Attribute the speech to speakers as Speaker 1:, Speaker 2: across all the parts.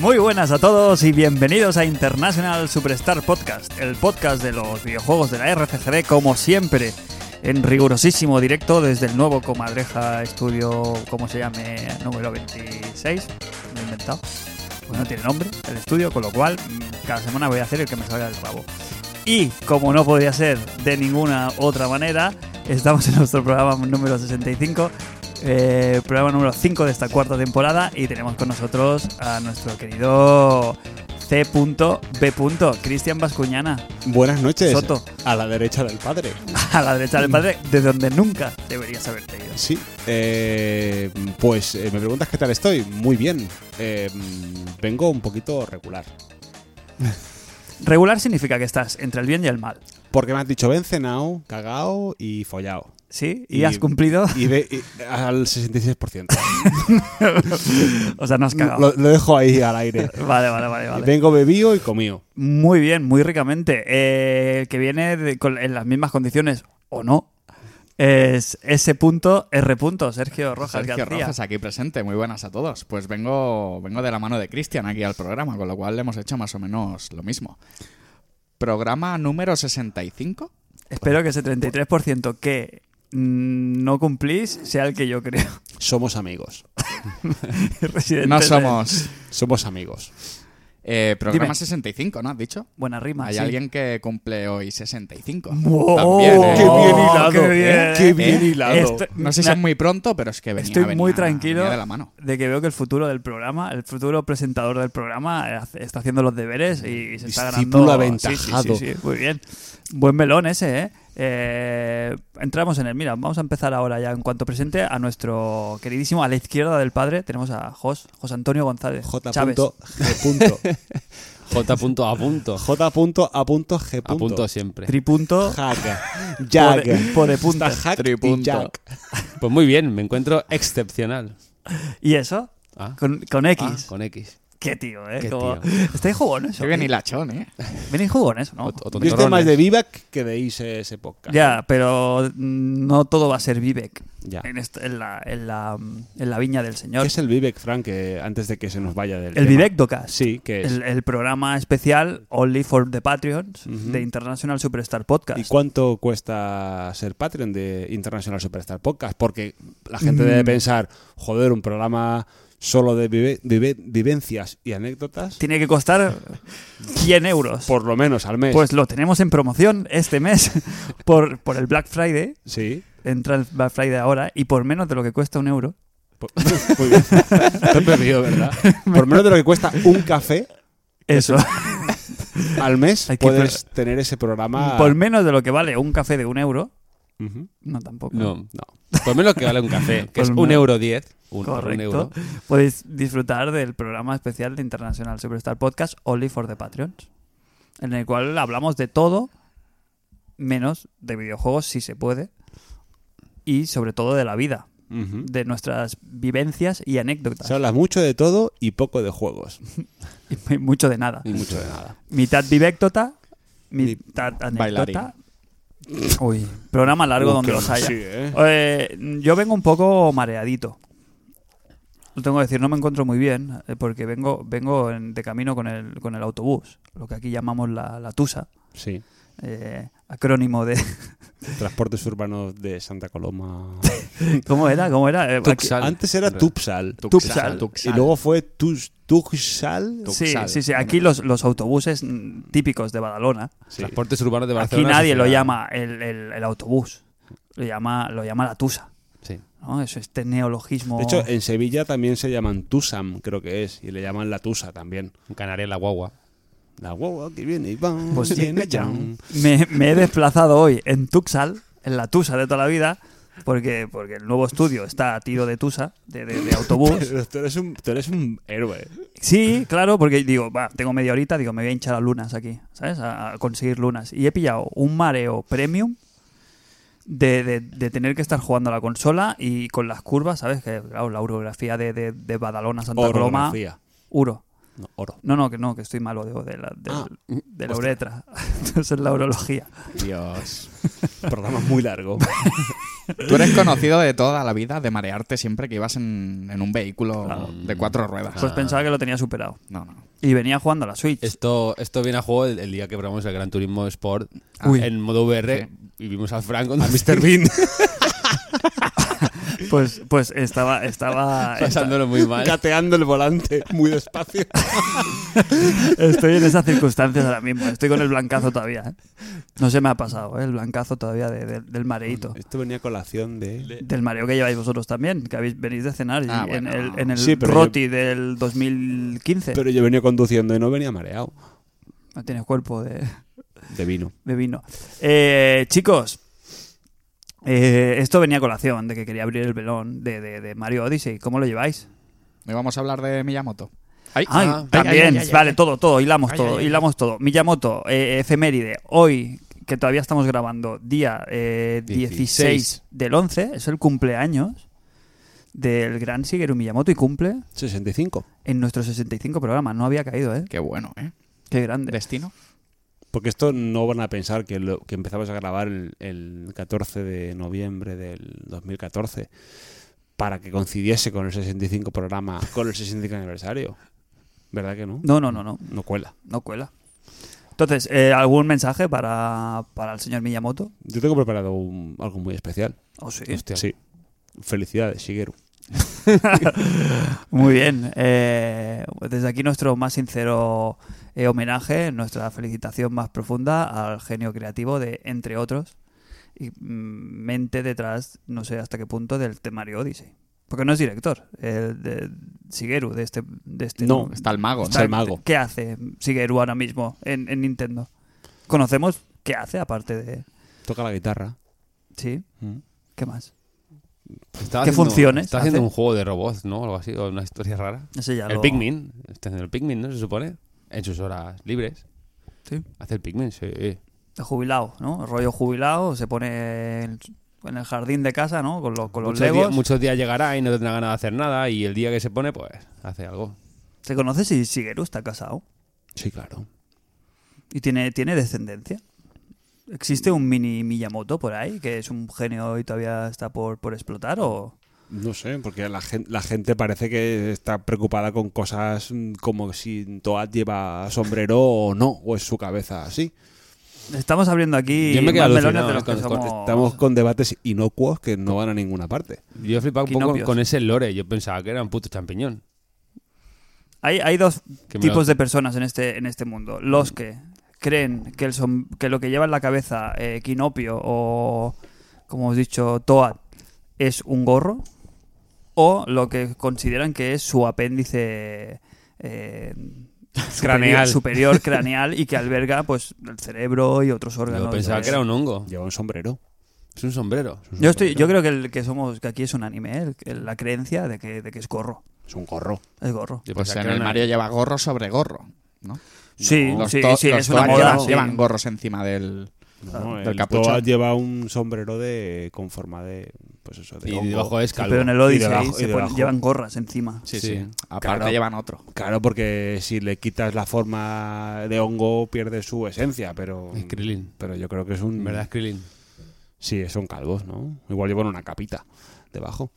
Speaker 1: Muy buenas a todos y bienvenidos a International Superstar Podcast, el podcast de los videojuegos de la RCGD como siempre, en rigurosísimo directo desde el nuevo Comadreja Estudio, ¿cómo se llame? Número 26, lo he inventado. Pues no tiene nombre el estudio, con lo cual mm, cada semana voy a hacer el que me salga el rabo. Y como no podía ser de ninguna otra manera, estamos en nuestro programa número 65, eh, programa número 5 de esta cuarta temporada y tenemos con nosotros a nuestro querido C.B. Cristian Bascuñana,
Speaker 2: Buenas noches.
Speaker 1: Soto,
Speaker 2: A la derecha del padre.
Speaker 1: a la derecha del padre, de donde nunca deberías haberte ido.
Speaker 2: Sí. Eh, pues eh, me preguntas qué tal estoy. Muy bien. Eh, mm, vengo un poquito regular.
Speaker 1: Regular significa que estás entre el bien y el mal,
Speaker 2: Porque me has dicho ven cenao, cagao y follao.
Speaker 1: ¿sí? Y,
Speaker 2: Y-
Speaker 1: has cumplido,
Speaker 2: Y, ve- y- al 66%.
Speaker 1: o sea, no has cagado.
Speaker 2: lo, lo dejo ahí al aire.
Speaker 1: Vale, vale, vale, vale.
Speaker 2: Vengo bebido y comido.
Speaker 1: Muy bien, muy ricamente. Eh, el que viene de- con- en las mismas condiciones o no es ese punto R punto Sergio Rojas
Speaker 3: Sergio
Speaker 1: García.
Speaker 3: Rojas aquí presente, muy buenas a todos. Pues vengo, vengo de la mano de Cristian aquí al programa, con lo cual le hemos hecho más o menos lo mismo. Programa número 65.
Speaker 1: Espero que ese 33% que mm, no cumplís sea el que yo creo.
Speaker 2: Somos amigos.
Speaker 1: Residentes
Speaker 3: No
Speaker 1: de-
Speaker 3: somos.
Speaker 2: Somos amigos.
Speaker 3: Eh, programa
Speaker 1: Dime.
Speaker 3: 65, ¿no has dicho?
Speaker 1: Buena rima.
Speaker 3: Hay
Speaker 1: sí.
Speaker 3: alguien que cumple hoy 65.
Speaker 1: ¡Wow!
Speaker 3: También, ¿eh?
Speaker 2: Oh, ¡Qué bien hilado!
Speaker 1: ¡Qué bien,
Speaker 2: eh! ¡Qué
Speaker 1: eh!
Speaker 2: bien
Speaker 3: Eh,
Speaker 2: hilado!
Speaker 1: Esto-
Speaker 3: No sé si
Speaker 1: na-
Speaker 3: es muy pronto, pero es que venía,
Speaker 1: Estoy
Speaker 3: venía-
Speaker 1: muy tranquilo
Speaker 3: venía de la mano.
Speaker 1: de que veo que el futuro del programa, el futuro presentador del programa, eh, hace- está haciendo los deberes y se está
Speaker 2: Discípulo
Speaker 1: ganando. Sí,
Speaker 2: aventajado.
Speaker 1: sí, sí, sí, muy bien. Buen melón ese, ¿eh? Eh, Entramos en el. Mira, vamos a empezar ahora ya en cuanto presente a nuestro queridísimo, a la izquierda del padre, tenemos a Jos, José Antonio González.
Speaker 2: J.
Speaker 1: Chávez.
Speaker 2: punto G. punto.
Speaker 4: J punto a punto.
Speaker 2: J. punto A. punto G.
Speaker 4: A punto
Speaker 2: punto.
Speaker 4: siempre.
Speaker 1: Tripunto.
Speaker 2: Hack.
Speaker 1: por
Speaker 2: Jack.
Speaker 1: de- por de punta.
Speaker 2: Está Hack y
Speaker 3: Tripunto.
Speaker 2: Jack.
Speaker 4: Pues muy bien, me encuentro excepcional.
Speaker 1: ¿Y eso?
Speaker 4: Ah,
Speaker 1: Con, con X.
Speaker 4: ah, con X.
Speaker 1: Qué tío, ¿eh?
Speaker 4: Qué
Speaker 1: Como-
Speaker 4: tío.
Speaker 1: Estáis jugones.
Speaker 3: Qué
Speaker 1: hoy.
Speaker 3: bien hilachón, ¿eh?
Speaker 1: Venís jugones, ¿no?
Speaker 4: O- o
Speaker 2: Yo estoy
Speaker 4: tontorrones.
Speaker 2: más de Vivac que de ese, ese podcast.
Speaker 1: Ya, pero mm, no todo va a ser Vivek
Speaker 4: Ya.
Speaker 1: en, est- en la, en, la, mm, en la viña del
Speaker 2: ¿Qué
Speaker 1: señor.
Speaker 2: es el Vivek, Frank, que antes de que se nos vaya del
Speaker 1: el
Speaker 2: tema?
Speaker 1: Vivek Docas.
Speaker 2: Sí, que es.
Speaker 1: El, el programa especial Only for the Patreons de International Superstar Podcast.
Speaker 2: ¿Y cuánto cuesta ser Patreon de International Superstar Podcast? Porque la gente
Speaker 1: Mm.
Speaker 2: debe pensar, joder, un programa solo de vive- vive- vivencias y anécdotas,
Speaker 1: Tiene que costar 100 euros.
Speaker 2: por lo menos al mes.
Speaker 1: pues lo tenemos en promoción este mes por, por el Black Friday.
Speaker 2: sí.
Speaker 1: Entra el Black Friday ahora y por menos de lo que cuesta un euro.
Speaker 2: Por- Pues, Muy bien. Te he perdido, ¿verdad? Por menos de lo que cuesta un café
Speaker 1: Eso.
Speaker 2: al mes,
Speaker 1: Hay que
Speaker 2: puedes tener ese programa.
Speaker 1: Por menos de lo que vale un café de un euro.
Speaker 2: Ujú.
Speaker 1: No, tampoco. ¿eh?
Speaker 4: No, no. Por menos que vale un café, que es
Speaker 1: Por
Speaker 4: un
Speaker 1: menos.
Speaker 4: euro diez. Un, un
Speaker 1: Pues Correcto.
Speaker 4: euro.
Speaker 1: Podéis disfrutar del programa especial de International Superstar Podcast Only for the Patreons, en el cual hablamos de todo menos de videojuegos si se puede y sobre todo de la vida,
Speaker 4: Mm.
Speaker 2: Ujú.
Speaker 1: de nuestras vivencias y anécdotas
Speaker 2: Se habla mucho de todo y poco de juegos.
Speaker 1: y mucho de nada.
Speaker 2: Y mucho de nada.
Speaker 1: Mitad vivectota, mitad anécdota. Uy, programa largo
Speaker 2: Uh,
Speaker 1: donde
Speaker 2: qué
Speaker 1: los
Speaker 2: bueno,
Speaker 1: haya.
Speaker 2: sí, ¿eh?
Speaker 1: Eh, yo vengo un poco mareadito. Lo tengo que decir, no me encuentro muy bien eh, porque vengo, vengo en- de camino con el, con el autobús, lo que aquí llamamos la, la TUSA,
Speaker 2: Sí.
Speaker 1: eh, acrónimo de...
Speaker 2: Transportes urbanos de Santa Coloma.
Speaker 1: ¿Cómo era? ¿Cómo era? Eh, aquí-
Speaker 4: Tuxal.
Speaker 2: Antes era Tupsal.
Speaker 1: Tupsal.
Speaker 2: Y luego fue Tus- Tuxal.
Speaker 1: Sí,
Speaker 3: Tuxal.
Speaker 1: sí, sí. Aquí los, los autobuses mm, típicos de Badalona,
Speaker 2: Sí.
Speaker 4: Transportes urbanos de
Speaker 1: aquí
Speaker 4: Barcelona.
Speaker 1: nadie lo
Speaker 4: sociedad.
Speaker 1: llama el, el- el autobús, lo llama, lo llama la TUSA.
Speaker 4: Sí.
Speaker 1: ¿no? Eso, este neologismo...
Speaker 2: De hecho, en Sevilla también se llaman Tusam, creo que es. Y le llaman la Tusa también.
Speaker 4: En Canarias, la guagua.
Speaker 2: La guagua que viene y va.
Speaker 1: Pues
Speaker 2: viene ya.
Speaker 1: me, me he desplazado hoy en Tuxal, en la Tusa de toda la vida, porque, porque el nuevo estudio está a tiro de Tusa, de, de- de autobús.
Speaker 2: Pero tú eres un, tú eres un héroe.
Speaker 1: Sí, claro, porque digo, va, tengo media horita, digo, me voy a hinchar a lunas aquí, ¿sabes? A, a conseguir lunas. Y he pillado un mareo premium de, de- de tener que estar jugando a la consola y con las curvas, ¿sabes? Que claro, la orografía de, de- de Badalona, Santa Coloma,
Speaker 2: Orografía.
Speaker 1: Uro.
Speaker 2: No, oro.
Speaker 1: No, no, que no, que estoy malo de, de la, del-
Speaker 2: Ah,
Speaker 1: de la uretra. Entonces la urología.
Speaker 3: Dios.
Speaker 2: Programa muy largo.
Speaker 3: Tú eres conocido de toda la vida de marearte siempre que ibas en, en un vehículo de cuatro ruedas.
Speaker 2: Ah.
Speaker 1: Pues pensaba que lo tenía superado.
Speaker 3: No, no.
Speaker 1: Y venía jugando a la Switch.
Speaker 4: Esto, esto viene a juego el, el día que probamos el Gran Turismo Sport ah,
Speaker 1: Uy.
Speaker 4: en modo VR y vimos a Frank
Speaker 2: A
Speaker 4: conducir,
Speaker 2: Mr. Bean.
Speaker 1: Pues, pues estaba, estaba.
Speaker 4: pasándolo muy mal.
Speaker 2: Cateando el volante muy despacio.
Speaker 1: Estoy en esas circunstancias ahora mismo. Estoy con el blancazo todavía. ¿eh? No se me ha pasado, ¿eh? el blancazo todavía de- de- del mareíto.
Speaker 2: Esto venía a colación de.
Speaker 1: Del mareo que lleváis vosotros también, que habéis, venís de cenar y-
Speaker 3: Ah,
Speaker 1: en
Speaker 3: bueno.
Speaker 1: el, en el
Speaker 2: Sí, pero
Speaker 1: roti del 2015.
Speaker 2: Pero yo venía conduciendo y no venía mareado.
Speaker 1: No tienes cuerpo de,
Speaker 2: De vino.
Speaker 1: de vino. Eh, chicos, eh, esto venía a colación de que quería abrir el velón de, de- de Mario Odyssey. ¿Cómo lo lleváis?
Speaker 3: Hoy vamos a hablar de Miyamoto.
Speaker 4: Ay,
Speaker 1: Ay,
Speaker 4: ah,
Speaker 1: también,
Speaker 4: ay, ay, ay,
Speaker 1: vale,
Speaker 4: ay.
Speaker 1: todo, todo, hilamos
Speaker 4: Ay,
Speaker 1: todo,
Speaker 4: ay, ay.
Speaker 1: hilamos todo. Miyamoto, eh, efeméride, hoy, que todavía estamos grabando, día eh, 16.
Speaker 4: 16
Speaker 1: del 11, es el cumpleaños del gran Shigeru Miyamoto y cumple
Speaker 2: 65.
Speaker 1: en nuestro 65 programa. No había caído, ¿eh?
Speaker 3: Qué bueno, ¿eh?
Speaker 1: Qué grande.
Speaker 3: Destino.
Speaker 2: Porque esto no van a pensar que, lo, que empezamos a grabar el, el 14 de noviembre del 2014 para que coincidiese con el 65 programa, con el 65 aniversario. ¿Verdad que no?
Speaker 1: No, no, no, no,
Speaker 2: No cuela.
Speaker 1: no cuela. Entonces, eh, ¿algún mensaje para, para el señor Miyamoto?
Speaker 2: Yo tengo preparado un- algo muy especial.
Speaker 1: ¿O sí?
Speaker 4: Hostia.
Speaker 2: Sí. Felicidades, Shigeru.
Speaker 1: Muy bien. eh, desde aquí nuestro más sincero eh, homenaje, nuestra felicitación más profunda al genio creativo de, entre otros, y mm, mente detrás, no sé hasta qué punto, del temario Odyssey. Porque no es director, el de Shigeru, de este... De este
Speaker 2: No,
Speaker 3: Está el mago. ¿no?
Speaker 2: Está el mago.
Speaker 1: ¿Qué hace Shigeru ahora mismo en, en Nintendo? ¿Conocemos qué hace aparte de...?
Speaker 2: Toca la guitarra.
Speaker 1: ¿Sí?
Speaker 2: Mm.
Speaker 1: ¿Qué más?
Speaker 4: Está
Speaker 1: ¿Qué
Speaker 4: haciendo-
Speaker 1: funciones
Speaker 4: Está haciendo
Speaker 1: hace?
Speaker 4: un juego de robots, ¿no? Algo así, o una historia rara.
Speaker 1: Ese ya
Speaker 4: El
Speaker 1: lo-
Speaker 4: Pikmin. Está haciendo el Pikmin, ¿no? Se supone. En sus horas libres.
Speaker 1: Sí.
Speaker 4: Hace el Pikmin, sí.
Speaker 1: de jubilado, ¿no? Rollo jubilado, se pone en, en el jardín de casa, ¿no? Con, lo- con los
Speaker 4: Muchos,
Speaker 1: legos.
Speaker 4: días- muchos días llegará y no tendrá ganas de hacer nada. Y el día que se pone, pues hace algo.
Speaker 1: ¿Se conoce si Shigeru está casado?
Speaker 2: Sí, claro.
Speaker 1: ¿Y tiene, tiene descendencia? ¿Existe un mini Miyamoto por ahí que es un genio y todavía está por, por explotar? ¿O
Speaker 2: No sé, porque la gente, la gente parece que está preocupada con cosas mm, como si Toad lleva sombrero o no, o es su cabeza así.
Speaker 1: estamos abriendo aquí
Speaker 4: Yo me quedé
Speaker 1: más melones
Speaker 4: alucinado,
Speaker 1: de los que
Speaker 4: con- con-
Speaker 1: somos?
Speaker 2: Estamos con debates inocuos que no van a ninguna parte.
Speaker 4: Yo he flipado un poco
Speaker 1: Quinopios.
Speaker 4: con ese lore. Yo pensaba que era un puto champiñón.
Speaker 1: Hay, hay dos
Speaker 4: Que me
Speaker 1: tipos
Speaker 4: lo- Mm.
Speaker 1: de personas en este, en este mundo. Los que creen que, el som- que lo que lleva en la cabeza eh, Quinopio o, como hemos dicho, Toad es un gorro. O lo que consideran que es su apéndice eh, superior-
Speaker 4: Craneal.
Speaker 1: Superior, craneal y que alberga pues el cerebro y otros órganos.
Speaker 4: Yo pensaba
Speaker 1: ¿no?
Speaker 4: que era un hongo.
Speaker 2: Lleva un sombrero.
Speaker 4: Es un sombrero.
Speaker 1: Yo estoy, yo creo que, el, que somos que aquí es un anime, eh, el- el- la creencia de que, de que es gorro.
Speaker 2: Es un gorro.
Speaker 1: Es gorro.
Speaker 4: Yo
Speaker 3: Pues
Speaker 4: pensaba
Speaker 3: en
Speaker 4: que era
Speaker 3: el
Speaker 4: una-
Speaker 3: Mario lleva gorro sobre gorro. ¿no?
Speaker 1: Sí,
Speaker 3: Los
Speaker 1: sí,
Speaker 3: to-
Speaker 1: sí,
Speaker 3: los
Speaker 1: es una
Speaker 3: toads
Speaker 1: moda.
Speaker 3: llevan-
Speaker 1: sí.
Speaker 3: llevan gorros encima del.
Speaker 2: No,
Speaker 3: Del
Speaker 2: el
Speaker 3: capucho.
Speaker 2: Toad lleva un sombrero de con forma de pues eso de
Speaker 4: Y
Speaker 2: hongo.
Speaker 4: debajo es
Speaker 1: Sí,
Speaker 4: calvo.
Speaker 1: pero en el
Speaker 2: Y
Speaker 1: Odyssey
Speaker 2: debajo- y
Speaker 1: se ponen-
Speaker 2: debajo.
Speaker 1: llevan gorras encima.
Speaker 3: Sí,
Speaker 4: Sí.
Speaker 3: sí. Aparte
Speaker 2: Claro.
Speaker 3: llevan otro.
Speaker 2: Claro, porque si le quitas la forma de hongo pierde su esencia, pero
Speaker 4: Es Krillin.
Speaker 2: pero yo creo que es
Speaker 1: Mm.
Speaker 2: un
Speaker 4: En verdad es Krillin.
Speaker 2: Sí, son calvos, ¿no? Igual llevan una capita debajo.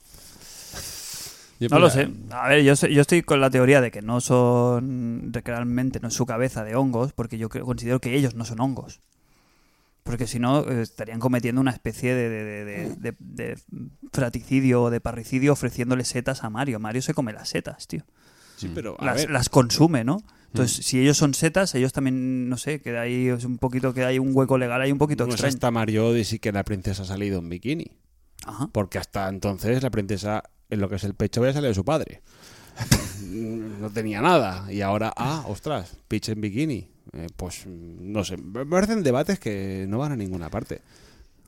Speaker 4: Yo
Speaker 1: No lo
Speaker 4: pensaba-
Speaker 1: sé. A ver, yo, sé- yo estoy con la teoría de que no son de que realmente no es su cabeza de hongos, porque yo creo- considero que ellos no son hongos. Porque si no, eh, estarían cometiendo una especie de, de- de- de- de- de fraticidio o de parricidio ofreciéndole setas a Mario. Mario se come las setas, tío.
Speaker 2: Sí, pero a
Speaker 1: Las,
Speaker 2: ver, Mm.
Speaker 1: las consume, ¿no? Entonces, si ellos son setas, ellos también, no sé, queda ahí es un poquito, queda ahí un hueco legal, hay un poquito
Speaker 2: no es
Speaker 1: extraño.
Speaker 2: hasta Mario Odyssey que la princesa ha salido en bikini,
Speaker 1: Ajá.
Speaker 2: porque hasta entonces la princesa en lo que es el pecho había salido de su padre. no tenía nada y ahora ah, ostras, Peach en bikini. Eh, pues no sé, me parecen debates que no van a ninguna parte.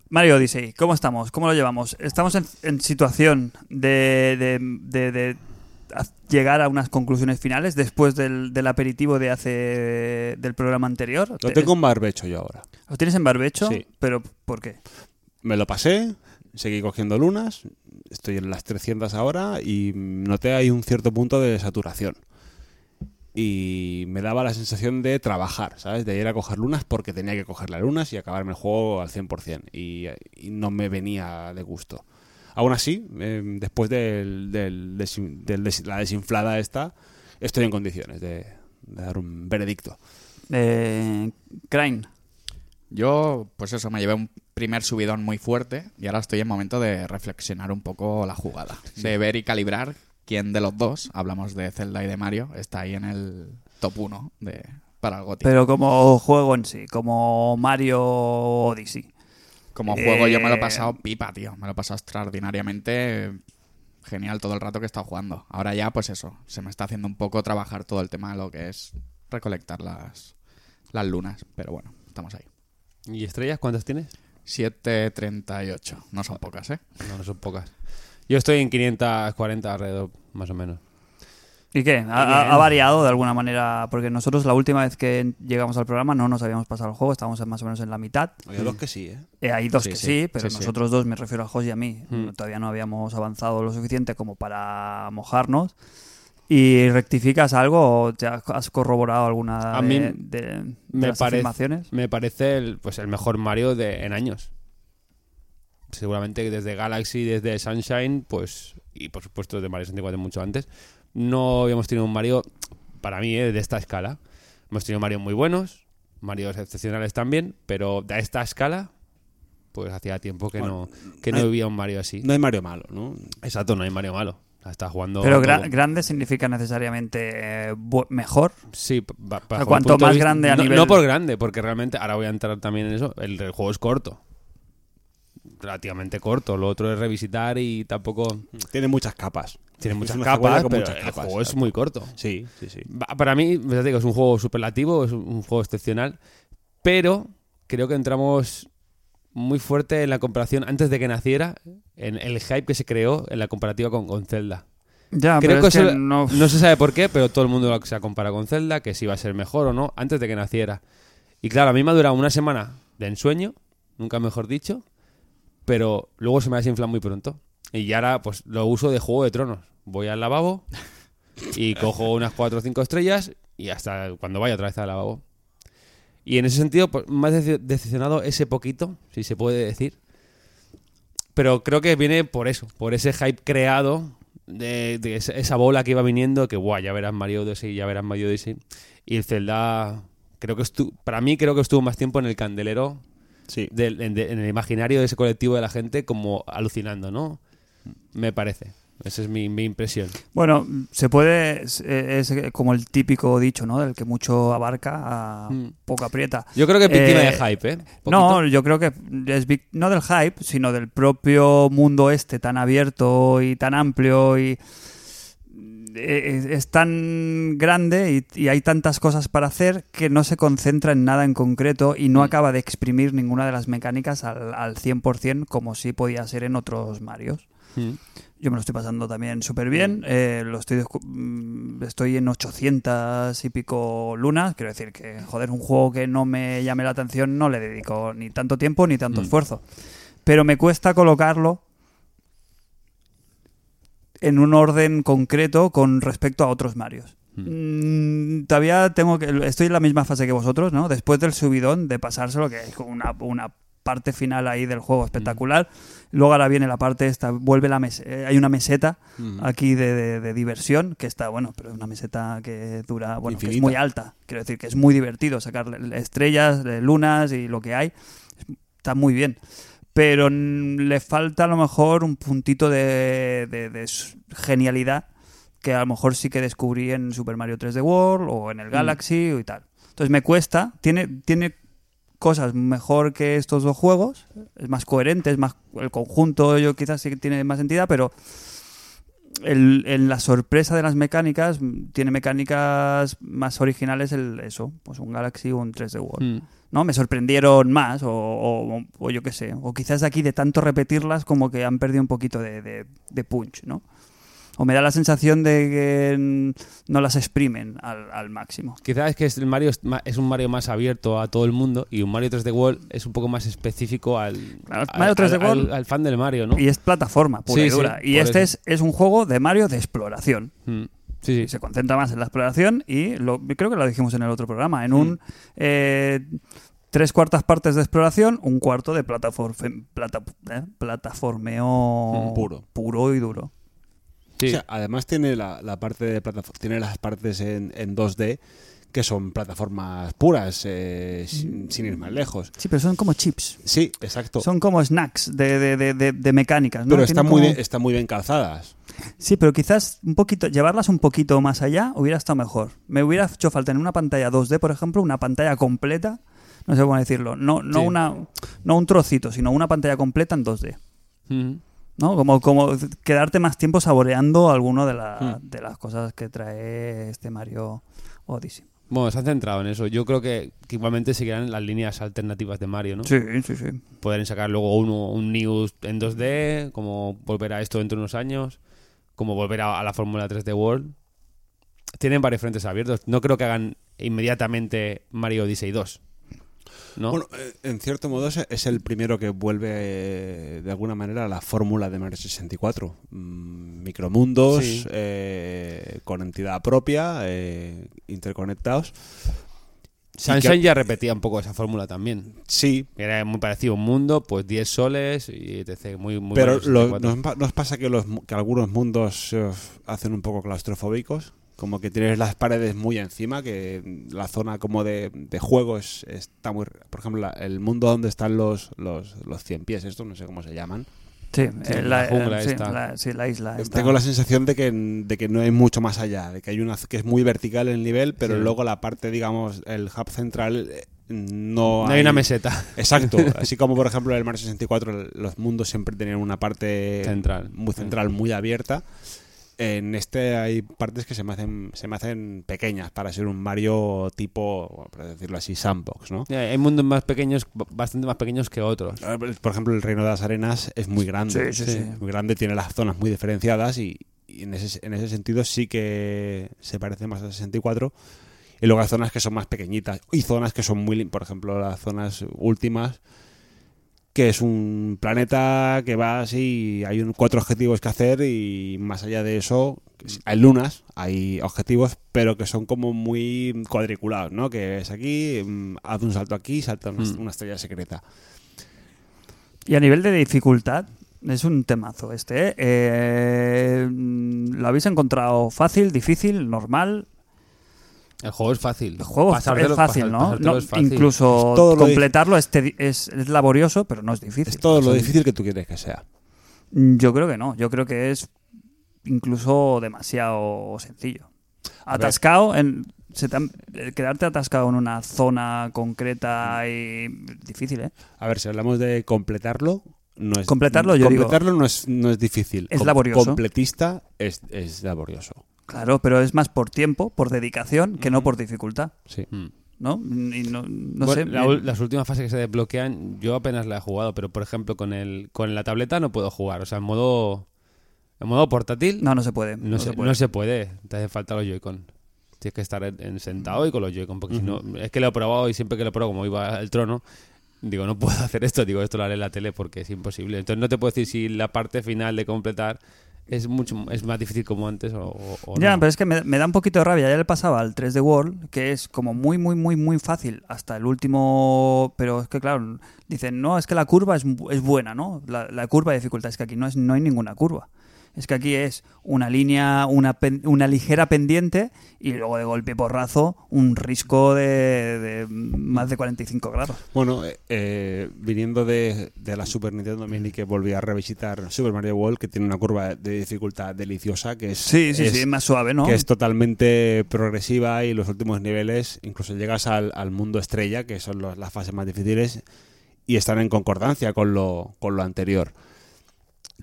Speaker 1: Mario Odyssey, ¿cómo estamos? ¿Cómo lo llevamos? ¿Estamos en, en situación de, de- de- de haz- llegar a unas conclusiones finales después del, del aperitivo de hace del programa anterior?
Speaker 2: Lo
Speaker 1: Te-
Speaker 2: tengo en barbecho yo ahora.
Speaker 1: ¿Lo tienes en barbecho?
Speaker 2: Sí.
Speaker 1: ¿Pero por qué?
Speaker 2: Me lo pasé, seguí cogiendo lunas, estoy en las 300 ahora y noté ahí un cierto punto de saturación. y me daba la sensación de trabajar, ¿sabes? De ir a coger lunas porque tenía que coger las lunas y acabarme el juego al 100% y, y no me venía de gusto. Aún así, eh, después del- del desin- del des- la desinflada esta, estoy en condiciones de, de dar un veredicto.
Speaker 1: Eh, Crane.
Speaker 3: Yo, pues eso, me llevé un primer subidón muy fuerte y ahora estoy en momento de reflexionar un poco la jugada. De ver y calibrar quién de los dos, hablamos de Zelda y de Mario, está ahí en el top 1 de, para el GOTY.
Speaker 1: Pero como juego en sí, como Mario Odyssey.
Speaker 3: Como juego yo me lo he
Speaker 1: Eh,
Speaker 3: pasado pipa, tío. Me lo he pasado extraordinariamente eh, genial todo el rato que he estado jugando. Ahora ya, pues eso, se me está haciendo un poco trabajar todo el tema de lo que es recolectar las, las lunas. Pero bueno, estamos ahí.
Speaker 4: ¿Y estrellas cuántas tienes?
Speaker 3: 7.38. No son pocas, ¿eh?
Speaker 4: No, no son pocas. Yo estoy en 540 alrededor, más o menos.
Speaker 1: ¿Y qué? ¿Ha- ¿Ha, ha variado de alguna manera? Porque nosotros la última vez que llegamos al programa no nos habíamos pasado el juego, estábamos en- más o menos en la mitad.
Speaker 2: Había dos que sí, ¿eh?
Speaker 1: Eh, hay dos
Speaker 3: Sí,
Speaker 1: que sí,
Speaker 3: sí.
Speaker 1: pero
Speaker 3: Sí, sí.
Speaker 1: nosotros dos, me refiero a Jos y a mí,
Speaker 4: Mm.
Speaker 1: no- todavía no habíamos avanzado lo suficiente como para mojarnos. ¿Y rectificas algo o te has- has corroborado alguna
Speaker 4: A
Speaker 1: de,
Speaker 4: mí
Speaker 1: de- de
Speaker 4: me
Speaker 1: las
Speaker 4: parece-
Speaker 1: afirmaciones?
Speaker 4: Me parece el, pues el mejor Mario de, en años. Seguramente desde Galaxy, desde Sunshine, pues y por supuesto de Mario 64 mucho antes, no habíamos tenido un Mario para mí eh, de esta escala. Hemos tenido Mario muy buenos, Marios excepcionales también, pero de esta escala pues hacía tiempo que no que no
Speaker 2: hay-
Speaker 4: había un Mario así.
Speaker 2: No hay Mario malo, ¿no?
Speaker 4: Exacto, no hay Mario malo. Está jugando
Speaker 1: Pero
Speaker 4: a
Speaker 1: gra-
Speaker 4: todo.
Speaker 1: grande significa necesariamente eh, bu- mejor.
Speaker 4: Sí, pa- pa- bajo mi
Speaker 1: cuanto
Speaker 4: punto de
Speaker 1: más
Speaker 4: vista-
Speaker 1: grande a
Speaker 4: no,
Speaker 1: nivel-
Speaker 4: No por grande, porque realmente, ahora voy a entrar también en eso, el, el juego es corto. Relativamente corto. Lo otro es revisitar y tampoco...
Speaker 2: Tiene muchas capas.
Speaker 4: Tiene
Speaker 2: Es
Speaker 4: muchas
Speaker 2: una
Speaker 4: capas,
Speaker 2: cebolla con
Speaker 4: pero
Speaker 2: muchas
Speaker 4: el
Speaker 2: capas,
Speaker 4: juego es
Speaker 2: exacto.
Speaker 4: muy corto.
Speaker 2: Sí, sí, sí.
Speaker 4: Va- Para mí, ya te digo, es un juego superlativo, es un- un juego excepcional, pero creo que entramos muy fuerte en la comparación, antes de que naciera, en el hype que se creó en la comparativa con, con Zelda.
Speaker 1: Ya,
Speaker 4: Creo
Speaker 1: pero
Speaker 4: que,
Speaker 1: es que
Speaker 4: eso-
Speaker 1: no-
Speaker 4: no... se sabe por qué, pero todo el mundo se ha comparado con Zelda, que si iba a ser mejor o no, antes de que naciera. Y claro, a mí me ha durado una semana de ensueño, nunca mejor dicho, pero luego se me ha desinflado muy pronto. Y ya ahora pues lo uso de Juego de Tronos. Voy al lavabo y cojo unas cuatro o cinco estrellas y hasta cuando vaya otra vez al lavabo. Y en ese sentido, pues, me ha dece- decepcionado ese poquito, si se puede decir. Pero creo que viene por eso, por ese hype creado de, de esa esa bola que iba viniendo, que guau, ya verás Mario Odyssey, ya verás Mario Odyssey. Y el Zelda, creo que estu- para mí creo que estuvo más tiempo en el candelero,
Speaker 2: Sí.
Speaker 4: del- en, de- en el imaginario de ese colectivo de la gente, como alucinando, ¿no? Me parece. Esa es mi, mi impresión.
Speaker 1: Bueno, se puede, es, es como el típico dicho, ¿no? Del que mucho abarca, a
Speaker 4: Mm.
Speaker 1: poco aprieta.
Speaker 4: Yo creo que es víctima
Speaker 1: Eh,
Speaker 4: de hype, ¿eh? Poquito.
Speaker 1: No, yo creo que es vic- no del hype, sino del propio mundo este tan abierto y tan amplio y eh, es, es tan grande y, y hay tantas cosas para hacer que no se concentra en nada en concreto y no acaba de exprimir ninguna de las mecánicas al, al 100% como sí podía ser en otros Marios.
Speaker 4: Mm.
Speaker 1: Yo me lo estoy pasando también súper bien. eh, lo estoy, descu- mm, estoy en 800 y pico lunas. Quiero decir que, joder, un juego que no me llame la atención no le dedico ni tanto tiempo ni tanto esfuerzo. Pero me cuesta colocarlo en un orden concreto con respecto a otros Marios. Mm, todavía tengo que. Estoy en la misma fase que vosotros, ¿no? Después del subidón, de pasárselo, que es como una, una parte final ahí del juego espectacular. Luego ahora viene la parte esta, vuelve la mes- eh, hay una meseta
Speaker 4: Mm.
Speaker 2: Ah,
Speaker 1: aquí de, de- de diversión, que está, bueno, pero es una meseta que dura, bueno, que es
Speaker 2: Infinita.
Speaker 1: muy alta. Quiero decir que es muy divertido sacar estrellas, eh, lunas y lo que hay. Está muy bien. Pero mm, le falta a lo mejor un puntito de, de- de s- genialidad que a lo mejor sí que descubrí en Super Mario 3D World o en el Galaxy y tal. Entonces me cuesta, tiene, tiene cosas mejor que estos dos juegos, es más coherente, es más el conjunto, yo quizás sí que tiene más entidad, pero el- en la sorpresa de las mecánicas mm, tiene mecánicas más originales el eso, pues un Galaxy o un 3D World.
Speaker 4: Mm.
Speaker 1: ¿No? Me sorprendieron más, o, o- o yo qué sé. O quizás aquí de tanto repetirlas, como que han perdido un poquito de, de- de punch, ¿no? O me da la sensación de que mm, no las exprimen al, al máximo.
Speaker 4: Quizás es que es- el Mario es, ma- es un Mario más abierto a todo el mundo y un Mario 3D World es un poco más específico al,
Speaker 1: Claro,
Speaker 4: al-
Speaker 1: Mario 3D
Speaker 4: al-
Speaker 1: World-
Speaker 4: al- al fan del Mario, ¿no?
Speaker 1: Y es plataforma pura
Speaker 4: Sí,
Speaker 1: y
Speaker 4: sí,
Speaker 1: dura. y
Speaker 4: por
Speaker 1: este
Speaker 4: eso.
Speaker 1: es, es un juego de Mario de exploración.
Speaker 4: Mm. Sí, sí.
Speaker 1: se concentra más en la exploración y lo, creo que lo dijimos en el otro programa, en un eh, tres cuartas partes de exploración, un cuarto de plataform- plata- eh, plataformeo
Speaker 2: Mm, puro.
Speaker 1: y duro.
Speaker 4: Sí.
Speaker 2: O sea, además tiene la, la parte de plataforma, tiene las partes en, en 2D que son plataformas puras, eh, sin, sin ir más lejos.
Speaker 1: Sí, pero son como chips.
Speaker 2: Sí, exacto.
Speaker 1: Mm. Son como snacks de, de- de- de- de mecánicas. ¿no?
Speaker 2: pero
Speaker 1: Tienen
Speaker 2: están muy,
Speaker 1: como-
Speaker 2: bien, están muy bien calzadas.
Speaker 1: Sí, pero quizás un poquito, llevarlas un poquito más allá hubiera estado mejor. Me hubiera hecho falta en una pantalla 2D, por ejemplo, una pantalla completa, no sé cómo decirlo, no, no,
Speaker 4: Sí.
Speaker 1: una, no un trocito, sino una pantalla completa en 2D.
Speaker 4: Mm.
Speaker 1: ¿no? Como, como quedarte más tiempo saboreando alguna de, la- de las cosas que trae este Mario Odyssey.
Speaker 4: Bueno, se han centrado en eso. Yo creo que, que igualmente seguirán las líneas alternativas de Mario, ¿no?
Speaker 1: Sí, sí, sí.
Speaker 4: Podrán sacar luego uno, un News en 2D, como volver a esto dentro de unos años, como volver a, a la Fórmula 3D World. Tienen varios frentes abiertos. No creo que hagan inmediatamente Mario Odyssey 2. ¿No?
Speaker 2: Bueno, eh, en cierto modo es- es el primero que vuelve eh, de alguna manera a la fórmula de Mario 64. Mm, micromundos
Speaker 4: Sí.
Speaker 2: eh, con entidad propia, eh, interconectados.
Speaker 4: Sunshine ya repetía un poco esa fórmula también.
Speaker 2: Sí,
Speaker 4: Era muy parecido un mundo, pues 10 soles y etc. Muy, muy
Speaker 2: pero
Speaker 4: Mario
Speaker 2: lo-
Speaker 4: 64.
Speaker 2: nos, pa- nos pasa que, los, mu- que algunos mundos se os hacen un poco claustrofóbicos. Como que tienes las paredes muy encima, que mm, la zona como de, de juego es- está muy... Por ejemplo, la- el mundo donde están los, los, los 100 pies, estos no sé cómo se llaman.
Speaker 1: Sí,
Speaker 4: Sí,
Speaker 1: eh,
Speaker 4: la jungla
Speaker 1: sí,
Speaker 4: esta.
Speaker 1: la- sí, la isla. esta.
Speaker 2: Eh, Tengo la sensación de que, de que no hay mucho más allá, de que hay una que es muy vertical el nivel, pero
Speaker 4: Sí.
Speaker 2: luego la parte, digamos, el hub central eh, no,
Speaker 4: No hay una meseta
Speaker 2: Exacto, así como por ejemplo en el Mario 64 el- los mundos siempre tenían una parte
Speaker 4: Central.
Speaker 2: muy central, muy abierta. En este hay partes que se me hacen se me hacen pequeñas para ser un Mario tipo, bueno, por decirlo así, sandbox, ¿no?
Speaker 4: Ya, Hay mundos más pequeños, bastante más pequeños que otros.
Speaker 2: Por ejemplo, el Reino de las Arenas es muy grande.
Speaker 1: Sí, sí, sí.
Speaker 2: Muy grande, tiene las zonas muy diferenciadas y, y en, ese, en ese sentido sí que se parece más al 64. Y luego hay zonas que son más pequeñitas y zonas que son muy... lim- Por ejemplo, las zonas últimas, que es un planeta que va así, y hay un- cuatro objetivos que hacer y más allá de eso... Hay lunas, hay objetivos, pero que son como muy cuadriculados, ¿no? Que es aquí, mm, haz un salto aquí, salta una-
Speaker 4: Mm.
Speaker 2: una estrella secreta.
Speaker 1: Y a nivel de dificultad, es un temazo este. ¿eh? Eh, mm, ¿Lo habéis encontrado fácil, difícil, normal?
Speaker 4: El juego es fácil.
Speaker 1: El juego
Speaker 4: Pasártelo-
Speaker 1: es fácil,
Speaker 4: pasar-
Speaker 1: ¿no?
Speaker 4: pasártelo
Speaker 1: No,
Speaker 4: es fácil.
Speaker 1: Incluso
Speaker 2: Es todo lo
Speaker 1: completarlo es, tedi- es- es laborioso, pero no es difícil.
Speaker 2: Es todo lo difícil que tú quieres que sea.
Speaker 1: Mm, Yo creo que no. Yo creo que es incluso demasiado sencillo.
Speaker 2: ver.
Speaker 1: Atascado en. se te han- eh, quedarte atascado en una zona concreta y difícil, ¿eh?
Speaker 2: A ver, si hablamos de completarlo, no es
Speaker 1: Completarlo, yo
Speaker 2: completarlo no es no es difícil.
Speaker 1: Es
Speaker 2: Com-
Speaker 1: laborioso.
Speaker 2: Completista es, es laborioso.
Speaker 1: Claro, pero es más por tiempo, por dedicación, que no por dificultad,
Speaker 2: Sí.
Speaker 4: Mm.
Speaker 1: ¿no? Y no, no
Speaker 4: Bueno,
Speaker 1: sé. eh,
Speaker 4: la
Speaker 1: me-
Speaker 4: ul- las últimas fases que se desbloquean, yo apenas la he jugado, pero por ejemplo con el con la tableta no puedo jugar. O sea, en modo en modo portátil no,
Speaker 1: no, no se puede. No,
Speaker 4: se,
Speaker 1: se puede.
Speaker 4: no se puede. Te hace falta los Joy-Con. Tienes que estar en- en sentado y con los Joy-Con, porque si no, es que lo he probado y siempre que lo pruebo, como iba al trono, digo, no puedo hacer esto, digo, esto lo haré en la tele porque es imposible. Entonces no te puedo decir si la parte final de completar es mucho es más difícil como antes o, o- o
Speaker 1: Ya,
Speaker 4: no.
Speaker 1: pero es que me, me da un poquito de rabia. Ya le pasaba al 3D World, que es como muy, muy, muy, muy fácil hasta el último. Pero es que, claro, dicen, no, es que la curva es, bu- es buena, ¿no? La, la curva de dificultad. Es que aquí no, es, no hay ninguna curva. Es que aquí es una línea, una, pen- una ligera pendiente y luego de golpe y porrazo un risco de, de más de 45 grados.
Speaker 2: Bueno, eh, eh, viniendo de, de la Super Nintendo Mini que volví a revisitar Super Mario World, que tiene una curva de dificultad deliciosa, que es,
Speaker 1: Sí, sí,
Speaker 2: es-
Speaker 1: sí, es más suave, ¿no?
Speaker 2: que es totalmente progresiva y los últimos niveles, incluso llegas al, al mundo estrella, que son los- las fases más difíciles, y están en concordancia con lo, con lo anterior.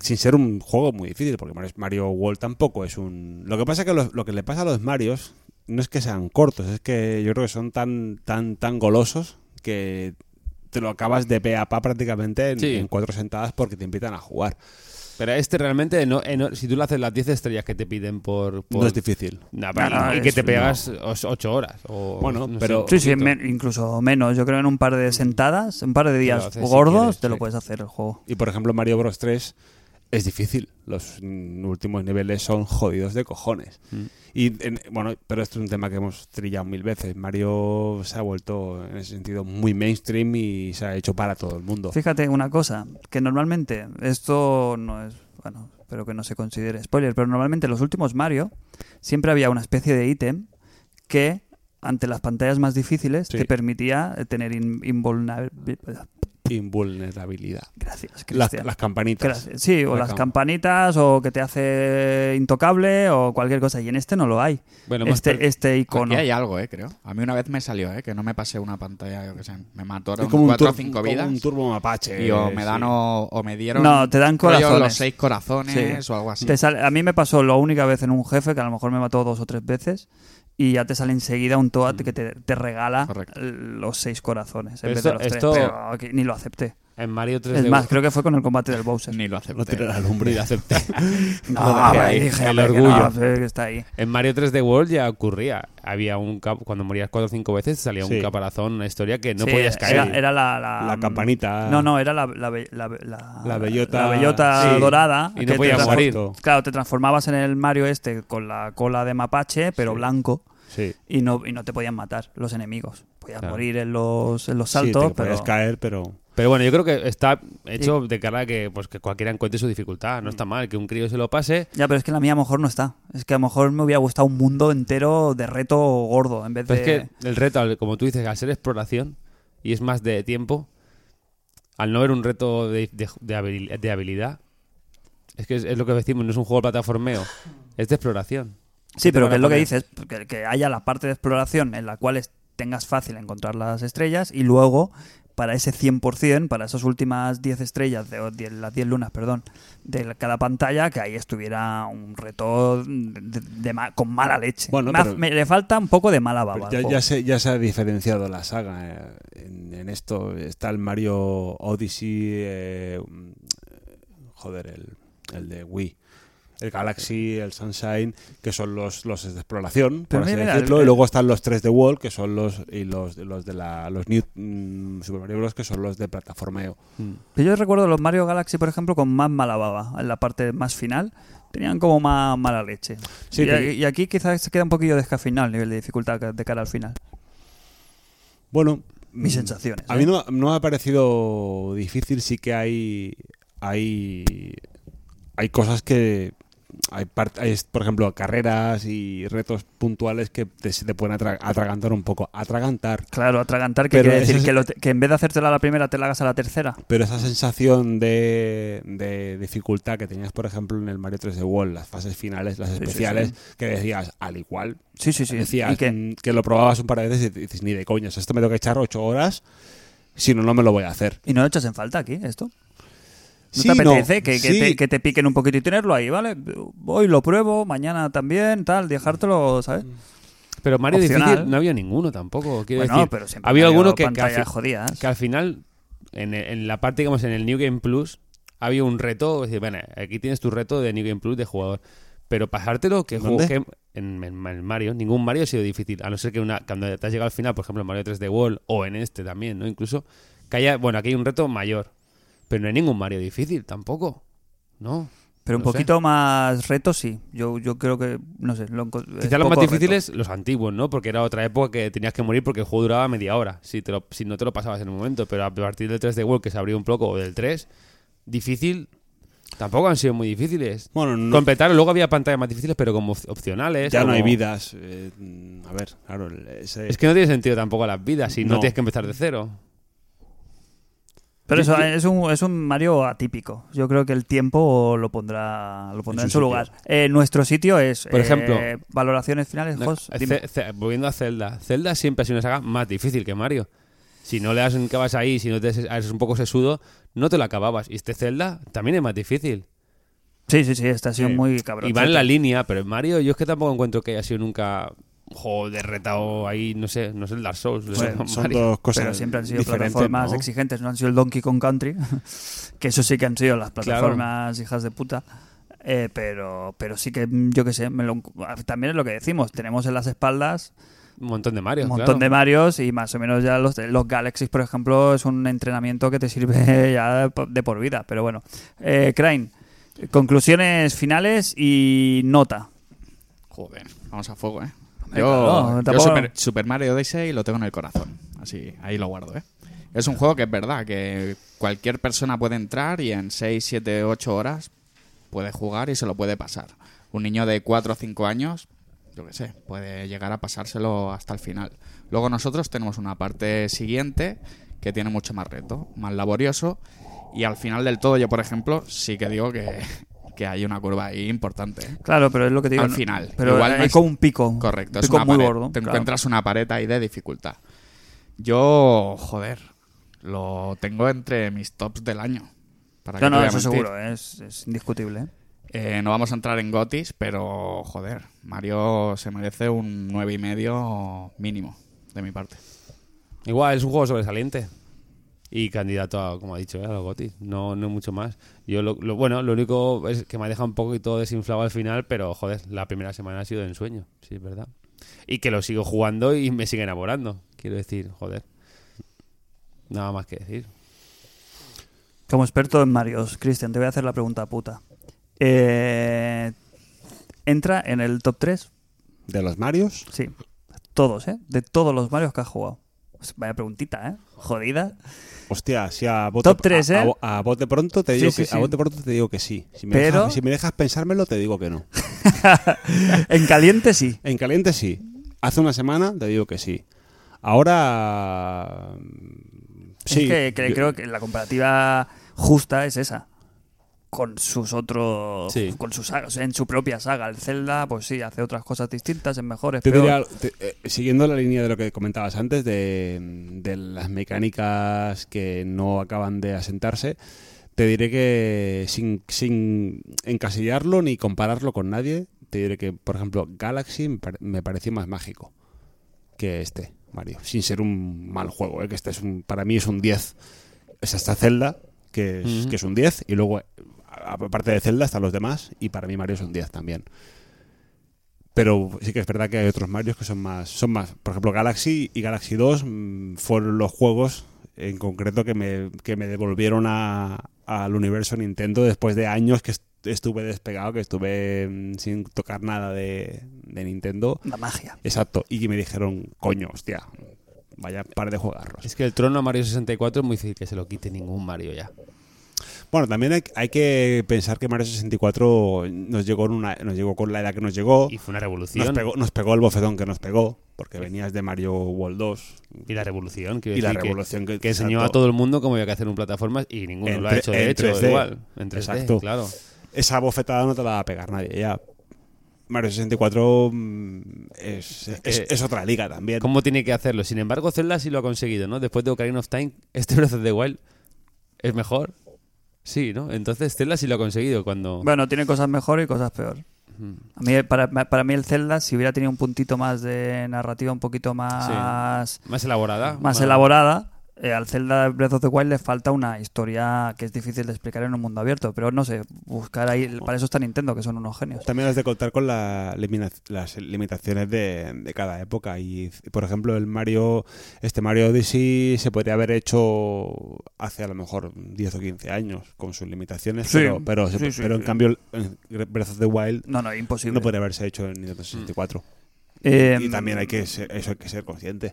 Speaker 2: Sin ser un juego muy difícil, porque Mario- Mario World tampoco es un... Lo que pasa que los- lo que le pasa a los Marios no es que sean cortos, es que yo creo que son tan, tan, tan golosos que te lo acabas de pe a pa prácticamente en,
Speaker 4: Sí.
Speaker 2: en cuatro sentadas porque te invitan a jugar.
Speaker 4: Pero este realmente, no, eh, no- si tú le haces las 10 estrellas que te piden por... por-
Speaker 2: No es difícil.
Speaker 4: Nah, pero-
Speaker 1: No, no,
Speaker 4: y que
Speaker 1: es-
Speaker 4: te pegas 8 horas. o-
Speaker 2: Bueno,
Speaker 4: no sé,
Speaker 2: pero-
Speaker 4: un
Speaker 1: Sí, sí,
Speaker 4: poquito.
Speaker 1: men- incluso menos. Yo creo en un par de sentadas, un par de días
Speaker 4: haces si
Speaker 1: gordos,
Speaker 4: quieres,
Speaker 1: te lo
Speaker 4: sí.
Speaker 1: puedes hacer el juego.
Speaker 2: Y por ejemplo, Mario Bros 3 es difícil. Los mm, últimos niveles son jodidos de cojones.
Speaker 4: Mm.
Speaker 2: Y en- bueno, pero esto es un tema que hemos trillado mil veces. Mario se ha vuelto en ese sentido muy mainstream y se ha hecho para todo el mundo.
Speaker 1: Fíjate una cosa, que normalmente, esto no es, bueno, espero que no se considere spoiler, pero normalmente en los últimos Mario siempre había una especie de ítem que ante las pantallas más difíciles
Speaker 2: Sí.
Speaker 1: te permitía eh, tener in- invulna-
Speaker 2: Invulnerabilidad.
Speaker 1: Gracias,
Speaker 2: Las,
Speaker 1: Cristian.
Speaker 2: las campanitas.
Speaker 1: Gracias. Sí, o
Speaker 2: La
Speaker 1: las
Speaker 2: cam-
Speaker 1: campanitas, o que te hace intocable, o cualquier cosa. Y en este no lo hay.
Speaker 4: Bueno, hemos
Speaker 1: Este,
Speaker 4: per-
Speaker 1: este icono.
Speaker 3: Aquí hay algo, eh, creo. A mí una vez me salió, eh, que no me pasé una pantalla, yo que sé, me mataron
Speaker 2: Es como un,
Speaker 3: 4 o
Speaker 2: tur-
Speaker 3: 5
Speaker 2: como
Speaker 3: vidas.
Speaker 2: un turbo mapache.
Speaker 3: y o me
Speaker 2: sí.
Speaker 3: dan o, o me dieron
Speaker 1: No, te dan
Speaker 3: rollo
Speaker 1: corazones.
Speaker 3: los seis corazones o algo así.
Speaker 1: Te sale- a mí me pasó la única vez en un jefe, que a lo mejor me mató dos o tres veces, y ya te sale enseguida un
Speaker 4: Mm.
Speaker 1: Toad que te, te regala
Speaker 3: Correcto.
Speaker 1: los seis corazones. En
Speaker 4: Pero
Speaker 1: vez de
Speaker 4: esto-
Speaker 1: los tres.
Speaker 4: esto-
Speaker 1: Pero aquí ni lo acepté.
Speaker 4: En Mario 3D.
Speaker 1: Es más, creo que fue con el combate del Bowser.
Speaker 3: Ni
Speaker 2: No
Speaker 3: lo acepté.
Speaker 2: tiré la lumbre y la acepté.
Speaker 1: No,
Speaker 4: lo dejé
Speaker 1: hombre,
Speaker 4: ahí.
Speaker 1: dije,
Speaker 4: El
Speaker 1: hombre, que
Speaker 4: orgullo.
Speaker 1: no, sí, que está ahí.
Speaker 4: En Mario 3D World ya ocurría. Había un cap- cuando morías cuatro o cinco veces salía
Speaker 2: Sí.
Speaker 4: un caparazón, una historia que no
Speaker 1: Sí,
Speaker 4: podías caer.
Speaker 1: Era, era la, la- mm,
Speaker 2: La campanita.
Speaker 1: No, no, era la, la, be- la, be- la-
Speaker 2: La bellota-
Speaker 1: la bellota
Speaker 2: sí.
Speaker 1: dorada.
Speaker 4: Y no
Speaker 1: que te
Speaker 4: podías
Speaker 1: transfor-
Speaker 4: morir.
Speaker 1: Claro, te transformabas en el Mario este con la cola de mapache, pero
Speaker 2: Sí.
Speaker 1: blanco,
Speaker 2: Sí.
Speaker 1: y no, y no te podían matar los enemigos. Podías
Speaker 4: Claro.
Speaker 1: morir en los, en los
Speaker 2: sí,
Speaker 1: saltos,
Speaker 2: te
Speaker 1: pero...
Speaker 2: podías caer, pero.
Speaker 4: Pero bueno, yo creo que está hecho de cara a que, pues, que cualquiera encuentre su dificultad.
Speaker 1: Mm.
Speaker 4: No está mal que un crío se lo pase.
Speaker 1: Ya, pero es que la mía a lo mejor no está. Es que a lo mejor me hubiera gustado un mundo entero de reto gordo en vez
Speaker 4: Pero
Speaker 1: de...
Speaker 4: es que el reto, al- como tú dices, al ser exploración y es más de tiempo, al no ver un reto de, de- de habil- de habilidad, es que es, es lo que decimos, no es un juego de plataformeo, es de exploración.
Speaker 1: Sí,
Speaker 4: ¿Qué te
Speaker 1: pero
Speaker 4: van
Speaker 1: que
Speaker 4: a
Speaker 1: es lo que
Speaker 4: poner?
Speaker 1: dices, que, que haya la parte de exploración en la cual es- tengas fácil encontrar las estrellas y luego para ese 100%, para esas últimas 10 estrellas, de, o 10 las 10 lunas, perdón, de la- cada pantalla, que ahí estuviera un reto de- de ma- con mala leche.
Speaker 2: Bueno,
Speaker 1: Me ha-
Speaker 2: pero-
Speaker 1: me- le falta un poco de mala baba.
Speaker 2: Pero
Speaker 1: al
Speaker 2: ya,
Speaker 1: juego.
Speaker 2: ya se, ya se ha diferenciado la saga eh, en, en esto. Está el Mario Odyssey, eh, mm, joder, el, el de Wii. El Galaxy, el Sunshine, que son los, los de exploración,
Speaker 1: Pero
Speaker 2: por así
Speaker 1: mira, mira,
Speaker 2: decirlo.
Speaker 1: el-
Speaker 2: y luego están los 3 de World, que son los y los, los de la, los New mm, Super Mario Bros, que son los de plataformeo.
Speaker 1: Pero yo recuerdo los Mario Galaxy, por ejemplo, con más mala baba, en la parte más final, tenían como más mala leche.
Speaker 2: Sí,
Speaker 1: y,
Speaker 2: te-
Speaker 1: y aquí quizás se queda un poquillo descafeinado el nivel de dificultad ca- de cara al final.
Speaker 2: Bueno,
Speaker 1: Mis
Speaker 2: mm,
Speaker 1: sensaciones.
Speaker 2: A
Speaker 1: ¿eh?
Speaker 2: mí no, no me ha parecido difícil, sí que hay. Hay. Hay cosas que. Hay, par- hay, por ejemplo, carreras y retos puntuales que te, se te pueden atra- atragantar un poco. Atragantar.
Speaker 1: Claro, atragantar, que
Speaker 2: Pero
Speaker 1: quiere decir
Speaker 2: eso es-
Speaker 1: que, lo te- que en vez de hacértela a la primera, te la hagas a la tercera.
Speaker 2: Pero esa sensación de, de dificultad que tenías, por ejemplo, en el Mario 3D World, las fases finales, las
Speaker 1: sí,
Speaker 2: especiales,
Speaker 1: sí.
Speaker 2: que decías, al igual,
Speaker 1: Sí, sí, sí.
Speaker 2: decías
Speaker 1: y que,
Speaker 2: mm, que lo probabas un par de veces y dices, ni de coñas, esto me tengo que echar ocho horas, si no, no me lo voy a hacer.
Speaker 1: y no echas en falta aquí esto. ¿No
Speaker 2: Sí,
Speaker 1: te apetece que, que
Speaker 2: sí.
Speaker 1: te, que te piquen un poquito y tenerlo ahí, ¿vale? Hoy lo pruebo, mañana también, tal, dejártelo, ¿sabes?
Speaker 4: Pero Mario
Speaker 1: Opcional.
Speaker 4: difícil no había ninguno tampoco. Quiero
Speaker 1: Bueno,
Speaker 4: decir,
Speaker 1: pero siempre
Speaker 4: había
Speaker 1: ha habido
Speaker 4: alguno que, que, al,
Speaker 1: pantallas
Speaker 4: fi-
Speaker 1: jodidas.
Speaker 4: que al final, en, en la parte, digamos, en el New Game Plus, había un reto. Es decir, bueno, aquí tienes tu reto de New Game Plus de jugador. Pero pasártelo, que juego
Speaker 2: ¿Dónde?
Speaker 4: que en, en- en Mario, ningún Mario ha sido difícil. A no ser que una, cuando te has llegado al final, por ejemplo, en Mario 3D World o en este también, ¿no? Incluso, que haya, bueno, aquí hay un reto mayor. Pero no hay ningún Mario difícil tampoco. No.
Speaker 1: Pero un
Speaker 4: No sé.
Speaker 1: poquito más reto, sí. Yo, yo creo que, no sé. Lo enco- es
Speaker 4: Quizás los más
Speaker 1: poco reto.
Speaker 4: difíciles, los antiguos, ¿no? Porque era otra época que tenías que morir porque el juego duraba media hora, si, te lo- si no te lo pasabas en un momento. Pero a partir del 3 de World, que se abrió un poco, o del 3, difícil, tampoco han sido muy difíciles.
Speaker 2: Bueno, no-
Speaker 4: Completar, luego había pantallas más difíciles, pero como op- opcionales.
Speaker 2: ya no
Speaker 4: como-
Speaker 2: hay vidas. eh, mm, a ver, claro, el- ese-
Speaker 4: Es que no tiene sentido tampoco las vidas si no,
Speaker 2: No.
Speaker 4: tienes que empezar de cero.
Speaker 1: Pero
Speaker 2: Yo-
Speaker 1: eso
Speaker 2: yo-
Speaker 1: es un, es un Mario atípico. Yo creo que el tiempo lo pondrá, lo pondrá
Speaker 2: En
Speaker 1: en su
Speaker 2: su sitio.
Speaker 1: lugar. Eh, nuestro sitio es.
Speaker 4: Por
Speaker 1: eh,
Speaker 4: ejemplo, este
Speaker 1: valoraciones finales, Jos,
Speaker 4: Ce-
Speaker 1: dime.
Speaker 4: Ce- volviendo a Zelda, Zelda siempre ha sido una saga más difícil que Mario. Si no le das un cabas ahí, si no te eres un poco sesudo, no te lo acababas. Y este Zelda también es más difícil.
Speaker 1: Sí, sí, sí, está siendo
Speaker 2: Sí.
Speaker 1: muy cabrón.
Speaker 4: Y va en la línea, pero en Mario yo es que tampoco encuentro que haya sido nunca un juego de retado ahí, no sé, no sé el Dark Souls. de
Speaker 1: Bueno,
Speaker 2: son
Speaker 4: Mario.
Speaker 2: dos cosas
Speaker 1: Pero siempre han sido
Speaker 2: diferentes,
Speaker 1: plataformas
Speaker 2: ¿no?
Speaker 1: exigentes, no han sido el Donkey Kong Country, que eso sí que han sido las
Speaker 4: Claro.
Speaker 1: plataformas hijas de puta. Eh, pero, pero sí que, mm, yo qué sé, me lo- también es lo que decimos, tenemos en las espaldas
Speaker 4: Un montón de Mario.
Speaker 1: un montón
Speaker 4: claro.
Speaker 1: de Marios y más o menos ya los, los Galaxies, por ejemplo, es un entrenamiento que te sirve ya de por vida. Pero bueno, eh, Crane, Conclusiones finales y nota.
Speaker 3: Joder, vamos a fuego, ¿eh?
Speaker 1: Hombre, claro,
Speaker 3: Yo, yo
Speaker 1: tampoco-
Speaker 3: Super, Super Mario Odyssey lo tengo en el corazón. Así, ahí lo guardo, ¿eh? Es un juego que es verdad, que cualquier persona puede entrar y en 6, 7, 8 horas puede jugar y se lo puede pasar. Un niño de 4 o 5 años, yo qué sé, puede llegar a pasárselo hasta el final. Luego nosotros tenemos una parte siguiente que tiene mucho más reto, más laborioso. Y al final del todo, yo por ejemplo, sí que digo que, que hay una curva ahí importante. ¿eh?
Speaker 1: Claro, pero es lo que te digo.
Speaker 3: Al
Speaker 1: ¿no?
Speaker 3: final.
Speaker 1: Pero
Speaker 3: Igual
Speaker 1: hay
Speaker 3: no es-
Speaker 1: como un pico.
Speaker 3: Correcto,
Speaker 1: Un
Speaker 3: es
Speaker 1: pico
Speaker 3: una
Speaker 1: muy
Speaker 3: pared.
Speaker 1: gordo.
Speaker 3: Te
Speaker 1: claro.
Speaker 3: encuentras una pared ahí de dificultad. Yo, joder, lo tengo entre mis tops del año. ¿Para qué
Speaker 1: No,
Speaker 3: te
Speaker 1: no,
Speaker 3: voy a
Speaker 1: eso
Speaker 3: mentir?
Speaker 1: seguro, es, es indiscutible. ¿eh?
Speaker 3: Eh, no vamos a entrar en gotis, pero joder, Mario se merece un nueve y medio mínimo de mi parte.
Speaker 4: Igual es un juego sobresaliente. Y candidato a, como ha dicho, eh, a los Gotis. No, no mucho más. Yo lo, lo- bueno, lo único es que me ha dejado un poco y todo desinflado al final, pero joder, la primera semana ha sido de ensueño, sí, es verdad. Y que lo sigo jugando y me sigue enamorando. Quiero decir, joder. Nada más que decir.
Speaker 1: Como experto en Marios, Cristian, te voy a hacer la pregunta puta. Eh, ¿Entra en el top 3?
Speaker 2: ¿De los Marios?
Speaker 1: Sí. Todos, ¿eh? De todos los Marios que has jugado. Pues Vaya preguntita, ¿eh? Jodida.
Speaker 2: Hostia, si a bote,
Speaker 1: Top tres,
Speaker 2: a- a
Speaker 1: ¿eh?
Speaker 2: bo- A, bote pronto te
Speaker 1: Sí,
Speaker 2: digo
Speaker 1: sí,
Speaker 2: que
Speaker 1: sí.
Speaker 2: a bote pronto te digo que sí. Si me,
Speaker 1: Pero-
Speaker 2: dejas, si me dejas pensármelo te digo que no.
Speaker 1: en caliente sí.
Speaker 2: En caliente sí. Hace una semana te digo que sí. Ahora mm, sí.
Speaker 1: es que, que
Speaker 2: Yo-
Speaker 1: creo que la comparativa justa es esa. Con sus otros.
Speaker 4: Sí.
Speaker 1: Con sus sagas. En su propia saga. El Zelda, pues sí, hace otras cosas distintas, es mejor, es
Speaker 2: Te
Speaker 1: peor.
Speaker 2: diría, te- eh, siguiendo la línea de lo que comentabas antes, de, mm, de las mecánicas que no acaban de asentarse, te diré que sin, sin encasillarlo ni compararlo con nadie, te diré que, por ejemplo, Galaxy me pare- me pareció más mágico que este, Mario. Sin ser un mal juego, ¿eh? que este es un, para mí es un 10. Es hasta Zelda, que es,
Speaker 4: Ujú.
Speaker 2: que es un 10, y luego, a- aparte de Zelda, están los demás, y para mí Mario es un 10 también. Pero sí que es verdad que hay otros Marios que son más, son más. Por ejemplo, Galaxy y Galaxy 2 mm, fueron los juegos en concreto que me, que me devolvieron a- al universo Nintendo después de años que est- estuve despegado, que estuve mm, sin tocar nada de, de Nintendo.
Speaker 1: La magia.
Speaker 2: Exacto. Y que me dijeron, coño, hostia, vaya par de jugarlos.
Speaker 4: Es que el trono a Mario 64 es muy difícil que se lo quite ningún Mario ya.
Speaker 2: Bueno, también hay, hay que pensar que Mario 64 nos llegó, en una, nos llegó con la edad que nos llegó.
Speaker 4: Y fue una
Speaker 2: Nos
Speaker 4: revolución.
Speaker 2: pegó, nos pegó el bofetón que nos pegó, porque venías de Mario World 2,
Speaker 4: Y la revolución, quiero
Speaker 2: y la
Speaker 4: decir, que-
Speaker 2: revolución que,
Speaker 4: Que enseñó a todo el mundo cómo había que hacer un plataformas y ninguno
Speaker 2: En
Speaker 4: lo ha
Speaker 2: tre-
Speaker 4: hecho de
Speaker 2: en
Speaker 4: hecho
Speaker 2: 3D.
Speaker 4: igual. En 3D,
Speaker 2: Exacto.
Speaker 4: claro.
Speaker 2: Esa bofetada no te la va a pegar nadie. Ya. Mario 64 mm, es, es-
Speaker 4: que-
Speaker 2: es otra liga también.
Speaker 4: cómo tiene que hacerlo. Sin embargo, Zelda sí lo ha conseguido, ¿no? Después de Ocarina of Time, este Breath of the Wild es mejor. Sí, ¿no? Entonces Zelda sí lo ha conseguido cuando...
Speaker 1: Bueno, tiene cosas mejores y cosas peores. A mí, para, para mí el Zelda, si hubiera tenido un puntito más de narrativa, un poquito más,
Speaker 4: Más elaborada.
Speaker 1: más elaborada, eh, al Zelda Breath of the Wild le falta una historia que es difícil de explicar en un mundo abierto. Pero no sé, buscar ahí, para eso está Nintendo, que son unos genios.
Speaker 2: También has de contar con la limina- las limitaciones de, de cada época. Y, por ejemplo, el Mario, este Mario Odyssey se podría haber hecho hace a lo mejor 10 o 15 años, con sus limitaciones.
Speaker 1: Sí,
Speaker 2: pero pero, se-
Speaker 1: sí, sí,
Speaker 2: pero en
Speaker 1: sí.
Speaker 2: cambio, en Breath of the Wild
Speaker 1: No, no, imposible.
Speaker 2: no podría haberse hecho en
Speaker 1: Mm.
Speaker 2: Nintendo 64.
Speaker 1: Eh,
Speaker 2: y también hay que ser- eso hay que ser consciente.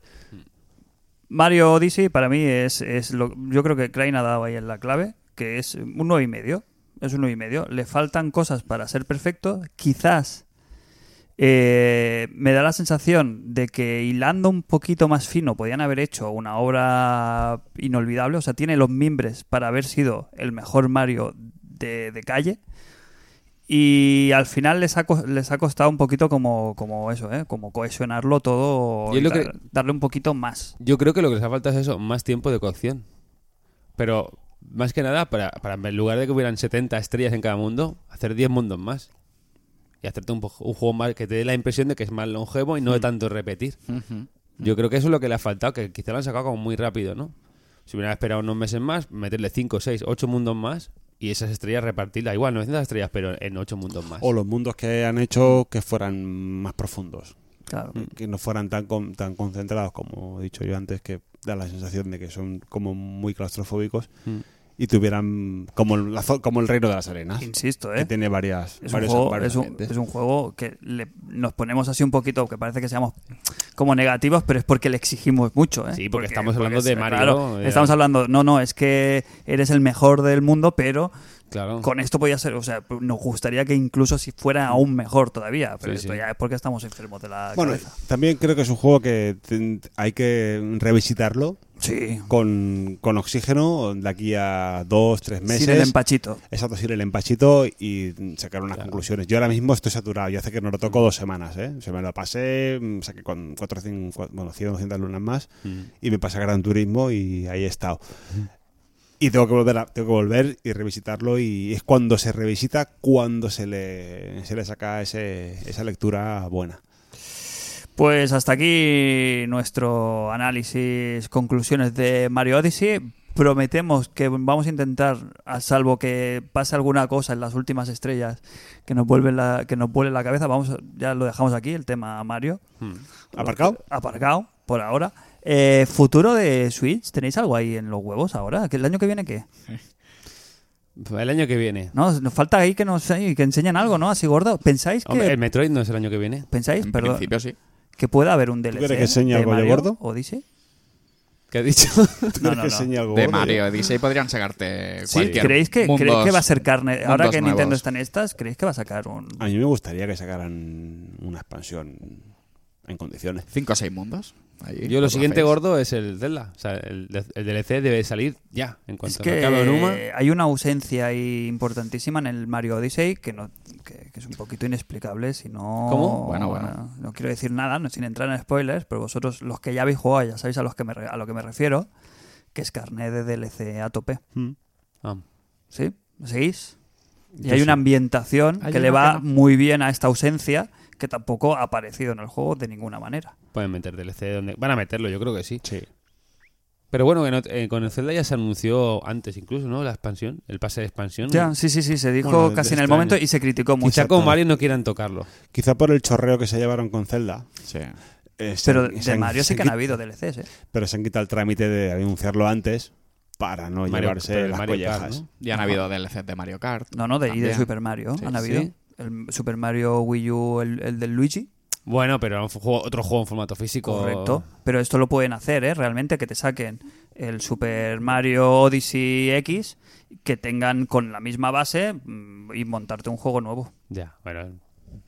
Speaker 1: Mario Odyssey para mí es, es lo, yo creo que Crane ha dado ahí en la clave, que es un 9 y medio. Es un 9 y medio. Le faltan cosas para ser perfecto. Quizás eh, me da la sensación de que hilando un poquito más fino podían haber hecho una obra inolvidable. O sea, tiene los mimbres para haber sido el mejor Mario de, de calle. Y al final les ha, co- les ha costado un poquito como, como eso, ¿eh? como cohesionarlo todo,
Speaker 4: Yo
Speaker 1: y
Speaker 4: lo que-
Speaker 1: dar- darle un poquito más.
Speaker 4: Yo creo que lo que les ha faltado es eso, más tiempo de cocción. Pero más que nada, para, para en lugar de que hubieran 70 estrellas en cada mundo, hacer 10 mundos más. Y hacerte un, po- un juego más que te dé la impresión de que es más longevo y
Speaker 1: Mm.
Speaker 4: no de tanto repetir. Yo creo que eso es lo que le ha faltado, que quizá lo han sacado como muy rápido, ¿no? Si hubieran esperado unos meses más, meterle 5, 6, 8 mundos más y esas estrellas repartirlas. Igual, 900 estrellas, pero en 8 mundos más.
Speaker 2: O los mundos que han hecho que fueran más profundos,
Speaker 1: Claro.
Speaker 4: Mm.
Speaker 2: que no fueran tan, con- tan concentrados como he dicho yo antes, que da la sensación de que son como muy claustrofóbicos
Speaker 4: Mm.
Speaker 2: y tuvieran como el, la zo- como el reino de las arenas.
Speaker 1: Insisto,
Speaker 2: Ah, Que
Speaker 1: ¿eh?
Speaker 2: tiene varias,
Speaker 1: Es un,
Speaker 2: varios,
Speaker 1: juego,
Speaker 2: varios
Speaker 1: es, un,
Speaker 2: ambientes.
Speaker 1: es un juego que le- nos ponemos así un poquito, que parece que seamos como negativos, pero es porque le exigimos mucho. ¿eh?
Speaker 4: Sí, porque estamos hablando
Speaker 1: es- eh,
Speaker 4: de Mario, eh.
Speaker 1: claro,
Speaker 4: ¿no?
Speaker 1: estamos hablando, no, no, es que eres el mejor del mundo, pero
Speaker 4: Claro.
Speaker 1: con esto podía ser, o sea, nos gustaría que incluso si fuera aún mejor todavía, pero
Speaker 4: Sí,
Speaker 1: esto
Speaker 4: sí.
Speaker 1: ya es porque estamos enfermos de la
Speaker 2: Bueno,
Speaker 1: cabeza.
Speaker 2: también creo que es un juego que ten- hay que revisitarlo
Speaker 1: Sí,
Speaker 2: con, con oxígeno de aquí a dos, tres meses.
Speaker 1: sin el empachito.
Speaker 2: Exacto, sí, el empachito y sacar unas conclusiones. Yo ahora mismo estoy saturado, yo hace que no lo
Speaker 1: Mm.
Speaker 2: toco dos semanas, ¿eh? Se me lo pasé, mm, saqué con 4, 5, bueno, 100, 200 lunas más
Speaker 1: Mm.
Speaker 2: y me pasa Gran Turismo y ahí he estado. Y tengo que volver, a- tengo que volver y revisitarlo y es cuando se revisita, cuando se le, se le saca ese, esa lectura buena.
Speaker 1: Pues hasta aquí nuestro análisis, conclusiones de Mario Odyssey. Prometemos que vamos a intentar, a salvo que pase alguna cosa en las últimas estrellas que nos vuelve la, que nos vuele la cabeza, vamos a- ya lo dejamos aquí, el tema Mario.
Speaker 2: ¿Aparcado?
Speaker 1: Aparcado, por ahora. Eh, futuro de Switch, ¿tenéis algo ahí en los huevos ahora? ¿Que ¿El año que viene qué?
Speaker 4: El año que viene.
Speaker 1: No, nos falta ahí que nos ahí que enseñen algo, ¿no? Así gordo. ¿Pensáis que
Speaker 4: Hombre, el Metroid no es el año que viene.
Speaker 1: pensáis,
Speaker 3: En
Speaker 1: perdón,
Speaker 3: principio sí.
Speaker 1: que pueda haber un DLC
Speaker 2: quieres que enseñe
Speaker 1: de
Speaker 2: algo de
Speaker 1: Mario
Speaker 2: gordo?
Speaker 1: Odyssey?
Speaker 4: ¿Qué has dicho?
Speaker 2: ¿Tú crees
Speaker 1: no,
Speaker 2: que
Speaker 1: no.
Speaker 2: enseñe algo
Speaker 3: De
Speaker 2: gordo?
Speaker 3: Mario Odyssey podrían sacarte
Speaker 1: Sí,
Speaker 3: cualquier
Speaker 1: ¿creéis que,
Speaker 3: mundos-
Speaker 1: ¿creéis que va a ser carne? Ahora
Speaker 3: mundos
Speaker 1: que Nintendo
Speaker 3: nuevos.
Speaker 1: está en estas, ¿creéis que va a sacar un...?
Speaker 2: A mí me gustaría que sacaran una expansión en condiciones.
Speaker 3: ¿Cinco o seis mundos? Ahí,
Speaker 1: pues
Speaker 4: Yo lo
Speaker 3: por
Speaker 4: siguiente
Speaker 3: face.
Speaker 4: gordo es el Zelda. O sea, el, el DLC debe salir ya. En
Speaker 1: Es
Speaker 4: cuanto
Speaker 1: que
Speaker 4: acabe Onuma.
Speaker 1: hay una ausencia ahí importantísima en el Mario Odyssey que, no, que, que es un poquito inexplicable si no...
Speaker 4: ¿Cómo?
Speaker 3: Bueno, bueno.
Speaker 1: No quiero decir nada, no, sin entrar en spoilers, pero vosotros, los que ya habéis jugado, ya sabéis a, los que me, re- a lo que me refiero, que es carné de DLC a tope.
Speaker 4: Ah.
Speaker 1: ¿Sí? ¿Me ¿Seguís? Mm. Y
Speaker 2: Yo
Speaker 1: hay
Speaker 2: sí.
Speaker 1: una ambientación
Speaker 3: Hay
Speaker 1: que le
Speaker 3: una
Speaker 1: va
Speaker 3: que no.
Speaker 1: muy bien a esta ausencia que tampoco ha aparecido en el juego de ninguna manera.
Speaker 4: Pueden meter DLC donde. Van a meterlo, yo creo que sí.
Speaker 2: Sí.
Speaker 4: Pero bueno, que no- eh, con el Zelda ya se anunció antes incluso, ¿no? La expansión, el pase de expansión.
Speaker 1: Ya, sí, sí, sí, se dijo
Speaker 2: Bueno,
Speaker 1: casi en el
Speaker 2: extraño.
Speaker 1: momento y se criticó mucho.
Speaker 4: Quizá con Mario no quieran tocarlo.
Speaker 2: Quizá por el chorreo que se llevaron con Zelda.
Speaker 3: Sí.
Speaker 2: eh, se
Speaker 1: Pero
Speaker 2: han- se
Speaker 1: de
Speaker 2: han-
Speaker 1: Mario
Speaker 2: se
Speaker 1: sí
Speaker 2: han
Speaker 1: que han
Speaker 2: quit-
Speaker 1: habido DLCs, ¿eh?
Speaker 2: Pero se han quitado el trámite de anunciarlo antes para no
Speaker 4: Mario- pero
Speaker 2: llevarse
Speaker 4: el
Speaker 2: las
Speaker 4: Mario Kart,
Speaker 2: collejas.
Speaker 4: ¿no?
Speaker 3: Ya han habido DLCs de Mario Kart.
Speaker 1: No, no, de, y de
Speaker 3: También.
Speaker 1: Super Mario
Speaker 3: Sí,
Speaker 1: han habido.
Speaker 4: sí.
Speaker 1: El Super Mario Wii U, el, el del Luigi,
Speaker 4: Bueno, pero un juego- otro juego en formato físico.
Speaker 1: correcto. Pero esto lo pueden hacer, ¿eh? Realmente, que te saquen el Super Mario Odyssey X, que tengan con la misma base mm, y montarte un juego nuevo.
Speaker 4: Ya, bueno.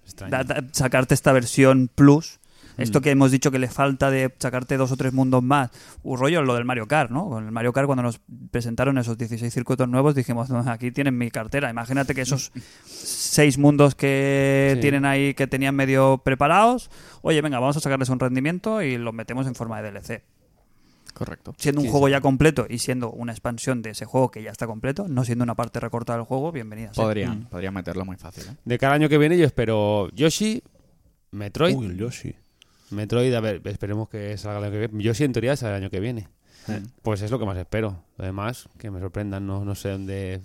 Speaker 4: Extraño. Mm.
Speaker 1: Da- da- sacarte esta versión plus. Esto que hemos dicho que le falta de sacarte dos o tres mundos más. Un rollo lo del Mario Kart, ¿no? Con el Mario Kart cuando nos presentaron esos 16 circuitos nuevos dijimos, "No, aquí tienen mi cartera. Imagínate que esos seis mundos que
Speaker 4: Sí.
Speaker 1: tienen ahí que tenían medio preparados, oye, venga, vamos a sacarles un rendimiento y los metemos en forma de DLC.
Speaker 3: Correcto.
Speaker 1: Siendo un
Speaker 4: Sí,
Speaker 1: juego
Speaker 4: sí.
Speaker 1: ya completo y siendo una expansión de ese juego que ya está completo, no siendo una parte recortada del juego, bienvenida. sea.
Speaker 4: Mm.
Speaker 3: Podrían, podrían meterlo muy fácil. ¿eh?
Speaker 4: De cada año que viene yo espero Yoshi, Metroid.
Speaker 2: Uy, el Yoshi.
Speaker 4: Metroid, a ver, esperemos que salga el año que viene. Yoshi en teoría sale el año que viene. Pues es lo que más espero. Lo demás, que me sorprendan, no, no sé dónde.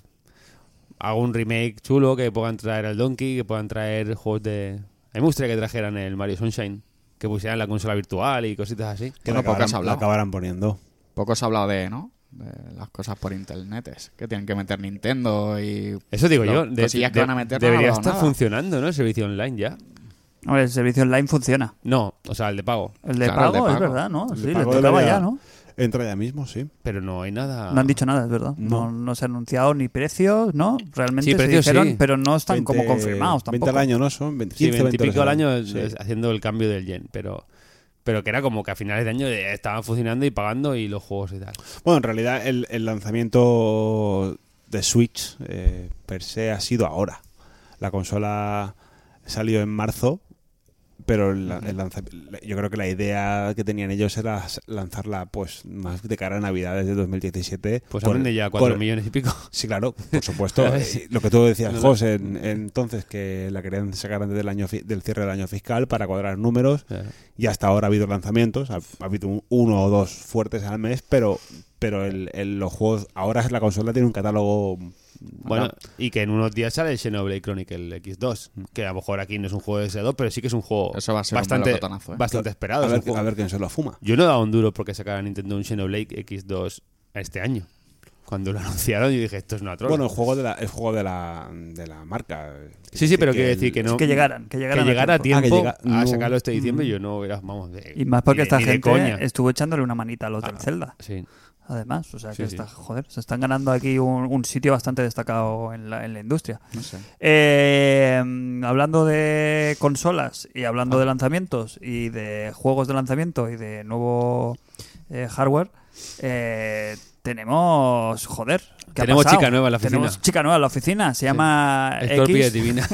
Speaker 4: Hago un remake chulo, que puedan traer al Donkey, que puedan traer juegos de. A mí me gustaría que trajeran el Mario Sunshine, que pusieran la consola virtual y cositas así.
Speaker 2: Que
Speaker 3: Bueno,
Speaker 2: lo,
Speaker 3: poco has
Speaker 2: acabaran,
Speaker 3: hablado.
Speaker 2: lo acabaran poniendo.
Speaker 3: Poco se ha hablado de, ¿no? De las cosas por internetes que tienen que meter Nintendo y
Speaker 4: Eso digo
Speaker 3: Lo-
Speaker 4: yo. de-
Speaker 3: cosillas que
Speaker 4: de-
Speaker 3: van a meter, no
Speaker 4: debería
Speaker 3: han hablado
Speaker 4: estar
Speaker 3: nada.
Speaker 4: funcionando, ¿no? El servicio online ya.
Speaker 1: Hombre, el servicio online funciona.
Speaker 4: No, o sea, el de pago.
Speaker 1: El de,
Speaker 3: Claro, el de
Speaker 1: pago, es
Speaker 3: pago.
Speaker 1: verdad, ¿no?
Speaker 2: El de
Speaker 1: Sí, le
Speaker 2: pago
Speaker 1: tocaba
Speaker 2: debería-
Speaker 1: ya, ¿no?
Speaker 2: Entra ya mismo, sí.
Speaker 4: Pero no hay nada.
Speaker 1: No han dicho nada, es verdad. No,
Speaker 2: No.
Speaker 1: no se ha anunciado ni precios, ¿no? Realmente
Speaker 4: Sí,
Speaker 1: se
Speaker 4: precios
Speaker 1: dijeron,
Speaker 4: sí.
Speaker 1: pero no están como
Speaker 2: 20
Speaker 1: confirmados
Speaker 2: 20
Speaker 1: tampoco.
Speaker 2: al año, ¿no? Son 20,
Speaker 4: Sí,
Speaker 2: 15, 20
Speaker 4: veintipico al año
Speaker 2: Sí.
Speaker 4: es- haciendo el cambio del yen, pero. Pero que era como que a finales de año eh, estaban funcionando y pagando y los juegos y tal.
Speaker 2: Bueno, en realidad el, el lanzamiento de Switch eh, per se ha sido ahora. La consola salió en marzo, pero el- el lanza- yo creo que la idea que tenían ellos era s- lanzarla pues más de cara a Navidades de 2017.
Speaker 4: Pues
Speaker 2: con-
Speaker 4: aprende ya cuatro
Speaker 2: con-
Speaker 4: millones y pico.
Speaker 2: Sí, claro, por supuesto. Eh, Lo que tú decías, José, en- en- entonces que la querían sacar antes del, año, fi- del cierre del año fiscal para cuadrar números y hasta ahora ha habido lanzamientos, ha, ha habido un- uno o dos fuertes al mes, pero pero el, el- los juegos, ahora la consola tiene un catálogo...
Speaker 4: Bueno, y que en unos días sale el Xenoblade Chronicle X2,
Speaker 2: Mm.
Speaker 4: que a lo mejor aquí no es un juego de S2, pero sí que es un juego
Speaker 3: Eso va a ser un
Speaker 4: bastante,
Speaker 3: melocotonazo, ¿eh?
Speaker 4: bastante
Speaker 2: A
Speaker 4: esperado. es un
Speaker 2: ver,
Speaker 4: juego-
Speaker 2: a ver quién se lo fuma.
Speaker 4: Yo no he dado un duro porque sacara Nintendo un Xenoblade X2 este año. Cuando lo anunciaron, yo dije, esto es una trola.
Speaker 2: Bueno, el juego de la, el juego de la, de la marca.
Speaker 4: sí, sí, pero quiero decir que no.
Speaker 1: que llegaran, que llegaran.
Speaker 4: que
Speaker 1: a
Speaker 4: llegara a
Speaker 1: tiempo.
Speaker 4: tiempo,
Speaker 2: tiempo. Ah, que llega-
Speaker 4: a
Speaker 2: no.
Speaker 4: sacarlo este diciembre, yo no hubiera, vamos, de-
Speaker 1: Y más porque
Speaker 4: ni de-
Speaker 1: esta
Speaker 4: ni de
Speaker 1: gente
Speaker 4: coña.
Speaker 1: estuvo echándole una manita a los del Zelda.
Speaker 4: Sí.
Speaker 1: Además, o sea que
Speaker 4: Sí, sí.
Speaker 1: está- joder, se están ganando aquí un, un sitio bastante destacado en la, en la industria.
Speaker 3: No sé.
Speaker 1: Eh, mm, hablando de consolas y hablando de lanzamientos y de juegos de lanzamiento y de nuevo eh, hardware, eh, tenemos, joder, ¿qué ha
Speaker 4: Tenemos
Speaker 1: pasado?
Speaker 4: chica nueva en la oficina.
Speaker 1: Tenemos chica nueva en la oficina, se llama
Speaker 4: Escorpia
Speaker 1: Eh, X.
Speaker 4: divina.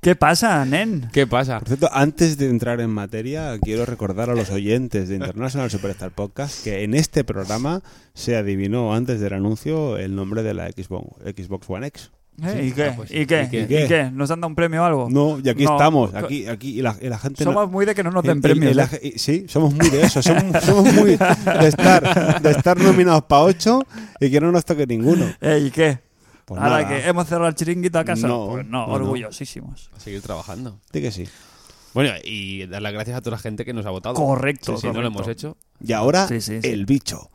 Speaker 1: ¿Qué pasa, nen?
Speaker 4: ¿Qué pasa?
Speaker 2: Por cierto, antes de entrar en materia, quiero recordar a los oyentes de International Superstar Podcast que en este programa se adivinó antes del anuncio el nombre de la Xbox, Xbox One X.
Speaker 1: Eh, ¿Y,
Speaker 4: Sí,
Speaker 1: qué?
Speaker 4: ah, pues,
Speaker 1: ¿Y qué?
Speaker 4: ¿y qué?
Speaker 1: ¿Y qué? ¿Nos han dado un premio o
Speaker 4: Oh,
Speaker 1: algo?
Speaker 2: No, y aquí
Speaker 1: No.
Speaker 2: estamos, aquí, aquí, y la, y la gente no-
Speaker 1: Somos muy de que no nos
Speaker 2: el-
Speaker 1: den
Speaker 2: el-
Speaker 1: premios.
Speaker 2: el
Speaker 1: ¿eh?
Speaker 2: aje- y- sí, somos muy de eso, somos, somos muy de estar, de estar nominados para 8 y que no nos toque ninguno.
Speaker 1: Eh, ¿Y qué?
Speaker 2: Pues
Speaker 1: Ahora
Speaker 2: nada,
Speaker 1: que hemos cerrado el chiringuito acaso.
Speaker 2: No,
Speaker 1: pues no,
Speaker 2: no, no.
Speaker 1: orgullosísimos.
Speaker 4: A seguir trabajando.
Speaker 2: di que sí.
Speaker 4: Bueno, y dar las gracias a toda la gente que nos ha votado.
Speaker 1: Correcto,
Speaker 4: Sí, sí, no lo
Speaker 1: correcto.
Speaker 4: hemos hecho.
Speaker 2: Y ahora,
Speaker 1: Sí, sí, sí.
Speaker 2: el bicho.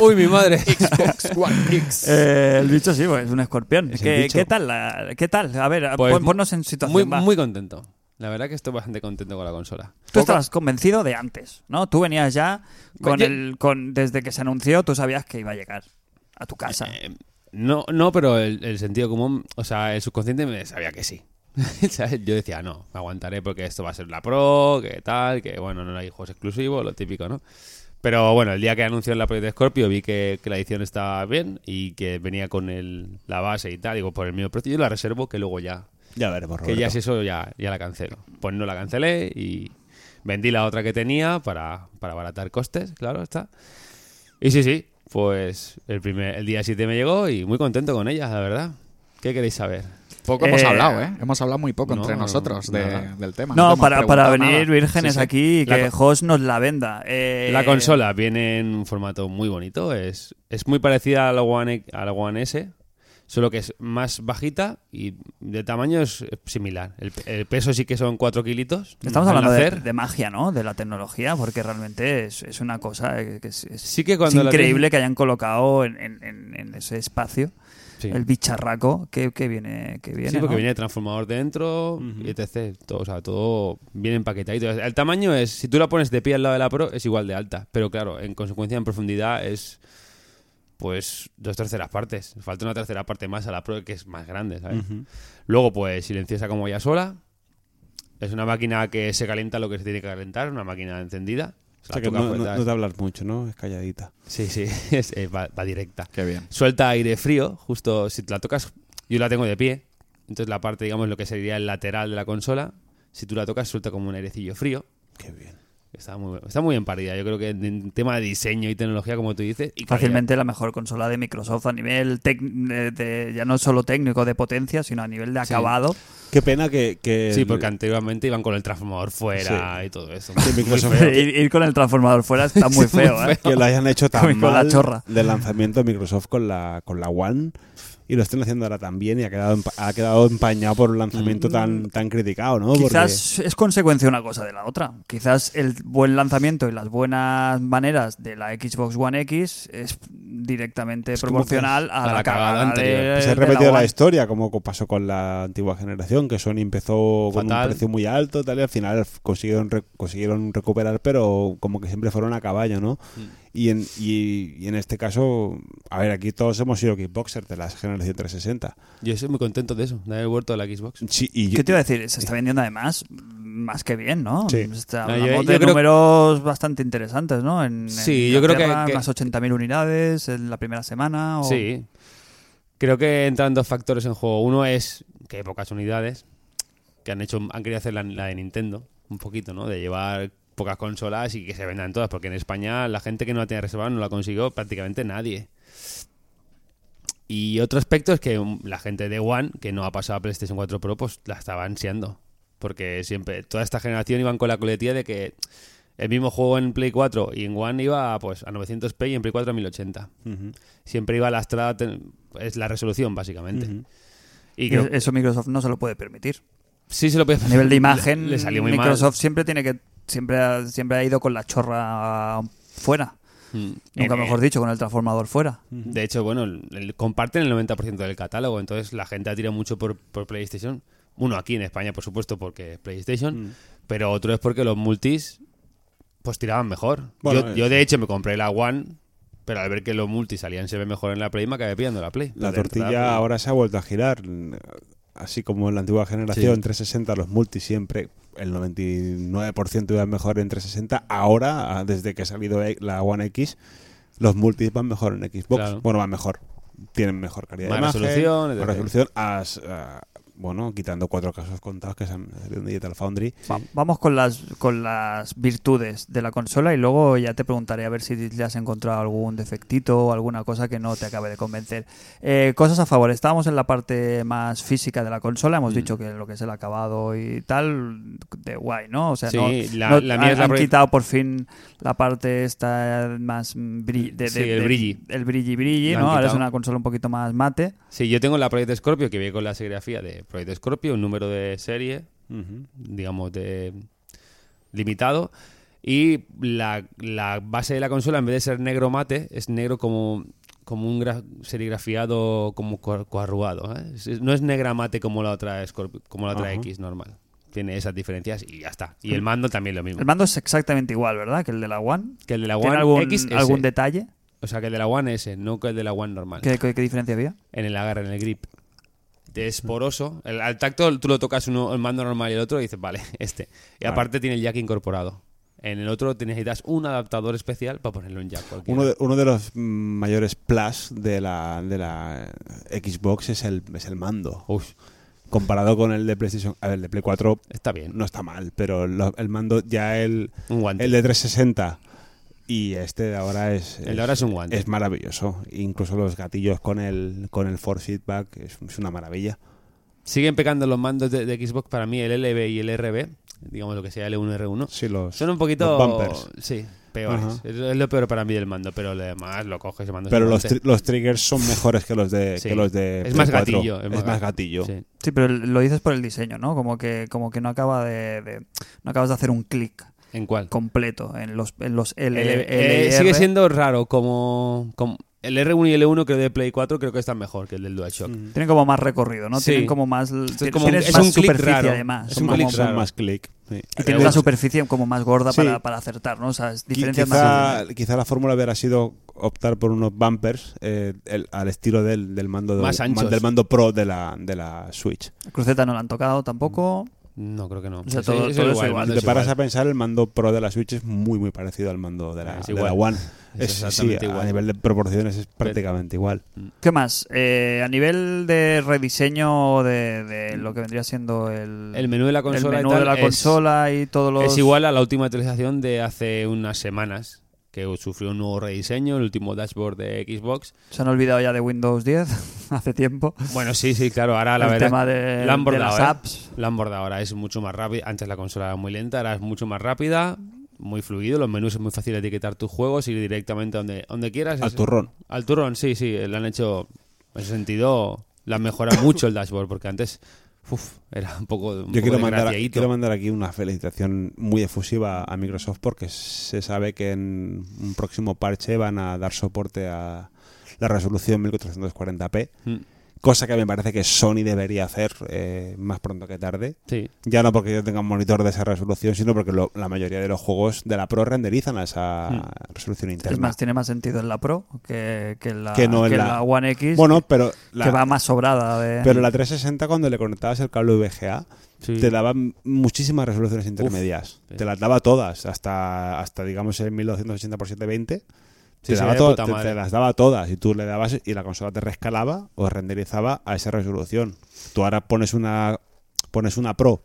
Speaker 4: Uy, mi madre.
Speaker 3: Xbox One X.
Speaker 1: Eh, el bicho sí, pues, es un escorpión.
Speaker 2: Es el
Speaker 1: ¿Qué,
Speaker 2: bicho.
Speaker 1: qué tal? la- ¿Qué tal? A ver,
Speaker 4: Pues,
Speaker 1: pon- ponnos en situación.
Speaker 4: Muy,
Speaker 1: va.
Speaker 4: muy contento. La verdad que estoy bastante contento con la consola.
Speaker 1: Tú estabas convencido de antes, ¿no? Tú venías ya con
Speaker 4: Pues Yo-
Speaker 1: el, con, desde que se anunció, tú sabías que iba a llegar a tu casa.
Speaker 4: Eh, no, no, pero el, el sentido común, o sea, el subconsciente me sabía que sí. ¿Sabes? Yo decía, no, me aguantaré porque esto va a ser la Pro, que tal, que bueno, no hay juegos exclusivos, lo típico, ¿no? Pero bueno, el día que anunció la Project Scorpio vi que, que la edición estaba bien y que venía con el, la base y tal, digo, por el mismo precio, yo la reservo que luego ya
Speaker 2: Ya veremos,
Speaker 4: Que
Speaker 2: Roberto.
Speaker 4: ya si eso ya, ya la cancelo. Pues no la cancelé y vendí la otra que tenía para, para abaratar costes, claro está. Y sí, sí, pues el, primer, el día 7 me llegó y muy contento con ella, la verdad. ¿Qué queréis saber?
Speaker 3: Poco hemos
Speaker 1: Eh,
Speaker 3: hablado, ¿eh? Hemos hablado muy poco
Speaker 4: no,
Speaker 3: entre
Speaker 4: no,
Speaker 3: nosotros de-
Speaker 4: nada.
Speaker 3: del tema. te
Speaker 1: no,
Speaker 3: hemos
Speaker 1: para, para
Speaker 3: preguntado
Speaker 1: venir
Speaker 3: nada.
Speaker 1: vírgenes
Speaker 3: Sí, sí.
Speaker 1: aquí y
Speaker 4: La
Speaker 1: que Jos nos la venda. Eh,
Speaker 4: La consola viene en un formato muy bonito, es, es muy parecida a la, One, X- a la One S, solo que es más bajita y de tamaño es similar. El, el peso sí que son 4 kilitos.
Speaker 1: Estamos
Speaker 4: al
Speaker 1: hablando de,
Speaker 4: nacer.
Speaker 1: de magia, ¿no? De la tecnología, porque realmente es, es una cosa eh, que es, es-
Speaker 4: Sí que
Speaker 1: es
Speaker 4: cuando la
Speaker 1: increíble que hayan colocado en, en- en- en ese espacio
Speaker 4: Sí.
Speaker 1: el bicharraco que, que viene. Que viene
Speaker 4: sí, porque
Speaker 1: ¿no?
Speaker 4: viene el transformador dentro, y etc. Todo, o sea, todo viene empaquetadito. El tamaño es, si tú la pones de pie al lado de la Pro, es igual de alta. Pero claro, en consecuencia, en profundidad es, pues, dos terceras partes. Falta una tercera parte más a la Pro, que es más grande, ¿sabes? Luego, pues, silenciosa como ella sola. Es una máquina que se calienta lo que se tiene que calentar, una máquina encendida.
Speaker 2: O sea, que
Speaker 4: tocas,
Speaker 2: no,
Speaker 4: pues,
Speaker 2: no,
Speaker 4: tal.
Speaker 2: no te hablas mucho, ¿no? Es calladita.
Speaker 4: Sí, sí, es- eh, va- va directa
Speaker 3: Qué bien.
Speaker 4: suelta aire frío, justo si te la tocas, yo la tengo de pie, entonces la parte, digamos, lo que sería el lateral de la consola, si tú la tocas, suelta como un airecillo frío.
Speaker 2: Qué bien.
Speaker 4: Está muy, está muy bien parida, yo creo que en- en tema de diseño y tecnología, como tú dices, y calidad.
Speaker 1: Fácilmente la mejor consola de Microsoft a nivel tec- de, de- ya no solo técnico de potencia, sino a nivel de
Speaker 4: Sí.
Speaker 1: acabado.
Speaker 2: Qué pena que. que
Speaker 4: Sí,
Speaker 2: el-
Speaker 4: porque anteriormente iban con el transformador fuera y todo eso.
Speaker 2: que Microsoft-
Speaker 1: ir, ir con el transformador fuera está muy feo, ¿eh?
Speaker 2: que lo hayan hecho tan
Speaker 1: Con- con la
Speaker 2: mal
Speaker 1: chorra.
Speaker 2: del lanzamiento de Microsoft con la con la One y lo están haciendo ahora también y ha quedado empa- ha quedado empañado por un lanzamiento tan tan criticado, ¿no? Porque-
Speaker 1: Mm. Quizás es consecuencia una cosa de la otra. Quizás el buen lanzamiento y las buenas maneras de la Xbox One X es directamente
Speaker 2: Es como
Speaker 1: proporcional a, la, cagada,
Speaker 4: anterior.
Speaker 1: de-
Speaker 4: Pues
Speaker 2: se ha
Speaker 1: de
Speaker 2: repetido la,
Speaker 1: One.
Speaker 2: historia, como co- pasó con la antigua generación, que Sony empezó con
Speaker 4: Fatal.
Speaker 2: un precio muy alto tal, y al final f- consiguieron, re- consiguieron recuperar, pero como que siempre fueron a caballo, ¿no? Y, en, y, y en este caso, a ver, aquí todos hemos sido kickboxers de la generación 360.
Speaker 4: Yo estoy muy contento de eso, de haber vuelto a la Xbox.
Speaker 2: Sí, y yo- eh
Speaker 1: ¿Qué te iba a decir? Se está vendiendo además más que bien, ¿no?
Speaker 2: Sí.
Speaker 1: Está-
Speaker 4: No, yo-
Speaker 1: hablamos
Speaker 4: yo
Speaker 1: de
Speaker 4: creo-
Speaker 1: números bastante interesantes, ¿no? En,
Speaker 4: Sí,
Speaker 1: en
Speaker 4: yo creo que-
Speaker 1: Inglaterra,
Speaker 4: que-
Speaker 1: unas 80.000 unidades en la primera semana. o-
Speaker 4: Sí. Creo que entran dos factores en juego. Uno es que hay pocas unidades que han hecho han querido hacer la, la de Nintendo un poquito, ¿no? De llevar pocas consolas y que se vendan todas, porque en España la gente que no la tiene reservada no la consiguió prácticamente nadie. Y otro aspecto es que um, la gente de One, que no ha pasado a PlayStation 4 Pro, pues la estaba ansiando. Porque siempre, toda esta generación iban con la coletilla de que el mismo juego en Play 4 y en One iba pues a 900p y en Play 4 a 1080
Speaker 2: Ujú.
Speaker 4: siempre iba lastrada ten- es la resolución básicamente
Speaker 2: Ujú.
Speaker 4: y
Speaker 1: Y
Speaker 4: creo-
Speaker 1: Eso Microsoft no se lo puede permitir.
Speaker 4: sí se lo podía
Speaker 1: A nivel de imagen,
Speaker 4: le, le salió muy
Speaker 1: Microsoft
Speaker 4: mal
Speaker 1: siempre tiene que siempre ha- siempre ha ido con la chorra fuera.
Speaker 4: Mm. Eh,
Speaker 2: Eh,
Speaker 1: Nunca mejor dicho, con el transformador fuera.
Speaker 4: De hecho, bueno, el- el- comparten el 90% del catálogo, entonces la gente ha tirado mucho por, por PlayStation. Uno aquí en España, por supuesto, porque es
Speaker 2: Mm.
Speaker 4: PlayStation, pero otro es porque los multis pues tiraban mejor.
Speaker 2: Bueno,
Speaker 4: yo,
Speaker 2: eh,
Speaker 4: yo, de hecho me compré la One, pero al ver que los multis salían se ve mejor en la Play, me acabé pillando la Play.
Speaker 2: La
Speaker 4: Pero de
Speaker 2: tortilla
Speaker 4: entrada, pues,
Speaker 2: ahora se ha vuelto a girar. Así como en la antigua generación, 360, los multi siempre, el 99% iban mejor en 360. Ahora, ah, desde que ha salido e- la One X, los multis van mejor en Xbox.
Speaker 4: Claro.
Speaker 2: Bueno, van mejor. Tienen mejor calidad
Speaker 4: Más
Speaker 2: de imagen,
Speaker 4: resolución,
Speaker 2: más
Speaker 4: etc.
Speaker 2: resolución. As- ah, bueno, quitando cuatro casos contados que se han salido en Digital Foundry.
Speaker 1: Va- vamos con las, con las virtudes de la consola y luego ya te preguntaré a ver si le has encontrado algún defectito o alguna cosa que no te acabe de convencer. Eh, cosas a favor. Estábamos en la parte más física de la consola.
Speaker 4: Mm.
Speaker 1: Hemos dicho que lo que es el acabado y tal, de guay, ¿no? O sea,
Speaker 4: Sí,
Speaker 1: no,
Speaker 4: la-
Speaker 1: no-
Speaker 4: la
Speaker 1: han,
Speaker 4: mía es la
Speaker 1: han
Speaker 4: proye-
Speaker 1: quitado por fin la parte esta más bri- de, de-
Speaker 4: Sí, el
Speaker 1: de-
Speaker 4: brilli.
Speaker 1: El brilli brilli,
Speaker 4: La
Speaker 1: ¿no?
Speaker 4: han
Speaker 1: Ahora es
Speaker 4: quitado.
Speaker 1: una consola un poquito más mate.
Speaker 4: Sí, yo tengo la Project Scorpio, que viene con la serigrafía de Project Scorpio, un número de serie,
Speaker 2: Ujú.
Speaker 4: digamos, de limitado. Y la, la base de la consola, en vez de ser negro mate, es negro como, como un gra- serigrafiado, como co- coarrugado. ¿eh? Es- es- No es negra mate como la otra Scorpio- como la otra
Speaker 2: Ajá.
Speaker 4: X normal. Tiene esas diferencias y ya está. Y el mando también lo mismo.
Speaker 1: El mando es exactamente igual, ¿verdad? Que el de la One.
Speaker 4: Que el de la
Speaker 1: ¿Tiene
Speaker 4: One
Speaker 1: algún,
Speaker 4: X S.
Speaker 1: algún detalle?
Speaker 4: O sea, que el de la One S, no que el de la One normal.
Speaker 1: ¿Qué- qué- qué diferencia había?
Speaker 4: en el agarre, en el grip. Es poroso. El- al tacto tú lo tocas uno, el mando normal y el otro y dices, vale, este. Y
Speaker 2: Vale.
Speaker 4: aparte tiene el jack incorporado. En el otro te necesitas un adaptador especial para ponerle un jack cualquiera.
Speaker 2: Uno de, uno de los mm, mayores plus de la, de la Xbox es el, es el mando.
Speaker 4: Uf,
Speaker 2: Comparado con el de PlayStation, a ver, el de Play 4
Speaker 4: está bien.
Speaker 2: no está mal, pero lo- el mando ya el,
Speaker 4: Un guante.
Speaker 2: el de 360 y este de ahora es,
Speaker 4: El de ahora es un guante.
Speaker 2: es maravilloso. Incluso los gatillos con el con el force feedback es, es una maravilla.
Speaker 4: Siguen pecando los mandos de, de Xbox para mí, el LB y el RB, digamos lo que sea L1 R1.
Speaker 2: Sí, los,
Speaker 4: Son un poquito.
Speaker 2: los bumpers.
Speaker 4: Sí, peores.
Speaker 2: Ajá.
Speaker 4: Es, es lo peor para mí del mando, pero lo demás lo coges y mandas.
Speaker 2: Pero
Speaker 4: un
Speaker 2: los,
Speaker 4: guante.
Speaker 2: tri- los triggers son mejores que los de
Speaker 4: Sí.
Speaker 2: que los de
Speaker 4: Es
Speaker 2: Play
Speaker 4: más
Speaker 2: 4.
Speaker 4: gatillo.
Speaker 2: Es más gatillo.
Speaker 4: Sí.
Speaker 1: Sí, pero lo dices por el diseño, ¿no? Como que, como que no acaba de, de- no acabas de hacer un clic
Speaker 4: ¿En cuál?
Speaker 1: completo en los en los L,
Speaker 4: El-
Speaker 1: LR.
Speaker 4: eh, sigue siendo raro como, como- el R1 y el L1 creo de Play 4 creo que están mejor que el del DualShock.
Speaker 1: tienen como más recorrido, ¿no?
Speaker 4: Sí.
Speaker 1: Tienen como más
Speaker 4: es
Speaker 1: tienes
Speaker 4: como un- es
Speaker 1: más
Speaker 4: un clic
Speaker 1: superficie
Speaker 4: raro.
Speaker 1: además.
Speaker 4: Es
Speaker 2: Son
Speaker 4: un
Speaker 1: Como-
Speaker 2: más-
Speaker 4: clic
Speaker 2: son
Speaker 4: raro.
Speaker 2: más click. sí.
Speaker 1: y tienes la
Speaker 4: Además-
Speaker 1: superficie como más gorda
Speaker 2: Sí.
Speaker 1: para, para acertar, ¿no? O sea, es
Speaker 2: Qui-
Speaker 1: diferencias más
Speaker 2: quizá,
Speaker 1: grandes.
Speaker 2: quizá la fórmula hubiera sido optar por unos bumpers eh, el- al estilo del, del mando de-
Speaker 4: Más anchos.
Speaker 2: del mando pro de la, de la Switch.
Speaker 1: Cruceta no la han tocado tampoco.
Speaker 4: No, creo que no.
Speaker 1: O sea,
Speaker 4: Eso-
Speaker 1: todo-
Speaker 4: eso
Speaker 1: todo
Speaker 4: igual,
Speaker 1: es igual.
Speaker 4: mando
Speaker 2: Si te
Speaker 4: es
Speaker 2: paras a
Speaker 4: igual.
Speaker 2: pensar, el mando pro de la Switch es muy muy parecido al mando de la,
Speaker 4: Ah, es
Speaker 2: de la
Speaker 4: igual.
Speaker 2: One.
Speaker 4: Es
Speaker 2: Es- sí,
Speaker 4: exactamente
Speaker 2: a-
Speaker 4: igual.
Speaker 2: a nivel de proporciones es prácticamente igual.
Speaker 1: ¿Qué más? Eh, a nivel de rediseño de, de lo que vendría siendo el,
Speaker 4: El menú de la
Speaker 1: el
Speaker 4: consola, y
Speaker 1: menú
Speaker 4: tal
Speaker 1: de la
Speaker 4: es-
Speaker 1: consola y todos los
Speaker 4: es igual a la última actualización de hace unas semanas que sufrió un nuevo rediseño, el último dashboard de Xbox.
Speaker 1: se han olvidado ya de Windows 10 hace tiempo.
Speaker 4: Bueno, sí, sí, claro, ahora la
Speaker 1: el
Speaker 4: verdad
Speaker 1: tema de,
Speaker 4: la han
Speaker 1: de
Speaker 4: bordado,
Speaker 1: las
Speaker 4: ¿eh?
Speaker 1: apps.
Speaker 4: La han bordado ahora, es mucho más rápida. Antes la consola era muy lenta, ahora es mucho más rápida, muy fluido. Los menús es muy fácil etiquetar tus juegos, ir directamente donde, donde quieras.
Speaker 2: Al
Speaker 4: Es-
Speaker 2: turrón.
Speaker 4: Al turrón, sí, sí. Le han hecho. En ese sentido, la han mejorado mucho el dashboard, porque antes. uf, era un poco. Un
Speaker 2: Yo
Speaker 4: poco
Speaker 2: quiero mandar,
Speaker 4: desgraciadito.
Speaker 2: quiero mandar aquí una felicitación muy efusiva a Microsoft porque se sabe que en un próximo parche van a dar soporte a la resolución 1440p,
Speaker 4: Mm,
Speaker 2: cosa que me parece que Sony debería hacer eh, más pronto que tarde.
Speaker 4: Sí,
Speaker 2: Ya no porque yo tenga un monitor de esa resolución, sino porque lo- la mayoría de los juegos de la Pro renderizan a esa resolución
Speaker 1: Hmm. Es
Speaker 2: interna.
Speaker 1: más, tiene más sentido en la Pro que, que en la,
Speaker 2: Que no en
Speaker 1: que en
Speaker 2: la-
Speaker 1: la One X,
Speaker 2: bueno, pero la,
Speaker 1: que va más sobrada. De...
Speaker 2: pero la 360 cuando le conectabas el cable VGA
Speaker 4: sí.
Speaker 2: te daba m- muchísimas resoluciones intermedias.
Speaker 4: sí.
Speaker 2: Te las daba todas, hasta, hasta digamos el 1280 x 720.
Speaker 4: Sí,
Speaker 2: Te,
Speaker 4: sí,
Speaker 2: daba
Speaker 4: de
Speaker 2: to-
Speaker 4: puta
Speaker 2: te-
Speaker 4: madre.
Speaker 2: te las daba todas y tú le dabas y la consola te rescalaba o renderizaba a esa resolución. Tú ahora pones una pones una Pro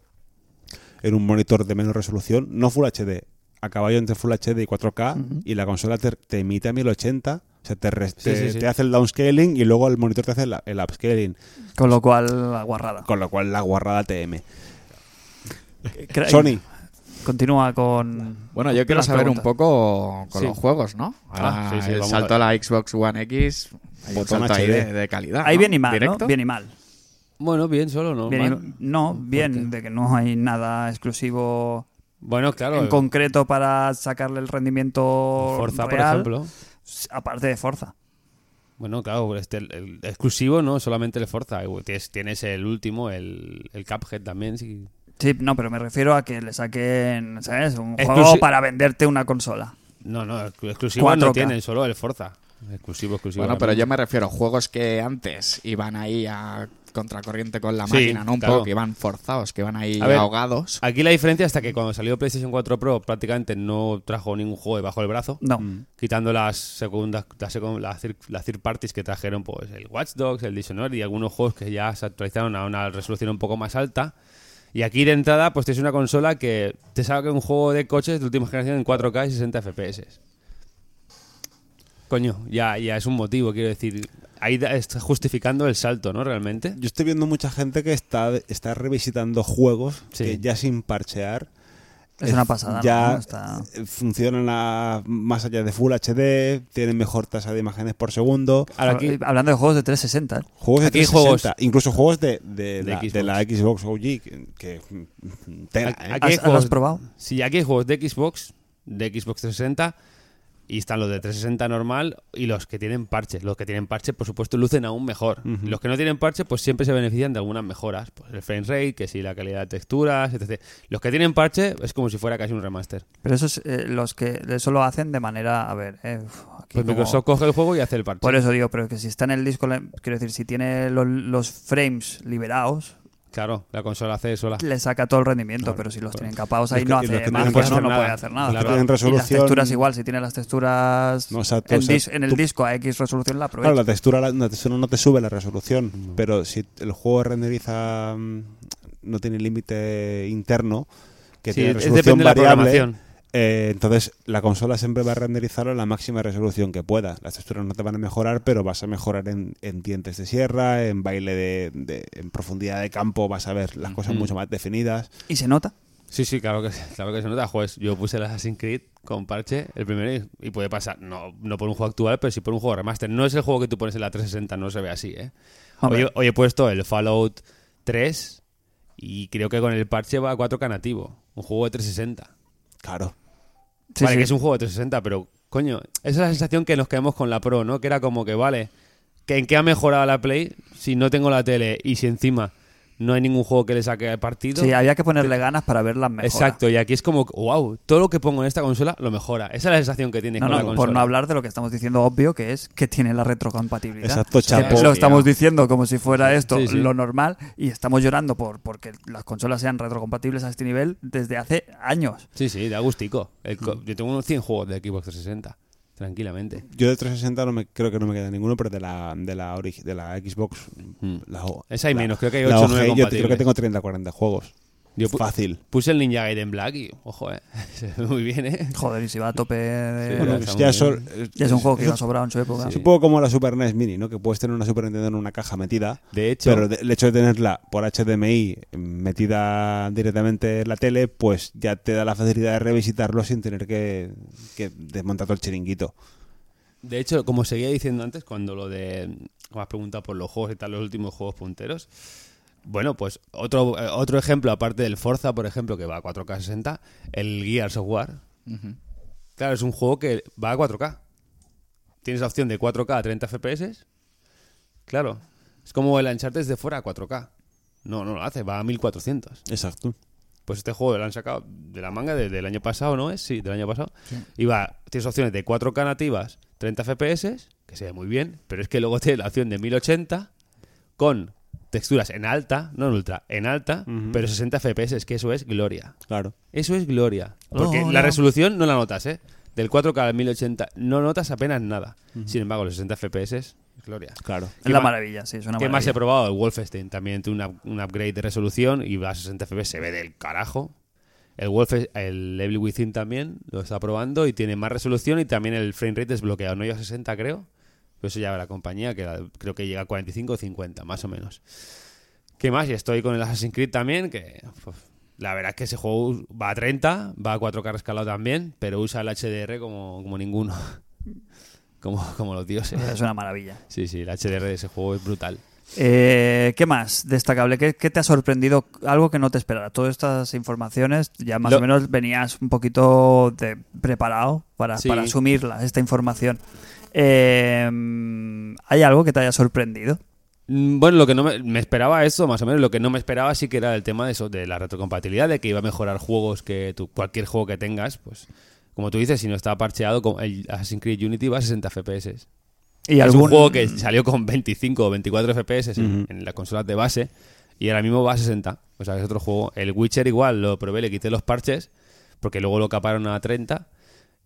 Speaker 2: en un monitor de menos resolución, no Full HD, a caballo entre Full HD y 4K y la consola te, te emite a 1080, o sea, te, res-
Speaker 4: Sí,
Speaker 2: te-
Speaker 4: sí, sí.
Speaker 2: te hace el downscaling y luego el monitor te hace el, el upscaling,
Speaker 1: Con lo cual, la guarrada.
Speaker 2: con lo cual la guarrada TM.
Speaker 1: Cra-
Speaker 2: Sony,
Speaker 1: Continúa con.
Speaker 3: Bueno, yo quiero
Speaker 1: las
Speaker 3: saber un
Speaker 1: preguntas.
Speaker 3: poco con
Speaker 4: Sí.
Speaker 3: los juegos, ¿no? Ahora
Speaker 4: Ah, sí, sí,
Speaker 3: el
Speaker 4: vamos
Speaker 3: salto
Speaker 4: a
Speaker 3: a la Xbox One X, hay un
Speaker 2: Botón
Speaker 3: salto ahí
Speaker 2: HD.
Speaker 3: de, de
Speaker 4: Ah,
Speaker 3: calidad.
Speaker 1: Ahí
Speaker 3: ¿no?
Speaker 1: bien y mal,
Speaker 3: Directo.
Speaker 1: ¿no? Bien y mal.
Speaker 4: Bueno, bien, solo, ¿no?
Speaker 1: Bien y-
Speaker 4: Mal.
Speaker 1: no, bien de que no hay nada exclusivo
Speaker 4: Bueno, claro.
Speaker 1: en
Speaker 4: eh,
Speaker 1: concreto para sacarle el rendimiento
Speaker 4: Forza, por
Speaker 1: real,
Speaker 4: ejemplo.
Speaker 1: aparte de Forza.
Speaker 4: Bueno, claro, este, el, el exclusivo, ¿no? Solamente el Forza. Eh, Tienes, tienes el último, el, el Cuphead también. Sí.
Speaker 1: Sí, no, pero me refiero a que le saquen, ¿sabes? Un
Speaker 4: Exclusi-
Speaker 1: juego para venderte una consola.
Speaker 4: No, no, exclu- exclusivo
Speaker 1: 4K.
Speaker 4: no tienen, solo el Forza. Exclusivo, exclusivo.
Speaker 3: Bueno, pero
Speaker 4: realmente.
Speaker 3: yo me refiero a juegos que antes iban ahí a contracorriente con la
Speaker 4: Sí,
Speaker 3: máquina, ¿no? Un
Speaker 4: claro.
Speaker 3: poco, que iban forzados, que iban ahí
Speaker 4: A ver,
Speaker 3: ahogados.
Speaker 4: Aquí la diferencia hasta que cuando salió PlayStation 4 Pro prácticamente no trajo ningún juego debajo del brazo.
Speaker 1: No.
Speaker 2: Mm.
Speaker 4: Quitando las segundas, las, second- las, third, las third parties que trajeron, pues el Watch Dogs, el Dishonored y algunos juegos que ya se actualizaron a una resolución un poco más alta. Y aquí de entrada, pues tienes una consola que te saca un juego de coches de última generación en 4K y 60 FPS. Coño, ya, ya es un motivo, quiero decir. Ahí da- está justificando el salto, ¿no? Realmente.
Speaker 2: Yo estoy viendo mucha gente que está, está revisitando juegos
Speaker 4: Sí.
Speaker 2: que ya sin parchear.
Speaker 1: Es
Speaker 2: eh,
Speaker 1: una pasada,
Speaker 2: Ya
Speaker 1: ¿no? Está-
Speaker 2: eh, funcionan a- más allá de Full HD, tienen mejor tasa de imágenes por segundo.
Speaker 4: Ahora aquí,
Speaker 1: Hablando de juegos de 360, ¿eh?
Speaker 2: Juegos de
Speaker 4: Aquí hay
Speaker 2: 360, incluso juegos de, de
Speaker 4: De
Speaker 2: la,
Speaker 4: Xbox.
Speaker 2: de la Xbox OG, que, que, mm, tela,
Speaker 4: Aquí-
Speaker 2: ¿eh?
Speaker 4: aquí-
Speaker 1: ¿Has- ¿Lo
Speaker 4: juegos-
Speaker 1: has probado?
Speaker 4: Sí, aquí hay juegos de Xbox, de Xbox 360, y están los de 360 normal y los que tienen parches. Los que tienen parches, por supuesto, lucen aún mejor. Los que no tienen parches, pues siempre se benefician de algunas mejoras. Pues el frame rate, que sí, la calidad de texturas, etc. Los que tienen parche es como si fuera casi un remaster.
Speaker 1: Pero eso es, eh, los que eso lo hacen de manera, a ver, eh, uf, aquí
Speaker 4: Pues
Speaker 1: como-
Speaker 4: Microsoft coge el juego y hace el parche.
Speaker 1: por eso digo, pero es que si está en el disco, le- quiero decir, si tiene los, los frames liberados,
Speaker 4: Claro, la consola hace sola.
Speaker 1: le saca todo el rendimiento, pero si los tienen capados ahí
Speaker 2: Los que-
Speaker 1: no
Speaker 2: y los que
Speaker 1: hace
Speaker 2: tienen
Speaker 1: magia,
Speaker 2: que hacer
Speaker 1: no, no
Speaker 4: nada.
Speaker 1: puede hacer nada.
Speaker 4: Los que
Speaker 1: claro.
Speaker 2: tienen
Speaker 1: Y las
Speaker 2: resolución-
Speaker 1: texturas igual, si tiene las texturas
Speaker 2: No, exacto,
Speaker 1: en,
Speaker 2: o sea,
Speaker 1: dis- en el
Speaker 2: tú-
Speaker 1: disco a X resolución la aprovecha.
Speaker 2: Claro, la textura, la, la textura no te sube la resolución, pero si el juego renderiza, mm, no tiene límite interno, que
Speaker 4: Sí,
Speaker 2: tiene
Speaker 4: es-
Speaker 2: resolución
Speaker 4: depende de la
Speaker 2: variable,
Speaker 4: programación.
Speaker 2: eh, entonces la consola siempre va a renderizarlo a la máxima resolución que pueda. Las texturas no te van a mejorar, pero vas a mejorar en, en dientes de sierra, en baile de, de- en profundidad de campo, vas a ver las cosas mucho más definidas.
Speaker 1: Y se nota.
Speaker 4: Sí, sí, claro que, claro que se nota. Juez, yo puse el Assassin's Creed con parche, el primero, y, y puede pasar. No, no por un juego actual, pero sí por un juego remaster. No es el juego que tú pones en la 360, no se ve así, ¿eh?
Speaker 1: Hombre.
Speaker 4: Hoy, hoy he puesto el Fallout 3 y creo que con el parche va a 4K nativo. Un juego de 360.
Speaker 2: Claro.
Speaker 1: Sí,
Speaker 4: vale,
Speaker 1: sí.
Speaker 4: que es un juego de 360, pero coño, esa es la sensación que nos quedamos con la Pro, ¿no? Que era como que, vale, que ¿en qué ha mejorado la Play si no tengo la tele y si encima no hay ningún juego que le saque partido?
Speaker 1: Sí, había que ponerle ganas para verlas mejor.
Speaker 4: Exacto, y aquí es como, wow, todo lo que pongo en esta consola lo mejora. Esa es la sensación que tienes
Speaker 1: No,
Speaker 4: con la
Speaker 1: no, por
Speaker 4: consola.
Speaker 1: no hablar de lo que estamos diciendo obvio, que es que tiene la retrocompatibilidad.
Speaker 2: Exacto,
Speaker 1: Que
Speaker 2: chapo.
Speaker 1: Lo estamos diciendo como si fuera esto
Speaker 4: Sí, sí.
Speaker 1: lo normal y estamos llorando por porque las consolas sean retrocompatibles a este nivel desde hace años.
Speaker 4: Sí, sí, da gustico. El co-
Speaker 1: Mm.
Speaker 4: Yo tengo unos 100 juegos de Xbox 360, tranquilamente.
Speaker 2: Yo de 360 no me, creo que no me queda ninguno, pero de la, de la, orig- de la Xbox. La, o-
Speaker 4: Esa hay
Speaker 2: la-
Speaker 4: Hmm. menos, creo que hay
Speaker 2: la
Speaker 4: 8 o
Speaker 2: OG,
Speaker 4: 9
Speaker 2: Yo te- creo que
Speaker 4: compatibles.
Speaker 2: tengo 30 40 juegos.
Speaker 4: Yo pu-
Speaker 2: Fácil.
Speaker 4: Puse el Ninja Gaiden Black y, ojo, eh, se ve muy bien, eh.
Speaker 1: Joder, y si va a tope de-
Speaker 4: Sí,
Speaker 2: Bueno, pues
Speaker 4: está
Speaker 2: ya
Speaker 4: muy
Speaker 2: sol-
Speaker 1: Ya es un juego que iba sobrado en su época.
Speaker 2: Es un poco como la Super NES Mini, ¿no? Que puedes tener una Super Nintendo en una caja metida.
Speaker 4: De hecho-
Speaker 2: Pero de- el hecho de tenerla por HDMI metida directamente en la tele, pues ya te da la facilidad de revisitarlo sin tener que, que desmontar todo el chiringuito.
Speaker 4: De hecho, como seguía diciendo antes, cuando lo de. como has preguntado por los juegos y tal, los últimos juegos punteros. Bueno, pues otro, eh, otro ejemplo, aparte del Forza, por ejemplo, que va a 4K 60, el Gears of War. Claro, es un juego que va a 4K. Tienes la opción de 4K a 30 FPS. Claro, es como el Uncharted de fuera a 4K. No, no lo hace, va a 1400.
Speaker 2: Exacto.
Speaker 4: Pues este juego lo han sacado de la manga desde el año pasado, ¿no es? Sí, del año pasado. Y va, tienes opciones de 4K nativas, 30 FPS, que se ve muy bien, pero es que luego tienes la opción de 1080 con texturas en alta, no en ultra, en alta, pero 60 FPS, que eso es gloria.
Speaker 2: Claro.
Speaker 4: Eso es gloria. Porque
Speaker 1: Gloria.
Speaker 4: la resolución Oh, no la notas, ¿eh? Del 4K al 1080 no notas apenas nada. Sin embargo, los 60 FPS es gloria.
Speaker 2: Claro.
Speaker 1: Es la
Speaker 4: ma-
Speaker 1: maravilla, sí, es una
Speaker 4: ¿Qué más
Speaker 1: maravilla.
Speaker 4: he probado? El Wolfenstein también tiene una- un upgrade de resolución y va a 60 FPS, se ve del carajo. El Wolfenstein, el Evil Within también lo está probando y tiene más resolución y también el frame rate desbloqueado. No llega a 60, creo. Pero eso ya ve la compañía, que la- creo que llega a 45 o 50, más o menos. ¿Qué más? Y estoy con el Assassin's Creed también, que pues, la verdad es que ese juego va a 30, va a 4K escalado también, pero usa el HDR como, como ninguno. como, como los dioses.
Speaker 1: Es una maravilla.
Speaker 4: Sí, sí, el HDR de ese juego es brutal.
Speaker 1: Eh, ¿Qué más destacable? ¿Qué, qué te ha sorprendido? Algo que no te esperara. Todas estas informaciones ya más
Speaker 4: Lo-
Speaker 1: o menos venías un poquito de- preparado para,
Speaker 4: Sí.
Speaker 1: para asumirla, esta información. Eh, ¿Hay algo que te haya sorprendido?
Speaker 4: Mm, Bueno, lo que no me, me esperaba eso, más o menos, lo que no me esperaba sí que era el tema de eso, de la retrocompatibilidad, de que iba a mejorar juegos que tú, cualquier juego que tengas, pues, como tú dices, si no está parcheado, como el Assassin's Creed Unity va a 60 FPS.
Speaker 1: ¿Y
Speaker 4: es
Speaker 1: algún-
Speaker 4: un juego que salió con 25 o 24 FPS en, en las consolas de base y ahora mismo va a 60. O sea, que es otro juego. El Witcher igual lo probé, le quité los parches porque luego lo caparon a 30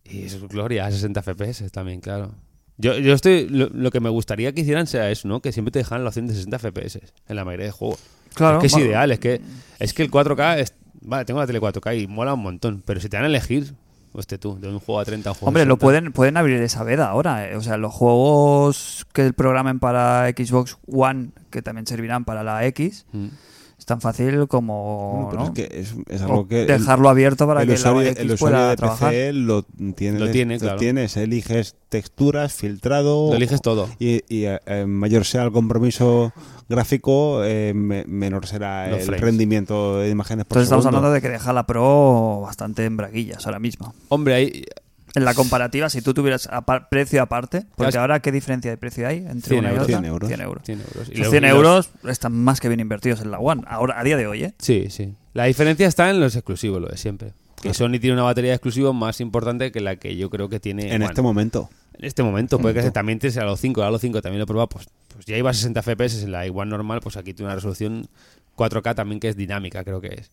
Speaker 4: y es gloria, a 60 FPS también, claro. Yo, yo estoy. Lo, lo que me gustaría que hicieran sea eso, ¿no? Que siempre te dejaran la opción de 60 FPS en la mayoría de juegos.
Speaker 1: Claro,
Speaker 4: es que es
Speaker 1: bueno.
Speaker 4: ideal, es que, es que el 4K. Es, vale, tengo la tele 4K y mola un montón, pero si te dan a elegir, hostia tú, de un juego a 30 o un juego a
Speaker 1: Hombre, lo
Speaker 4: 60.
Speaker 1: pueden, pueden abrir esa veda ahora. eh. O sea, los juegos que programen para Xbox One, que también servirán para la X,
Speaker 4: Mm.
Speaker 1: es tan fácil como
Speaker 2: Bueno, pero
Speaker 1: ¿no?
Speaker 2: es que es, es
Speaker 1: O
Speaker 2: algo que. el-
Speaker 1: dejarlo abierto para
Speaker 2: el
Speaker 1: que
Speaker 2: usuario,
Speaker 1: la
Speaker 2: el
Speaker 1: X
Speaker 2: usuario
Speaker 1: pueda
Speaker 2: de
Speaker 1: trabajar.
Speaker 2: PC lo tiene,
Speaker 4: Lo tiene, claro.
Speaker 2: tienes, eliges texturas, filtrado.
Speaker 4: Lo eliges todo.
Speaker 2: Y, y, eh, eh, mayor sea el compromiso gráfico, eh, me- menor será
Speaker 4: Los
Speaker 2: el
Speaker 4: frames.
Speaker 2: rendimiento de imágenes por
Speaker 1: Entonces estamos
Speaker 2: segundo.
Speaker 1: hablando de que deja la Pro bastante en braguillas ahora mismo.
Speaker 4: Hombre, ahí,
Speaker 1: En la comparativa, si tú tuvieras apar- precio aparte, porque
Speaker 4: Claro.
Speaker 1: ahora qué diferencia de precio hay entre
Speaker 4: 100
Speaker 1: una y
Speaker 4: euros.
Speaker 1: otra.
Speaker 2: 100 euros.
Speaker 1: 100 euros.
Speaker 4: 100 euros. Y
Speaker 1: Esos
Speaker 4: los-
Speaker 1: 100
Speaker 4: y los-
Speaker 1: euros están más que bien invertidos en la One, ahora, a día de hoy, ¿eh?
Speaker 4: Sí, sí. La diferencia está en los exclusivos, lo de siempre. Que Sony tiene una batería de exclusivos más importante que la que yo creo que tiene.
Speaker 2: En
Speaker 4: One.
Speaker 2: este momento.
Speaker 4: En este momento, puede que también te sea a los 5, a los 5 también lo he probado, pues, pues ya iba a 60 FPS en la One normal, pues aquí tiene una resolución 4K también que es dinámica, creo que es.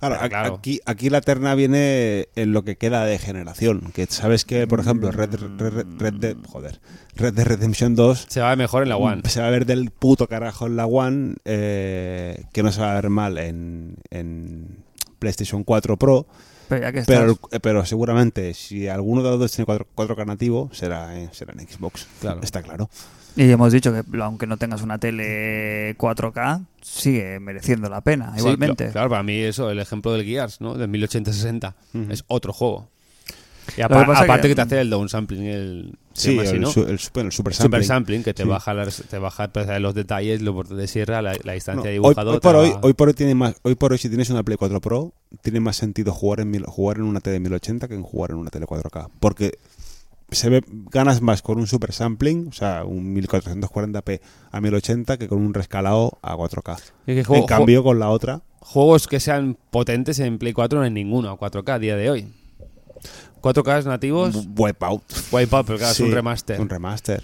Speaker 2: Claro,
Speaker 4: Pero
Speaker 2: a-
Speaker 4: claro.
Speaker 2: Aquí, aquí la terna viene en lo que queda de generación. Que sabes que, por ejemplo, Red, Red, Red Dead- joder, Red Dead Redemption 2
Speaker 4: Se va mejor en la One.
Speaker 2: se va a ver del puto carajo en la One, eh, que no se va a ver mal en, en PlayStation 4 Pro,
Speaker 1: Pero ya que estás,
Speaker 2: pero, eh, pero seguramente si alguno de los dos tiene 4, 4K nativo, será, en- será en Xbox.
Speaker 4: Clalo.
Speaker 2: Está claro.
Speaker 1: Y hemos dicho que lo- aunque no tengas una tele 4K, sigue mereciendo la pena,
Speaker 4: Sí,
Speaker 1: igualmente.
Speaker 4: cl- claro, para mí eso, el ejemplo del Gears, ¿no? Del 1080-60, es otro juego. Y
Speaker 1: Lo que
Speaker 4: apa-
Speaker 1: pasa
Speaker 4: aparte
Speaker 1: que-
Speaker 4: que, te hace el downsampling, el... se
Speaker 2: Sí,
Speaker 4: llama así,
Speaker 2: el,
Speaker 4: ¿no?
Speaker 2: su- el super, el super
Speaker 4: Super
Speaker 2: sampling.
Speaker 4: sampling, que te
Speaker 2: Sí.
Speaker 4: baja las- te baja pues, los detalles, los bordes de sierra, la, la distancia
Speaker 2: No,
Speaker 4: de
Speaker 2: hoy,
Speaker 4: dibujado.
Speaker 2: hoy
Speaker 4: te
Speaker 2: por
Speaker 4: va-
Speaker 2: hoy, hoy por hoy tiene más, hoy por hoy si tienes una Play 4 Pro, tiene más sentido jugar en mil- jugar en una tele 1080 que en jugar en una tele 4K, porque se ve ganas más con un super sampling, o sea, un 1440p a 1080 que con un rescalado a 4K.
Speaker 4: Es que juego-
Speaker 2: en cambio con la otra,
Speaker 4: Juegos que sean potentes en Play 4 no hay ninguno a 4K a día de hoy. 4K nativos,
Speaker 2: Wipeout.
Speaker 4: Wipeout, pero claro,
Speaker 2: Sí,
Speaker 4: Pues- es un remaster.
Speaker 2: Un remaster.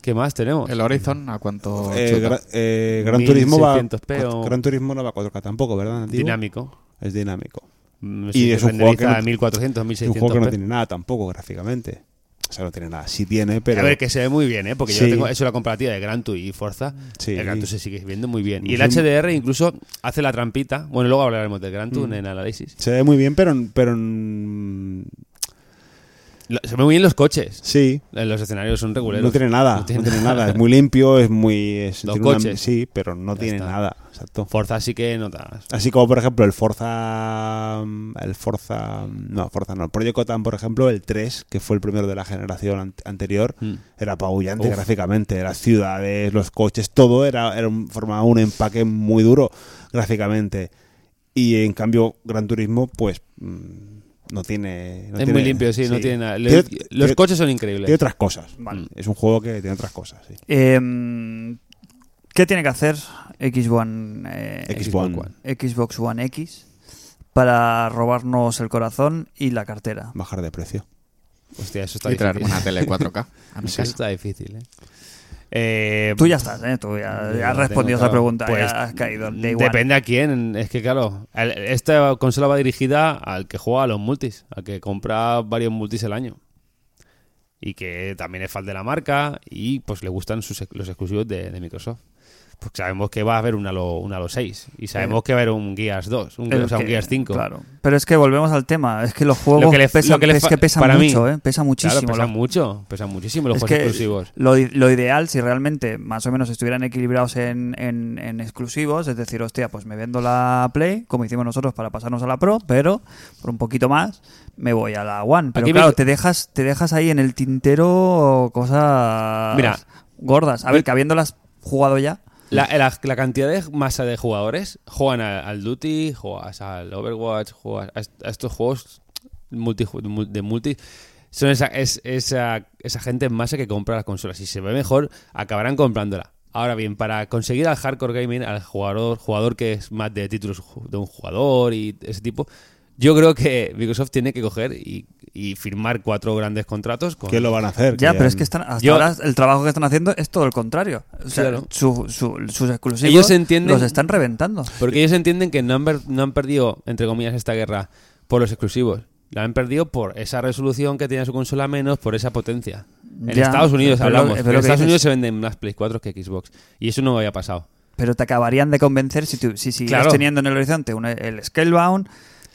Speaker 4: ¿Qué más tenemos?
Speaker 3: ¿El Horizon a
Speaker 4: Oh,
Speaker 3: cuánto
Speaker 2: Eh,
Speaker 3: chuta?
Speaker 2: gra- eh, Gran Turismo va
Speaker 4: 1600p o-
Speaker 2: Gran Turismo no va a 4K tampoco, ¿verdad? nativo?
Speaker 4: Dinámico.
Speaker 2: Es dinámico.
Speaker 4: Mm,
Speaker 2: Y
Speaker 4: sí,
Speaker 2: es un juego que
Speaker 4: renderiza
Speaker 2: no-
Speaker 4: a 1400,
Speaker 2: Es un juego que no
Speaker 4: 1600p.
Speaker 2: tiene nada tampoco gráficamente. O sea, no tiene nada. Sí tiene, pero
Speaker 4: A ver, que se ve muy bien, ¿eh? Porque
Speaker 2: Sí.
Speaker 4: yo tengo hecho la comparativa de Gran Tour y Forza.
Speaker 2: Sí.
Speaker 4: El Gran Tour se sigue viendo muy bien. Y el
Speaker 2: Sí.
Speaker 4: HDR incluso hace la trampita. Bueno, luego hablaremos del
Speaker 2: Mm.
Speaker 4: Gran Tour en análisis.
Speaker 2: Se ve muy bien, pero, pero mm,
Speaker 4: Lo- Se ven muy bien los coches.
Speaker 2: sí,
Speaker 4: Los escenarios son regulares.
Speaker 2: no tiene nada, no tiene, nada. Es muy limpio, es muy es-
Speaker 4: Los
Speaker 2: tiene una-
Speaker 4: coches.
Speaker 2: sí, pero no
Speaker 4: Ya
Speaker 2: tiene
Speaker 4: está.
Speaker 2: nada, exacto.
Speaker 4: Forza sí que notas.
Speaker 2: Así como por ejemplo el Forza mm, el Forza mm, no, Forza no, el Project Gotham, por ejemplo, el 3, que fue el primero de la generación an- anterior,
Speaker 4: Mm.
Speaker 2: era apabullante
Speaker 4: Uf.
Speaker 2: gráficamente, las ciudades, los coches, todo era era un, formaba un empaque muy duro gráficamente. Y en cambio Gran Turismo pues mm, no tiene no
Speaker 4: es
Speaker 2: tiene-
Speaker 4: muy limpio, sí, no tiene nada. Los,
Speaker 2: Tiene-
Speaker 4: los
Speaker 2: tiene-
Speaker 4: coches Mm. son increíbles.
Speaker 2: Tiene otras cosas.
Speaker 1: Vale.
Speaker 2: Es un juego que tiene otras cosas. sí.
Speaker 1: Eh, ¿Qué tiene que hacer X One, eh,
Speaker 2: Xbox One.
Speaker 1: Xbox One X para robarnos el corazón y la cartera?
Speaker 2: Bajar de precio.
Speaker 4: Hostia, eso está
Speaker 3: Y traerme
Speaker 4: difícil.
Speaker 3: una tele 4K a mi
Speaker 4: Eso
Speaker 3: casa.
Speaker 4: está difícil, ¿eh? Eh,
Speaker 1: Tú ya estás, ¿eh? Tú ya,
Speaker 4: yo
Speaker 1: ya has
Speaker 4: no
Speaker 1: respondido
Speaker 4: tengo
Speaker 1: esa pregunta,
Speaker 4: claro. Pues
Speaker 1: ya has caído. Day one.
Speaker 4: Depende a quién. Es que, claro, el- esta consola va dirigida al que juega a los multis, al que compra varios multis al año. Y que también es fan de la marca y pues le gustan sus, ex- los exclusivos de, de Microsoft. Pues sabemos que va a haber un Halo, un Halo 6 y sabemos que va a haber un Gears 2, un,
Speaker 1: El
Speaker 4: o sea, un
Speaker 1: Eh, que-
Speaker 4: Gears 5.
Speaker 1: Claro. Pero es que volvemos al tema. Es que los juegos
Speaker 4: Lo que le-
Speaker 1: pesan,
Speaker 4: lo que le
Speaker 1: es
Speaker 4: fa-
Speaker 1: que pesan
Speaker 4: para mí.
Speaker 1: mucho, ¿eh? Pesa muchísimo.
Speaker 4: Claro, pesan
Speaker 1: Los-
Speaker 4: mucho, pesan muchísimo los
Speaker 1: es
Speaker 4: juegos
Speaker 1: que
Speaker 4: exclusivos.
Speaker 1: Lo, i- lo ideal, si realmente más o menos estuvieran equilibrados en, en- en exclusivos, es decir, hostia, pues me vendo la Play, como hicimos nosotros para pasarnos a la Pro, pero por un poquito más me voy a la One. Pero
Speaker 4: Aquí
Speaker 1: claro,
Speaker 4: me-
Speaker 1: te dejas te dejas ahí en el tintero cosas
Speaker 4: Mira.
Speaker 1: gordas. A ver, que habiéndolas jugado ya,
Speaker 4: La, la- la cantidad de masa de jugadores juegan al, al Duty, juegas al Overwatch, juegas a, est- a estos juegos multi, mul- de multi. Son esa, es- esa, esa gente en masa que compra las consolas. Si se ve mejor, acabarán comprándola. Ahora bien, para conseguir al hardcore gaming, al jugador, jugador que es más de títulos ju- de un jugador y ese tipo, yo creo que Microsoft tiene que coger y, y firmar cuatro grandes contratos con
Speaker 2: ¿Qué lo van a hacer?
Speaker 1: Ya, pero es
Speaker 2: han-
Speaker 1: que están, hasta
Speaker 4: Yo-
Speaker 1: ahora el trabajo que están haciendo es todo el contrario. O sea,
Speaker 4: Claro.
Speaker 1: su- su- sus exclusivos
Speaker 4: Ellos entienden-
Speaker 1: los están reventando.
Speaker 4: Porque ellos entienden que no han, ver- no han perdido, entre comillas, esta guerra por los exclusivos. La han perdido por esa resolución que tenía su consola menos, por esa potencia. En
Speaker 1: Ya,
Speaker 4: Estados Unidos
Speaker 1: pero-
Speaker 4: hablamos.
Speaker 1: pero
Speaker 4: Pero,
Speaker 1: lo
Speaker 4: en
Speaker 1: que
Speaker 4: Estados
Speaker 1: dices-
Speaker 4: Unidos se venden más Play 4 que Xbox. Y eso no me había pasado.
Speaker 1: Pero te acabarían de convencer si, tú, si sigues
Speaker 4: Claro.
Speaker 1: teniendo en el horizonte un- el Scalebound.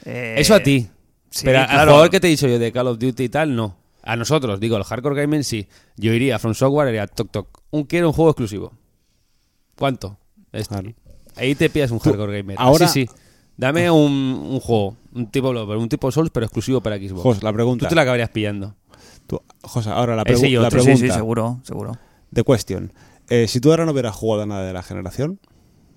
Speaker 1: eh,
Speaker 4: eso a ti.
Speaker 1: sí,
Speaker 4: pero al
Speaker 1: claro.
Speaker 4: jugador que te he dicho yo de Call of Duty y tal, no. A nosotros, digo, el hardcore gaming sí. Yo iría a From Software, iría a Tok Tok. Un, quiero un juego exclusivo. ¿Cuánto? Es-
Speaker 2: Claro.
Speaker 4: Ahí te pillas un hardcore gamer.
Speaker 2: ahora-
Speaker 4: Ahora sí. Dame un, un juego, un tipo, un tipo Souls, pero exclusivo para Xbox.
Speaker 2: Jos, la pregunta.
Speaker 4: Tú te la acabarías pillando.
Speaker 2: Tú- José, ahora la,
Speaker 4: Ese
Speaker 2: pregu-
Speaker 4: y
Speaker 2: la
Speaker 4: otro.
Speaker 1: Sí, sí,
Speaker 2: pregunta.
Speaker 1: sí, seguro, seguro.
Speaker 2: The question. Eh, si tú ahora no hubieras jugado a nada de la generación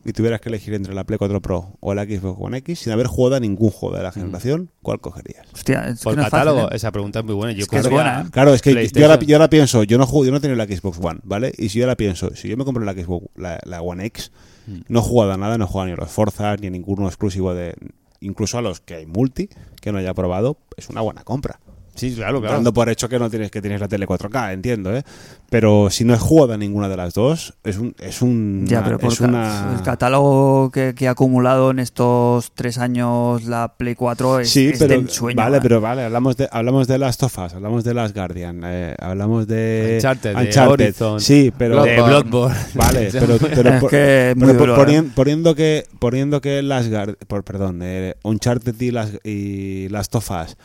Speaker 2: y tuvieras que elegir entre la Play 4 Pro o la Xbox One X sin haber jugado a ningún juego de
Speaker 4: Mm.
Speaker 2: la generación, ¿cuál cogerías?
Speaker 1: Hostia, es que
Speaker 4: Por
Speaker 1: no es fácil,
Speaker 4: catálogo,
Speaker 1: ¿eh?
Speaker 4: esa pregunta es muy buena. Yo
Speaker 1: que es
Speaker 4: cogería
Speaker 1: buena, ¿eh?
Speaker 2: Claro, es que yo
Speaker 4: PlayStation.
Speaker 2: ahora, yo ahora pienso, yo no juego, yo no he tenido la Xbox One, ¿vale? Y si yo ahora pienso, si yo me compro la Xbox, la, la One X,
Speaker 4: Mm.
Speaker 2: no he jugado a nada, no he jugado ni a los Forza, ni a ninguno exclusivo de, incluso a los que hay multi, que no haya probado, es una buena compra.
Speaker 4: Sí, claro, claro.
Speaker 2: Dando por hecho que no tienes que tienes la tele 4K, entiendo, ¿eh? Pero si no es jugada ninguna de las dos, es un es un
Speaker 1: Ya, pero por
Speaker 2: es
Speaker 1: ca-
Speaker 2: una
Speaker 1: el catálogo que, que ha acumulado en estos tres años la Play 4 es,
Speaker 2: Sí,
Speaker 1: es
Speaker 2: pero
Speaker 1: de ensueño.
Speaker 2: vale,
Speaker 1: ¿eh?
Speaker 2: pero vale, hablamos de hablamos de Last of Us, hablamos de Last Guardian, eh, hablamos de
Speaker 4: Uncharted, de Horizon,
Speaker 2: sí, pero
Speaker 4: de Bloodborne.
Speaker 2: Vale, pero, pero
Speaker 1: Es
Speaker 2: por-
Speaker 1: que es
Speaker 2: pero
Speaker 1: muy
Speaker 2: por-
Speaker 1: duro, ¿eh?
Speaker 2: ponien- poniendo que poniendo que las Guard- por perdón, eh, Uncharted y las y las tofas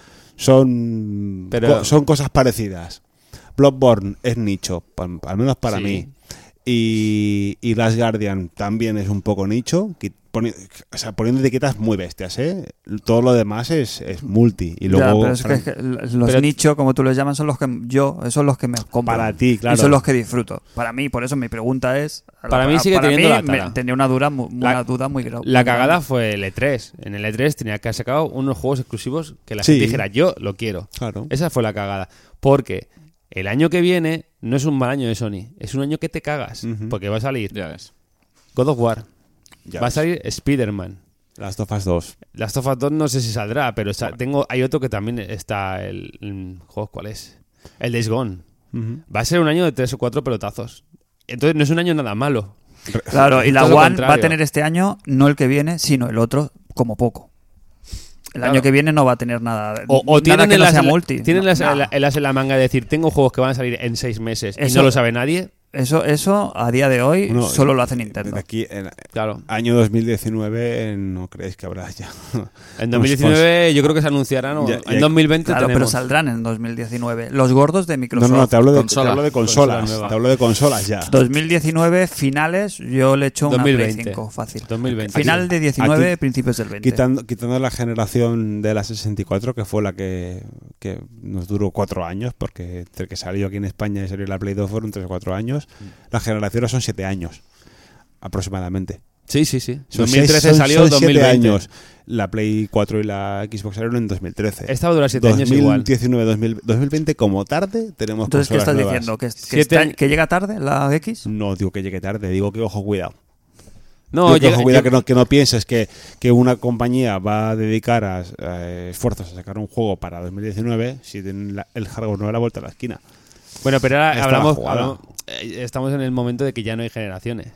Speaker 2: son
Speaker 4: Pero-
Speaker 2: co- son cosas parecidas. Bloodborne es nicho, pa- al menos para
Speaker 4: Sí.
Speaker 2: mí. Y, y Last Guardian también es un poco nicho, que poni- o sea, poniendo etiquetas muy bestias, ¿eh? Todo lo demás es, es multi. Y
Speaker 1: Ya,
Speaker 2: luego
Speaker 1: pero es que-
Speaker 2: para,
Speaker 1: es que los
Speaker 4: Pero-
Speaker 1: nichos, como tú los llamas, son los que yo, son los que me compro.
Speaker 2: para ti, claro.
Speaker 1: Y son los que disfruto. Para mí, por eso mi pregunta es.
Speaker 4: Para mí sigue teniendo la tara.
Speaker 1: tenía una, dura, mu-
Speaker 4: La-
Speaker 1: una duda muy grave.
Speaker 4: La cagada fue el E3. En el E3 tenía que haber sacado unos juegos exclusivos que la
Speaker 2: Sí.
Speaker 4: gente dijera, yo lo quiero.
Speaker 2: Claro.
Speaker 4: Esa fue la cagada. Porque el año que viene no es un mal año de Sony. Es un año que te cagas.
Speaker 2: Ujú.
Speaker 4: Porque va a salir
Speaker 3: Ya ves.
Speaker 4: God of War.
Speaker 2: Ya
Speaker 4: va
Speaker 2: ves.
Speaker 4: a salir Spider-Man.
Speaker 2: Las tofas 2.
Speaker 4: Last of Us 2 no sé si saldrá, pero sa- tengo, hay otro que también está el, el juego, ¿cuál es? El Days Gone. Va a ser un año de tres o cuatro pelotazos. Entonces no es un año nada malo.
Speaker 1: Claro, y la
Speaker 4: Todo lo
Speaker 1: One va a
Speaker 4: contrario.
Speaker 1: tener este año, no el que viene, sino el otro, como poco. El
Speaker 4: Claro.
Speaker 1: año que viene no va a tener nada.
Speaker 4: O, o
Speaker 1: nada
Speaker 4: tienen,
Speaker 1: que
Speaker 4: el,
Speaker 1: no
Speaker 4: as,
Speaker 1: sea
Speaker 4: en la-
Speaker 1: multi.
Speaker 4: tienen
Speaker 1: No,
Speaker 4: el as-
Speaker 1: no.
Speaker 4: el- el as en la manga de decir, tengo juegos que van a salir en seis meses y
Speaker 1: Eso-
Speaker 4: no lo sabe nadie.
Speaker 1: Eso, eso a día de hoy
Speaker 2: Bueno,
Speaker 1: solo lo hace
Speaker 2: De
Speaker 1: Nintendo.
Speaker 2: aquí, en-
Speaker 4: Claro.
Speaker 2: Año 2019, no creéis que habrá ya.
Speaker 4: En 2019 yo creo que se anunciarán. o-
Speaker 2: Ya- ya-
Speaker 4: en 2020
Speaker 1: Claro, pero
Speaker 4: tenemos.
Speaker 1: saldrán en 2019. Los gordos de
Speaker 2: No,
Speaker 1: Microsoft.
Speaker 2: no, te hablo de,
Speaker 3: Consola.
Speaker 2: te hablo de
Speaker 4: Consola
Speaker 2: consolas.
Speaker 4: nueva.
Speaker 2: te hablo de consolas ya.
Speaker 1: 2019, finales, yo le echo una
Speaker 4: 2020.
Speaker 1: Play 5, fácil.
Speaker 4: 2020.
Speaker 1: Final de 19,
Speaker 2: aquí-
Speaker 1: principios del 20.
Speaker 2: Quitando, quitando la generación de la 64, que fue la que, que nos duró cuatro años, porque entre que salió aquí en España y salió la Play 2 fueron tres o cuatro años.
Speaker 4: Mm.
Speaker 2: Las generaciones son siete años, aproximadamente.
Speaker 4: Sí, sí, sí.
Speaker 2: Son
Speaker 4: 2013
Speaker 2: seis- son-
Speaker 4: salió,
Speaker 2: son siete
Speaker 4: 2020.
Speaker 2: años. La Play 4 y la Xbox salieron en 2013.
Speaker 4: Esta va a durar siete años igual.
Speaker 2: 2019, 2000 2020, como tarde, tenemos
Speaker 1: Entonces, ¿qué
Speaker 2: consolas
Speaker 1: estás
Speaker 2: nuevas.
Speaker 1: diciendo? ¿Que, que
Speaker 4: Siete
Speaker 1: está-
Speaker 4: años-
Speaker 1: que llega tarde la X?
Speaker 2: No digo que llegue tarde, digo que ojo, cuidado.
Speaker 4: No,
Speaker 2: Digo que,
Speaker 4: llega-
Speaker 2: ojo, cuidado
Speaker 4: llega-
Speaker 2: que, no, que no pienses que, que una compañía va a dedicar a, eh, esfuerzos a sacar un juego para 2019 si tienen la- el hardware no da la vuelta a la esquina.
Speaker 4: Bueno, pero ahora
Speaker 2: Está
Speaker 4: hablamos,
Speaker 2: la jugada.
Speaker 4: hablamos- eh, estamos en el momento de que ya no hay generaciones.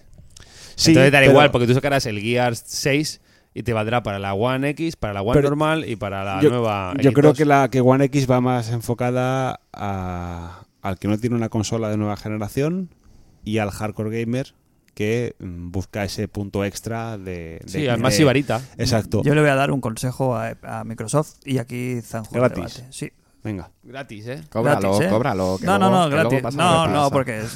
Speaker 2: Sí,
Speaker 4: Entonces da
Speaker 2: pero-
Speaker 4: igual, porque tú sacarás el Gears 6 y te valdrá para la One X, para la One
Speaker 2: Pero-
Speaker 4: normal y para la
Speaker 2: yo,
Speaker 4: nueva.
Speaker 2: yo
Speaker 4: X2.
Speaker 2: creo que la que One X va más enfocada a- al que no tiene una consola de nueva generación y al hardcore gamer que mm, busca ese punto extra de... de-
Speaker 4: Sí, además
Speaker 2: de-
Speaker 4: Sibarita.
Speaker 2: Exacto.
Speaker 1: Yo le voy a dar un consejo a, a Microsoft y aquí zanjo el
Speaker 2: Gratis.
Speaker 1: debate. Sí,
Speaker 2: Venga.
Speaker 4: Gratis, ¿eh?
Speaker 3: Cóbralo,
Speaker 1: gratis, ¿eh?
Speaker 3: cóbralo. que
Speaker 1: No, no,
Speaker 3: luego-
Speaker 1: no,
Speaker 3: que luego
Speaker 1: gratis.
Speaker 3: pasa lo
Speaker 1: No,
Speaker 3: que
Speaker 1: no,
Speaker 3: pasa.
Speaker 1: porque es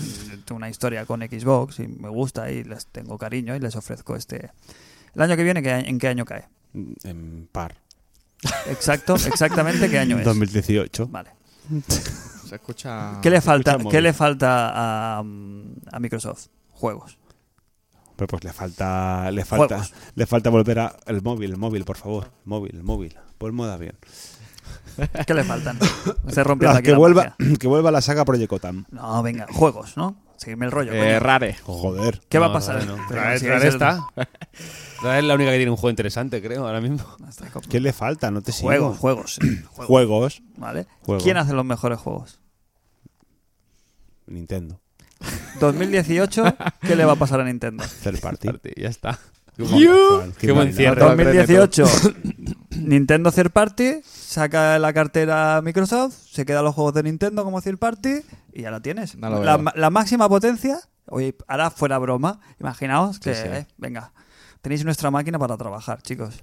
Speaker 1: una historia con Xbox y me gusta y les tengo cariño y les ofrezco este. El año que viene, ¿qué- ¿en qué año cae?
Speaker 2: Mm, En par.
Speaker 1: Exacto, exactamente qué año es.
Speaker 2: 2018.
Speaker 1: Vale.
Speaker 3: Se escucha.
Speaker 1: ¿Qué le falta,
Speaker 2: escucha el
Speaker 1: ¿qué
Speaker 2: móvil.
Speaker 1: le falta a, a Microsoft? Juegos.
Speaker 2: Pero pues le falta, le falta,
Speaker 1: Juegos.
Speaker 2: le falta volver a el móvil, el móvil, por favor, el móvil, el móvil, por modo avión.
Speaker 1: ¿Qué le faltan? Se rompiendo
Speaker 2: La,
Speaker 1: aquí
Speaker 2: Ah, que
Speaker 1: la
Speaker 2: vuelva,
Speaker 1: magia.
Speaker 2: que vuelva la saga Project Gotham.
Speaker 1: No, venga, juegos, ¿no? Seguirme el rollo.
Speaker 3: Eh,
Speaker 1: coño.
Speaker 3: rare.
Speaker 2: Joder.
Speaker 1: ¿Qué va a
Speaker 4: No,
Speaker 1: pasar?
Speaker 4: no, no.
Speaker 1: Pero
Speaker 4: Rare-
Speaker 1: si
Speaker 4: Rare
Speaker 1: es el-
Speaker 4: está. Rare es la única que tiene un juego interesante, creo, ahora mismo.
Speaker 1: Hasta con-
Speaker 2: ¿Qué le falta? No te sigo.
Speaker 1: Juegos, juegos. juegos,
Speaker 2: Juegos.
Speaker 1: ¿Vale?
Speaker 2: Juegos.
Speaker 1: ¿Quién hace los mejores juegos?
Speaker 2: Nintendo.
Speaker 1: 2018, ¿qué le va a pasar a Nintendo?
Speaker 2: Third party.
Speaker 4: Aparte, Ya está.
Speaker 2: Joder,
Speaker 4: Qué buen
Speaker 2: vaina.
Speaker 4: cierre.
Speaker 1: 2018, Nintendo Third Party, saca la cartera Microsoft, se quedan los juegos de Nintendo como Third Party y ya la tienes.
Speaker 3: No lo
Speaker 1: la,
Speaker 3: veo.
Speaker 1: ma- la máxima potencia, oye, ahora fuera broma, imaginaos que,
Speaker 3: sí.
Speaker 1: eh, venga, tenéis nuestra máquina para trabajar, chicos.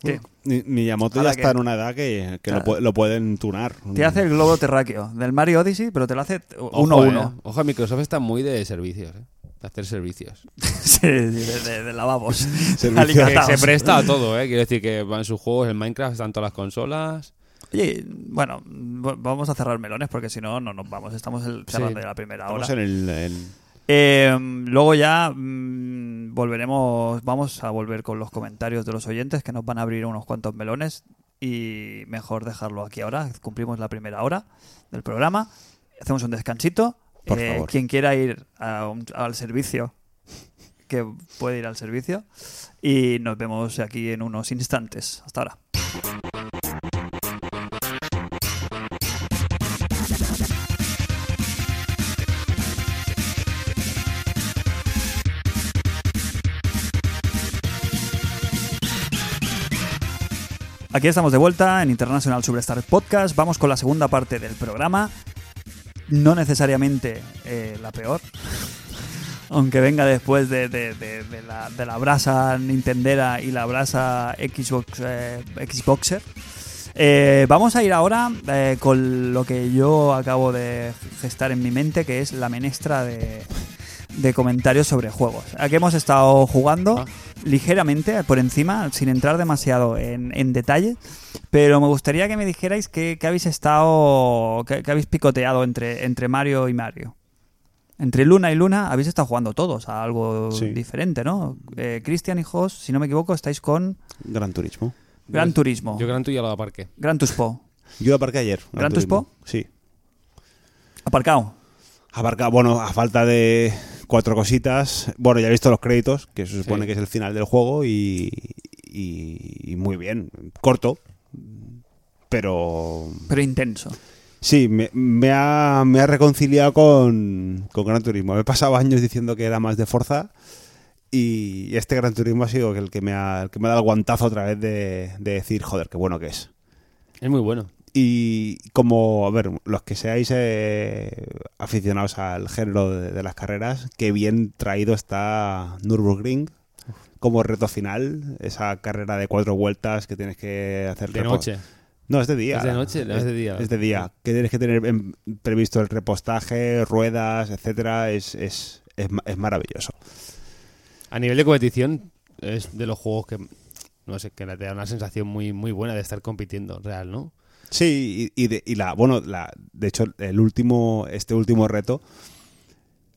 Speaker 1: ¿Qué?
Speaker 2: Mi- Miyamoto ya
Speaker 1: Ahora
Speaker 2: está
Speaker 1: que-
Speaker 2: en una edad que, que
Speaker 1: Claro.
Speaker 2: lo, pu- lo pueden tunar.
Speaker 1: Te hace el globo terráqueo del Mario Odyssey, pero te lo hace
Speaker 4: Ojo,
Speaker 1: 1-1.
Speaker 4: eh. Ojo, Microsoft está muy de servicios, eh. De hacer servicios.
Speaker 1: Sí, de, de- de lavabos.
Speaker 2: Servicio
Speaker 1: Alicataos.
Speaker 4: Que se presta a todo, ¿eh? Quiero decir que van sus juegos, el Minecraft, están todas las consolas.
Speaker 1: Oye, bueno, v- vamos a cerrar melones porque si no, no nos vamos. Estamos el, cerrando ya la primera hora.
Speaker 2: Estamos en el, en-
Speaker 1: Eh, luego ya mm, volveremos, vamos a volver con los comentarios de los oyentes que nos van a abrir unos cuantos melones y mejor dejarlo aquí ahora. Cumplimos la primera hora del programa, hacemos un descansito.
Speaker 2: Por
Speaker 1: Eh,
Speaker 2: favor.
Speaker 1: Quien quiera ir a un- al servicio, que puede ir al servicio. Y nos vemos aquí en unos instantes. Hasta ahora. Aquí estamos de vuelta en International Superstar Podcast. Vamos con la segunda parte del programa. No necesariamente eh, la peor, aunque venga después de, de- de- de la, de la brasa Nintendera y la brasa Xbox, eh, Xboxer. Eh, vamos a ir ahora eh, con lo que yo acabo de gestar en mi mente, que es la menestra de, de comentarios sobre juegos. Aquí hemos estado jugando
Speaker 4: Ah.
Speaker 1: ligeramente por encima, sin entrar demasiado en, en detalle, pero me gustaría que me dijerais qué qué habéis estado, qué qué habéis picoteado entre, entre Mario y Mario. Entre Luna y Luna habéis estado jugando todos a algo
Speaker 2: Sí.
Speaker 1: diferente, ¿no? Eh, Cristian y Jos, si no me equivoco, estáis con
Speaker 2: Gran Turismo.
Speaker 1: Gran
Speaker 4: Yo-
Speaker 1: Turismo,
Speaker 4: Yo Gran Turismo ya lo aparqué.
Speaker 1: Gran Tuspo,
Speaker 2: Yo aparqué ayer.
Speaker 1: ¿Gran Turismo?
Speaker 2: Sí.
Speaker 1: aparcado.
Speaker 2: Abarca, bueno, a falta de cuatro cositas. Bueno, ya he visto los créditos, que se supone
Speaker 4: Sí.
Speaker 2: que es el final del juego y, y- y muy bien. Corto, pero
Speaker 1: pero intenso.
Speaker 2: sí, me, me ha, me ha reconciliado con, con Gran Turismo. Me he pasado años diciendo que era más de fuerza y este Gran Turismo ha sido el que me ha, el que me ha dado el guantazo otra vez de, de decir, joder, qué bueno que es.
Speaker 4: Es muy bueno.
Speaker 2: Y como, a ver, los que seáis eh, aficionados al género de, de las carreras, qué bien traído está Nürburgring como reto final, esa carrera de cuatro vueltas que tienes que hacer
Speaker 4: De
Speaker 2: repo-
Speaker 4: noche.
Speaker 2: No, es de día.
Speaker 4: Es de noche, no, es de día.
Speaker 2: Es de día. Que tienes que tener em, previsto el repostaje, ruedas, etcétera. Es, es, es, ma- es maravilloso.
Speaker 4: A nivel de competición, es de los juegos que, no sé, que te da una sensación muy, muy buena de estar compitiendo real, ¿no?
Speaker 2: Sí, y, y de- y la, bueno, la, de hecho, el último, este último reto,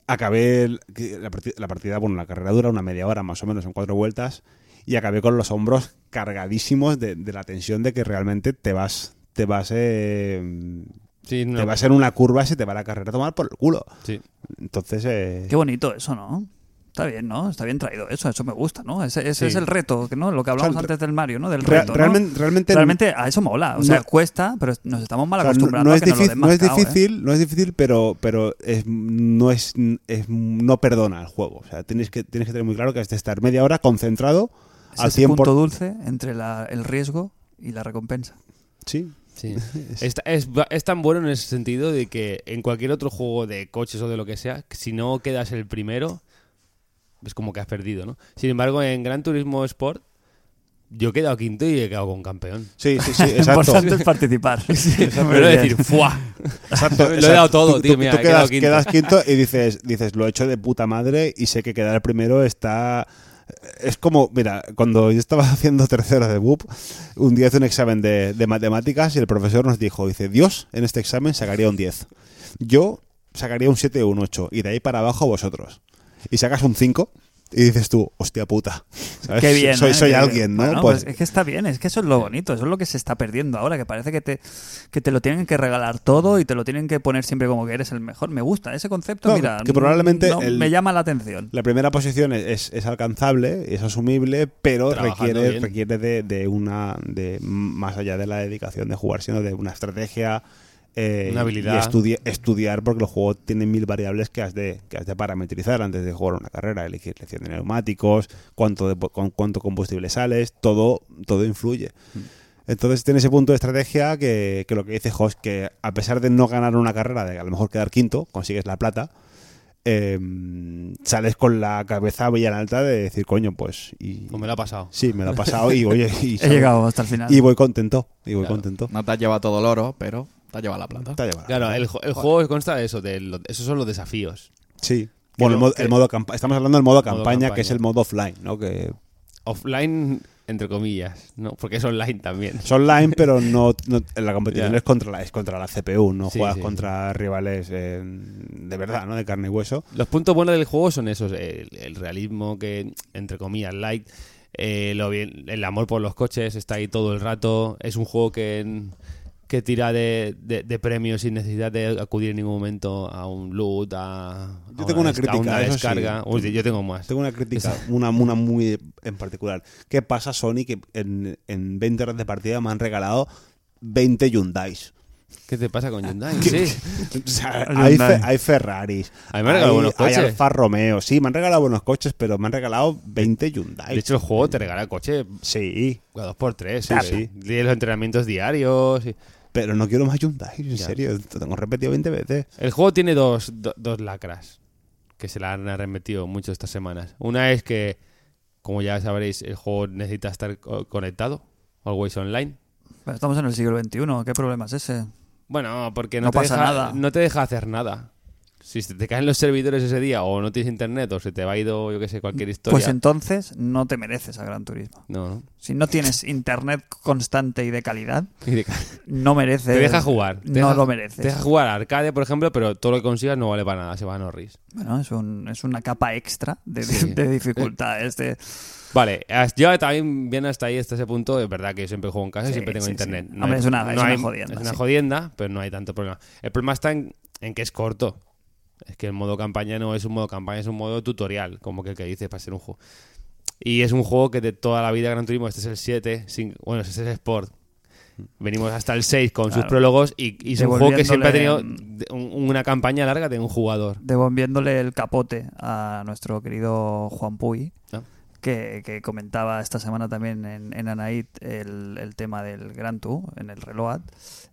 Speaker 2: acabé el- que la, partida, la partida, bueno, la carrera dura una media hora más o menos, en cuatro vueltas, y acabé con los hombros cargadísimos de, de la tensión de que realmente te vas, te vas, eh,
Speaker 4: Sí, no,
Speaker 2: te vas en una curva y se te va la carrera a tomar por el culo.
Speaker 4: sí.
Speaker 2: Entonces, eh,
Speaker 1: Qué bonito eso, ¿no? Está bien, ¿no? Está bien traído eso, eso me gusta, ¿no? Ese, ese
Speaker 2: Sí.
Speaker 1: es el reto, ¿no? Lo que hablamos
Speaker 2: O sea,
Speaker 1: antes del Mario, ¿no? Del
Speaker 2: rea-
Speaker 1: reto, ¿no?
Speaker 2: realmen- realmente,
Speaker 1: Realmente a eso mola, o
Speaker 2: no-
Speaker 1: sea, cuesta, pero nos estamos mal
Speaker 2: O sea, no-
Speaker 1: acostumbrando
Speaker 2: no
Speaker 1: a
Speaker 2: es
Speaker 1: que nos lo den
Speaker 2: difícil, no es
Speaker 1: mascado, ¿eh?
Speaker 2: difícil, no es difícil, pero, pero es, no es, es- no perdona el juego. O sea, tienes que, tienes que tener muy claro que has de estar media hora concentrado
Speaker 1: Es
Speaker 2: al
Speaker 1: ese
Speaker 2: 100%.
Speaker 1: punto dulce entre la- el riesgo y la recompensa.
Speaker 2: Sí,
Speaker 4: Sí. Está- es, es tan bueno en ese sentido de que en cualquier otro juego de coches o de lo que sea, si no quedas el primero, es como que has perdido, ¿no? Sin embargo, en Gran Turismo Sport, yo he quedado quinto y he quedado con campeón.
Speaker 2: sí, sí, sí,
Speaker 1: Lo
Speaker 2: exacto.
Speaker 1: importante es participar. Muy
Speaker 4: Pero
Speaker 1: bien.
Speaker 4: decir, ¡fua!
Speaker 2: exacto,
Speaker 4: Lo he
Speaker 2: exacto.
Speaker 4: dado todo,
Speaker 2: Tú-
Speaker 4: tío,
Speaker 2: tú-
Speaker 4: mira,
Speaker 2: tú
Speaker 4: he
Speaker 2: quedas,
Speaker 4: quedado quinto.
Speaker 2: quedas quinto y dices, dices, lo he hecho de puta madre y sé que quedar primero está... Es como, mira, cuando yo estaba haciendo tercero de BUP, un día hice un examen de, de matemáticas y el profesor nos dijo, dice, Dios, en este examen sacaría un 10. Yo sacaría un 7 o un 8 y de ahí para abajo vosotros. y sacas un 5 y dices tú, hostia puta. ¿sabes?
Speaker 1: Qué bien.
Speaker 2: Soy,
Speaker 1: ¿eh?
Speaker 2: soy
Speaker 1: Qué
Speaker 2: alguien,
Speaker 1: bien.
Speaker 2: ¿no?
Speaker 1: Bueno,
Speaker 2: Pues-
Speaker 1: pues es que está bien, es que eso es lo bonito, eso es lo que se está perdiendo ahora, que parece que te, que te lo tienen que regalar todo y te lo tienen que poner siempre como que eres el mejor. Me gusta ese concepto,
Speaker 2: No,
Speaker 1: mira.
Speaker 2: que probablemente
Speaker 1: no
Speaker 2: el-
Speaker 1: me llama la atención.
Speaker 2: La primera posición es, es- es alcanzable, es asumible, pero
Speaker 4: Trabajando
Speaker 2: requiere,
Speaker 4: bien.
Speaker 2: requiere de, de una de más allá de la dedicación de jugar, sino de una estrategia, eh,
Speaker 4: Una habilidad.
Speaker 2: y estudi- estudiar, porque el juego tiene mil variables que has de que has de parametrizar antes de jugar una carrera, elegir elección de neumáticos, cuánto de- con cuánto combustible sales, todo todo influye. Entonces tiene ese punto de estrategia que, que lo que dice Jos, que a pesar de no ganar una carrera, de a lo mejor quedar quinto, consigues la plata, eh, sales con la cabeza bien alta de decir, coño, pues... Y,
Speaker 4: Pues me lo ha pasado.
Speaker 2: Sí, me lo ha pasado y, oye, y,
Speaker 1: He llegado hasta el final.
Speaker 2: y voy contento, y voy
Speaker 4: Claro.
Speaker 2: contento.
Speaker 3: No te has llevado todo el oro, pero te has llevado
Speaker 1: Mm.
Speaker 3: la plata.
Speaker 2: Te ha llevado.
Speaker 4: Claro, el, jo- el juego consta de eso, de lo- esos son los desafíos.
Speaker 2: Sí. Bueno, el
Speaker 4: lo-
Speaker 2: modo,
Speaker 4: que-
Speaker 2: el modo campa- estamos hablando del modo
Speaker 4: Modo
Speaker 2: campaña,
Speaker 4: campaña.
Speaker 2: que es el modo offline, ¿no? Que
Speaker 4: Offline, entre comillas, ¿no? Porque es online también.
Speaker 2: es online, pero no, no- la competición
Speaker 4: Ya.
Speaker 2: es contra la, es contra la CPU, no
Speaker 4: Sí,
Speaker 2: juegas
Speaker 4: sí.
Speaker 2: contra rivales eh, de verdad, ¿no? De carne y hueso.
Speaker 4: Los puntos buenos del juego son esos, el, el realismo que, entre comillas, light, eh, lo bien- el amor por los coches, está ahí todo el rato, es un juego que, que tira de, de- de premios sin necesidad de acudir en ningún momento a un loot, a,
Speaker 2: Yo
Speaker 4: a
Speaker 2: tengo una
Speaker 4: desca-
Speaker 2: crítica,
Speaker 4: una
Speaker 2: eso sí.
Speaker 4: descarga. Uy, yo tengo más.
Speaker 2: Tengo una crítica, una, una muy en particular. ¿Qué pasa, Sony, que en, en 20 horas de partida me han regalado 20 Hyundais?
Speaker 4: ¿Qué te pasa con
Speaker 2: Ah,
Speaker 4: Hyundai? Sí.
Speaker 2: O sea,
Speaker 1: Hyundai.
Speaker 2: hay, Fe- hay Ferraris,
Speaker 4: A mí me han regalado
Speaker 2: hay-
Speaker 4: buenos
Speaker 2: hay
Speaker 4: coches.
Speaker 2: Alfa Romeo. Sí, me han regalado buenos coches, pero me han regalado 20 Hyundai.
Speaker 4: De hecho, el juego te regala coche
Speaker 2: sí,
Speaker 4: a dos por tres.
Speaker 2: Sí,
Speaker 4: ¿sabes?
Speaker 2: sí.
Speaker 4: Y los entrenamientos diarios. y-
Speaker 2: pero no quiero más Hyundai, en
Speaker 4: Ya.
Speaker 2: serio. Te tengo repetido 20 veces.
Speaker 4: El juego tiene dos, do- dos lacras que se la han arremetido mucho estas semanas. Una es que, como ya sabréis, el juego necesita estar co- conectado, always online.
Speaker 1: Pero estamos en el siglo XXI, ¿qué problema es ese?
Speaker 4: Bueno, porque no,
Speaker 1: No
Speaker 4: te
Speaker 1: pasa
Speaker 4: deja,
Speaker 1: nada.
Speaker 4: No te deja hacer nada. Si se te caen los servidores ese día o no tienes internet o se te ha ido, yo qué sé, cualquier historia.
Speaker 1: Pues entonces no te mereces a Gran Turismo.
Speaker 4: No, no.
Speaker 1: Si no tienes internet constante y de calidad,
Speaker 4: Y de-
Speaker 1: no mereces.
Speaker 4: Te deja jugar. Te
Speaker 1: no
Speaker 4: deja-
Speaker 1: lo
Speaker 4: Te
Speaker 1: mereces.
Speaker 4: deja jugar a arcade, por ejemplo, pero todo lo que consigas no vale para nada, se va a Norris.
Speaker 1: Bueno, es, un- es una capa extra de,
Speaker 4: Sí.
Speaker 1: de dificultad. Este,
Speaker 4: Vale, has- yo también bien hasta ahí, hasta ese punto. Es verdad que yo siempre juego en casa y
Speaker 1: Sí,
Speaker 4: siempre tengo
Speaker 1: sí,
Speaker 4: internet.
Speaker 1: sí. Hombre,
Speaker 4: hay-
Speaker 1: es una- es una
Speaker 4: hay-
Speaker 1: jodienda,
Speaker 4: Es una
Speaker 1: sí.
Speaker 4: jodienda, pero no hay tanto problema. El problema está en, en que es corto. Es que el modo campaña no es un modo campaña, es un modo tutorial, como que el que dices para ser un juego. Y es un juego que de toda la vida Gran Turismo, este es el 7, sin- bueno, este es el Sport. Venimos hasta el 6 con sus
Speaker 1: Claro.
Speaker 4: prólogos y, y es un juego que siempre ha tenido
Speaker 1: Devolviéndole-
Speaker 4: un- una campaña larga de un jugador.
Speaker 1: devolviéndole el capote a nuestro querido Juan Puy,
Speaker 4: Ah.
Speaker 1: que, que comentaba esta semana también en, en Anaid el, el tema del Gran Tour, en el Reload.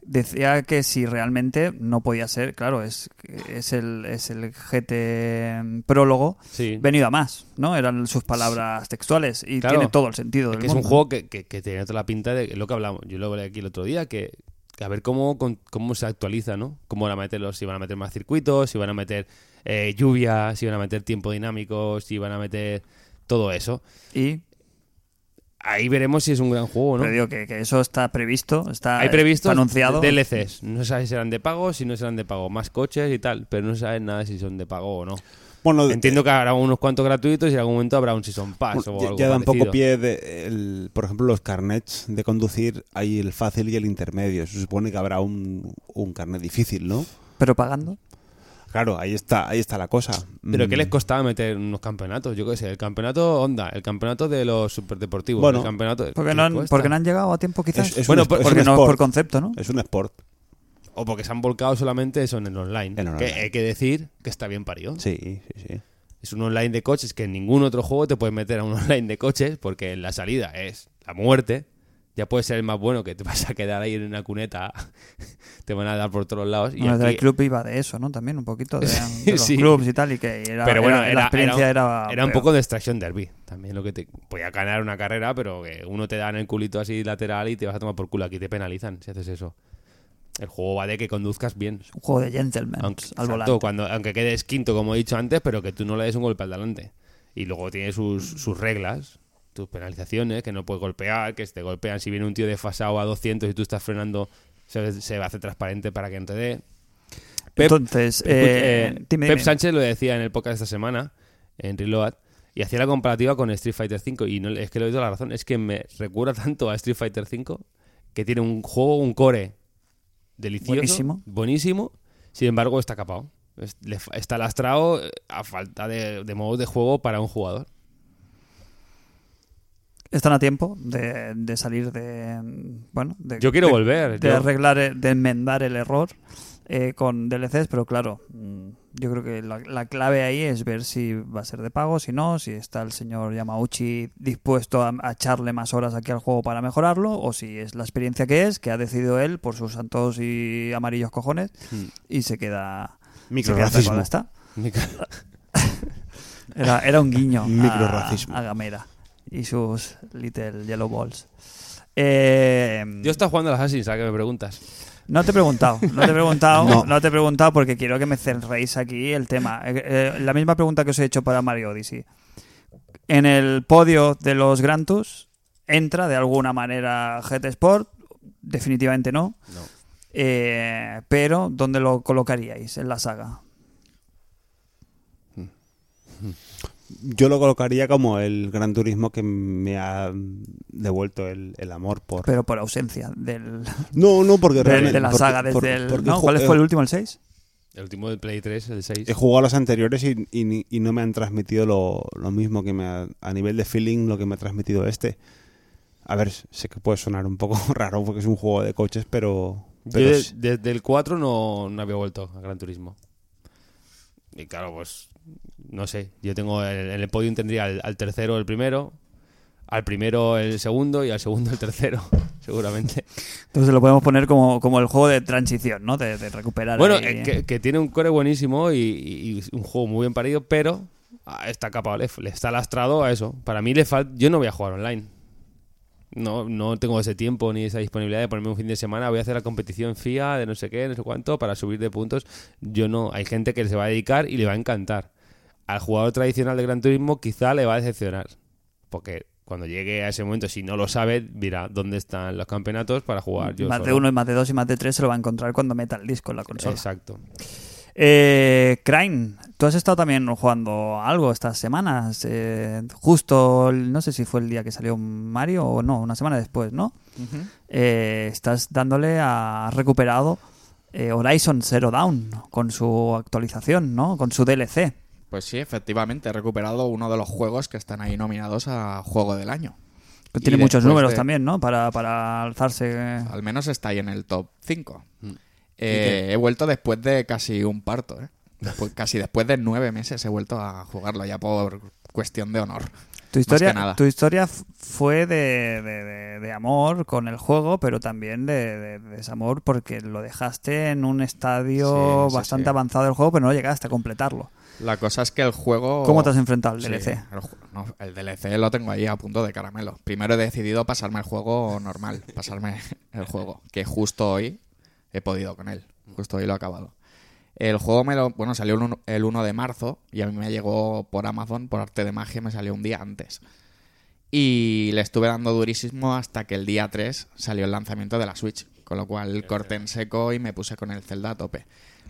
Speaker 1: Decía que si realmente no podía ser, claro, es, es, el, es el GT prólogo
Speaker 4: Sí.
Speaker 1: venido a más, ¿no? Eran sus palabras textuales y
Speaker 4: Claro.
Speaker 1: tiene todo el sentido.
Speaker 4: Es
Speaker 1: del
Speaker 4: que es un
Speaker 1: mundo.
Speaker 4: juego que, que, que tiene toda la pinta de lo que hablamos. Yo lo hablé aquí el otro día, que, que a ver cómo, con- cómo se actualiza, ¿no? Cómo van a meterlos, si van a meter más circuitos, si van a meter eh, lluvia, si van a meter tiempo dinámico, si van a meter todo eso.
Speaker 1: Y
Speaker 4: Ahí veremos si es un gran juego, ¿no?
Speaker 1: pero digo que, que eso está previsto, está,
Speaker 4: Hay previstos
Speaker 1: está anunciado.
Speaker 4: DLCs. No sabes si serán de pago, si no serán de pago. Más coches y tal, pero no sabes nada si son de pago o no.
Speaker 2: Bueno,
Speaker 4: Entiendo que habrá unos cuantos gratuitos y en algún momento habrá un Season Pass
Speaker 2: Bueno,
Speaker 4: o
Speaker 2: ya-
Speaker 4: algo
Speaker 2: ya da un poco
Speaker 4: parecido.
Speaker 2: pie, de el- por ejemplo, los carnets de conducir, hay el fácil y el intermedio. Se supone que habrá un, un carnet difícil, ¿no?
Speaker 1: Pero pagando.
Speaker 2: Claro, ahí está, ahí está la cosa.
Speaker 4: ¿Pero
Speaker 2: Mm.
Speaker 4: qué les costaba meter unos campeonatos? Yo qué sé, el campeonato Honda, el campeonato de los superdeportivos,
Speaker 2: Bueno,
Speaker 4: el campeonato...
Speaker 1: Porque
Speaker 4: ¿qué
Speaker 1: no, han,
Speaker 4: cuesta?
Speaker 1: porque no han llegado a tiempo, quizás.
Speaker 2: Es- es
Speaker 4: Bueno,
Speaker 2: un,
Speaker 4: por-
Speaker 2: es un
Speaker 1: porque no
Speaker 2: sport.
Speaker 1: por concepto, ¿no?
Speaker 2: Es un sport.
Speaker 4: O porque se han volcado solamente eso en el online.
Speaker 2: En el
Speaker 4: que
Speaker 2: online.
Speaker 4: hay que decir que está bien parido.
Speaker 2: Sí, sí, sí.
Speaker 4: Es un online de coches que en ningún otro juego te puedes meter a un online de coches porque la salida es la muerte. Ya puede ser el más bueno que te vas a quedar ahí en una cuneta. te van a dar por todos lados. Y
Speaker 1: Bueno, desde
Speaker 4: aquí-
Speaker 1: el club iba de eso, ¿no? También un poquito de, de los
Speaker 4: Sí.
Speaker 1: clubs y tal, y que era,
Speaker 4: pero bueno,
Speaker 1: era-
Speaker 4: era,
Speaker 1: la experiencia
Speaker 4: era
Speaker 1: era,
Speaker 4: era un
Speaker 1: peor.
Speaker 4: poco de extracción derby. También lo que te podía ganar una carrera, pero que uno te da en el culito así lateral y te vas a tomar por culo. Aquí te penalizan si haces eso. El juego va de que conduzcas bien.
Speaker 1: un juego de gentleman
Speaker 4: Aunque,
Speaker 1: al
Speaker 4: exacto,
Speaker 1: volante.
Speaker 4: cuando, aunque quedes quinto, como he dicho antes, pero que tú no le des un golpe al delante. Y luego tiene sus, sus reglas, tus penalizaciones, que no puedes golpear, que si te golpean, si viene un tío desfasado a 200 y tú estás frenando, se, se hace transparente para que no te dé. Pep-
Speaker 1: Entonces,
Speaker 4: Escucha,
Speaker 1: eh,
Speaker 4: eh,
Speaker 1: dime,
Speaker 4: Pep
Speaker 1: dime.
Speaker 4: Sánchez lo decía en el podcast esta semana, en Reload, y hacía la comparativa con Street Fighter V. Y no, es que le doy toda la razón, es que me recuerda tanto a Street Fighter V, que tiene un juego, un core delicioso,
Speaker 1: Buenísimo.
Speaker 4: buenísimo, sin embargo está capado. Es- le fa- Está lastrado eh, a falta de, de modos de juego para un jugador.
Speaker 1: Están a tiempo de, de salir de. Bueno, de,
Speaker 4: Yo quiero
Speaker 1: de-
Speaker 4: volver.
Speaker 1: de
Speaker 4: yo-
Speaker 1: arreglar, eh, de enmendar el error eh, con DLCs, pero claro, mm, yo creo que la, la clave ahí es ver si va a ser de pago, si no, si está el señor Yamauchi dispuesto a, a echarle más horas aquí al juego para mejorarlo, o si es la experiencia que es, que ha decidido él por sus santos y amarillos cojones, y se queda. se queda tal
Speaker 5: Microrracismo.
Speaker 1: cual está.
Speaker 4: Mi ca-
Speaker 1: Era, era un guiño a,
Speaker 5: Microrracismo.
Speaker 1: a Gamera y sus Little Yellow Balls. Eh,
Speaker 4: Yo estaba jugando a las Assassin's, ¿a qué me preguntas?
Speaker 1: no te he preguntado, no te he preguntado, no.
Speaker 5: No.
Speaker 1: te he preguntado porque quiero que me cerréis aquí el tema. Eh, eh, la misma pregunta que os he hecho para Mario Odyssey. En el podio de los Grantus entra de alguna manera GT Sport, definitivamente no.
Speaker 4: No.
Speaker 1: Eh, pero ¿dónde lo colocaríais en la saga?
Speaker 5: Yo lo colocaría como el gran turismo que me ha devuelto el, el amor por.
Speaker 1: Pero por ausencia del,
Speaker 5: no, no, porque
Speaker 1: de,
Speaker 5: realmente.
Speaker 1: de la
Speaker 5: porque-
Speaker 1: saga desde
Speaker 5: por-
Speaker 1: el...
Speaker 5: porque
Speaker 1: ¿no?
Speaker 5: ju-
Speaker 1: ¿Cuál
Speaker 5: eh,
Speaker 1: fue el último, el 6?
Speaker 4: El último del Play 3, el 6.
Speaker 5: He jugado a los anteriores y, y ni- y no me han transmitido lo, lo mismo que me ha- a nivel de feeling lo que me ha transmitido este. A ver, sé que puede sonar un poco raro porque es un juego de coches, pero.
Speaker 4: Yo
Speaker 5: pero
Speaker 4: de-
Speaker 5: es-
Speaker 4: desde el 4 no, no había vuelto a Gran Turismo. Y claro, pues no sé. Yo tengo el- en el podium tendría al, al tercero el primero, al primero el segundo y al segundo el tercero, seguramente.
Speaker 1: Entonces lo podemos poner como, como el juego de transición, ¿no? De, de recuperar.
Speaker 4: Bueno,
Speaker 1: ahí-
Speaker 4: eh, que, que tiene un core buenísimo y, y- y un juego muy bien parido, pero a esta capa le, le está lastrado a eso. Para mí le falta. Yo no voy a jugar online. No, no tengo ese tiempo ni esa disponibilidad de ponerme un fin de semana. Voy a hacer la competición FIA de no sé qué, no sé cuánto, para subir de puntos. Yo no. Hay gente que se va a dedicar y le va a encantar. Al jugador tradicional de Gran Turismo quizá le va a decepcionar. Porque cuando llegue a ese momento, si no lo sabe, dirá dónde están los campeonatos para jugar. Pues Yo
Speaker 1: más de
Speaker 4: solo".
Speaker 1: uno, y más de dos y más de tres se lo va a encontrar cuando meta el disco en la consola.
Speaker 4: Exacto.
Speaker 1: Eh, Crane, tú has estado también jugando algo estas semanas. eh, justo, el- no sé si fue el día que salió Mario o no, una semana después, ¿no?
Speaker 3: Ujú.
Speaker 1: Eh, estás dándole a. Has recuperado eh, Horizon Zero Dawn con su actualización, ¿no? Con su DLC.
Speaker 3: Pues sí, efectivamente, he recuperado uno de los juegos que están ahí nominados a Juego del Año.
Speaker 1: Que
Speaker 3: Y
Speaker 1: tiene muchos
Speaker 3: después
Speaker 1: números
Speaker 3: de-
Speaker 1: también, ¿no? Para, para alzarse. eh.
Speaker 3: Al menos está ahí en el top 5.
Speaker 1: Mm.
Speaker 3: he vuelto después de casi un parto, ¿eh? Después- casi después de nueve meses he vuelto a jugarlo ya por cuestión de honor.
Speaker 1: Tu historia,
Speaker 3: que nada.
Speaker 1: tu historia f- fue de, de- de- de amor con el juego, pero también de, de- de desamor porque lo dejaste en un estadio
Speaker 3: Sí, sí,
Speaker 1: bastante
Speaker 3: sí.
Speaker 1: avanzado del juego, pero no llegaste a completarlo.
Speaker 3: La cosa es que el juego...
Speaker 1: ¿Cómo te has enfrentado al
Speaker 3: Oh, Sí,
Speaker 1: DLC?
Speaker 3: el, ju- no, el DLC lo tengo ahí a punto de caramelo. Primero he decidido pasarme el juego normal, pasarme el juego, que justo hoy he podido con él. Justo hoy lo he acabado. El juego me lo. Bueno, salió el uno- el 1 de marzo y a mí me llegó por Amazon, por arte de magia, me salió un día antes. Y le estuve dando durísimo hasta que el día 3 salió el lanzamiento de la Switch. Con lo cual corté en seco y me puse con el Zelda a tope.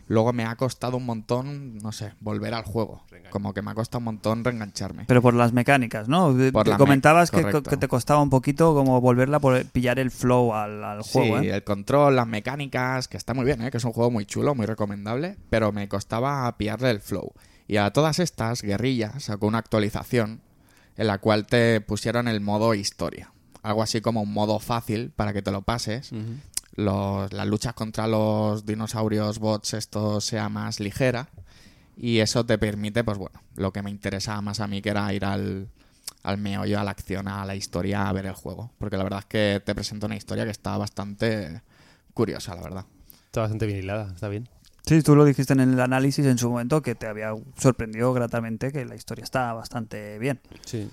Speaker 3: Luego me ha costado un montón, no sé, volver al juego. Como que me ha costado un montón reengancharme.
Speaker 1: Pero por las mecánicas, ¿no? De-
Speaker 3: Por
Speaker 1: te
Speaker 3: la me-
Speaker 1: comentabas que, co-
Speaker 3: correcto.
Speaker 1: que te costaba un poquito como volverla por pillar el flow al, al juego,
Speaker 3: sí,
Speaker 1: ¿eh?
Speaker 3: el control, las mecánicas, que está muy bien, ¿eh? que es un juego muy chulo, muy recomendable, pero me costaba pillarle el flow. Y a todas estas, Guerrilla sacó una actualización en la cual te pusieron el modo historia. Algo así como un modo fácil para que te lo pases. Los- las luchas contra los dinosaurios bots, esto sea más ligera. Y eso te permite, pues bueno, lo que me interesaba más a mí, que era ir al, al meollo, a la acción, a la historia, a ver el juego. Porque la verdad es que te presenta una historia que está bastante curiosa, la verdad.
Speaker 4: Está bastante bien hilada, está bien.
Speaker 1: Sí, tú lo dijiste en el análisis en su momento que te había sorprendido gratamente que la historia está bastante bien.
Speaker 4: Sí.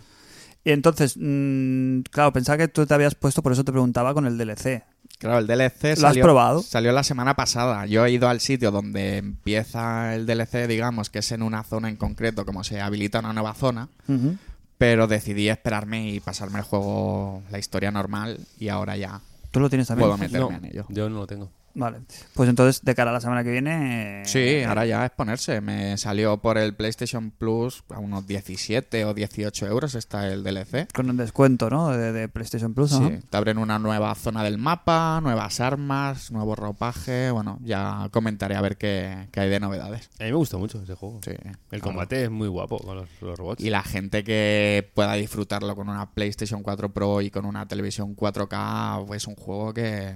Speaker 1: Y entonces, mm, claro, pensaba que tú te habías puesto, por eso te preguntaba con el DLC.
Speaker 3: Claro, el DLC
Speaker 1: ¿Lo has
Speaker 3: salió,
Speaker 1: probado?
Speaker 3: salió la semana pasada. Yo he ido al sitio donde empieza el DLC, digamos, que es en una zona en concreto, como se habilita una nueva zona.
Speaker 1: Ujú.
Speaker 3: Pero decidí esperarme y pasarme el juego, la historia normal, y ahora ya
Speaker 1: Tú lo tienes también.
Speaker 3: puedo meterme
Speaker 4: No,
Speaker 3: en ello.
Speaker 4: Yo no lo tengo.
Speaker 1: Vale. Pues entonces, de cara a la semana que viene. eh,
Speaker 3: Sí, ahora ya es ponerse. Me salió por el PlayStation Plus a unos 17 o 18 euros está el DLC.
Speaker 1: Con un descuento, ¿no? De, de PlayStation Plus. ajá.
Speaker 3: Sí, te abren una nueva zona del mapa, nuevas armas, nuevo ropaje. Bueno, ya comentaré a ver qué, qué hay de novedades.
Speaker 4: A mí me gustó mucho ese juego.
Speaker 3: Sí,
Speaker 4: El
Speaker 3: claro.
Speaker 4: combate es muy guapo con los, los robots.
Speaker 3: Y la gente que pueda disfrutarlo con una PlayStation 4 Pro y con una televisión 4K, pues es un juego que,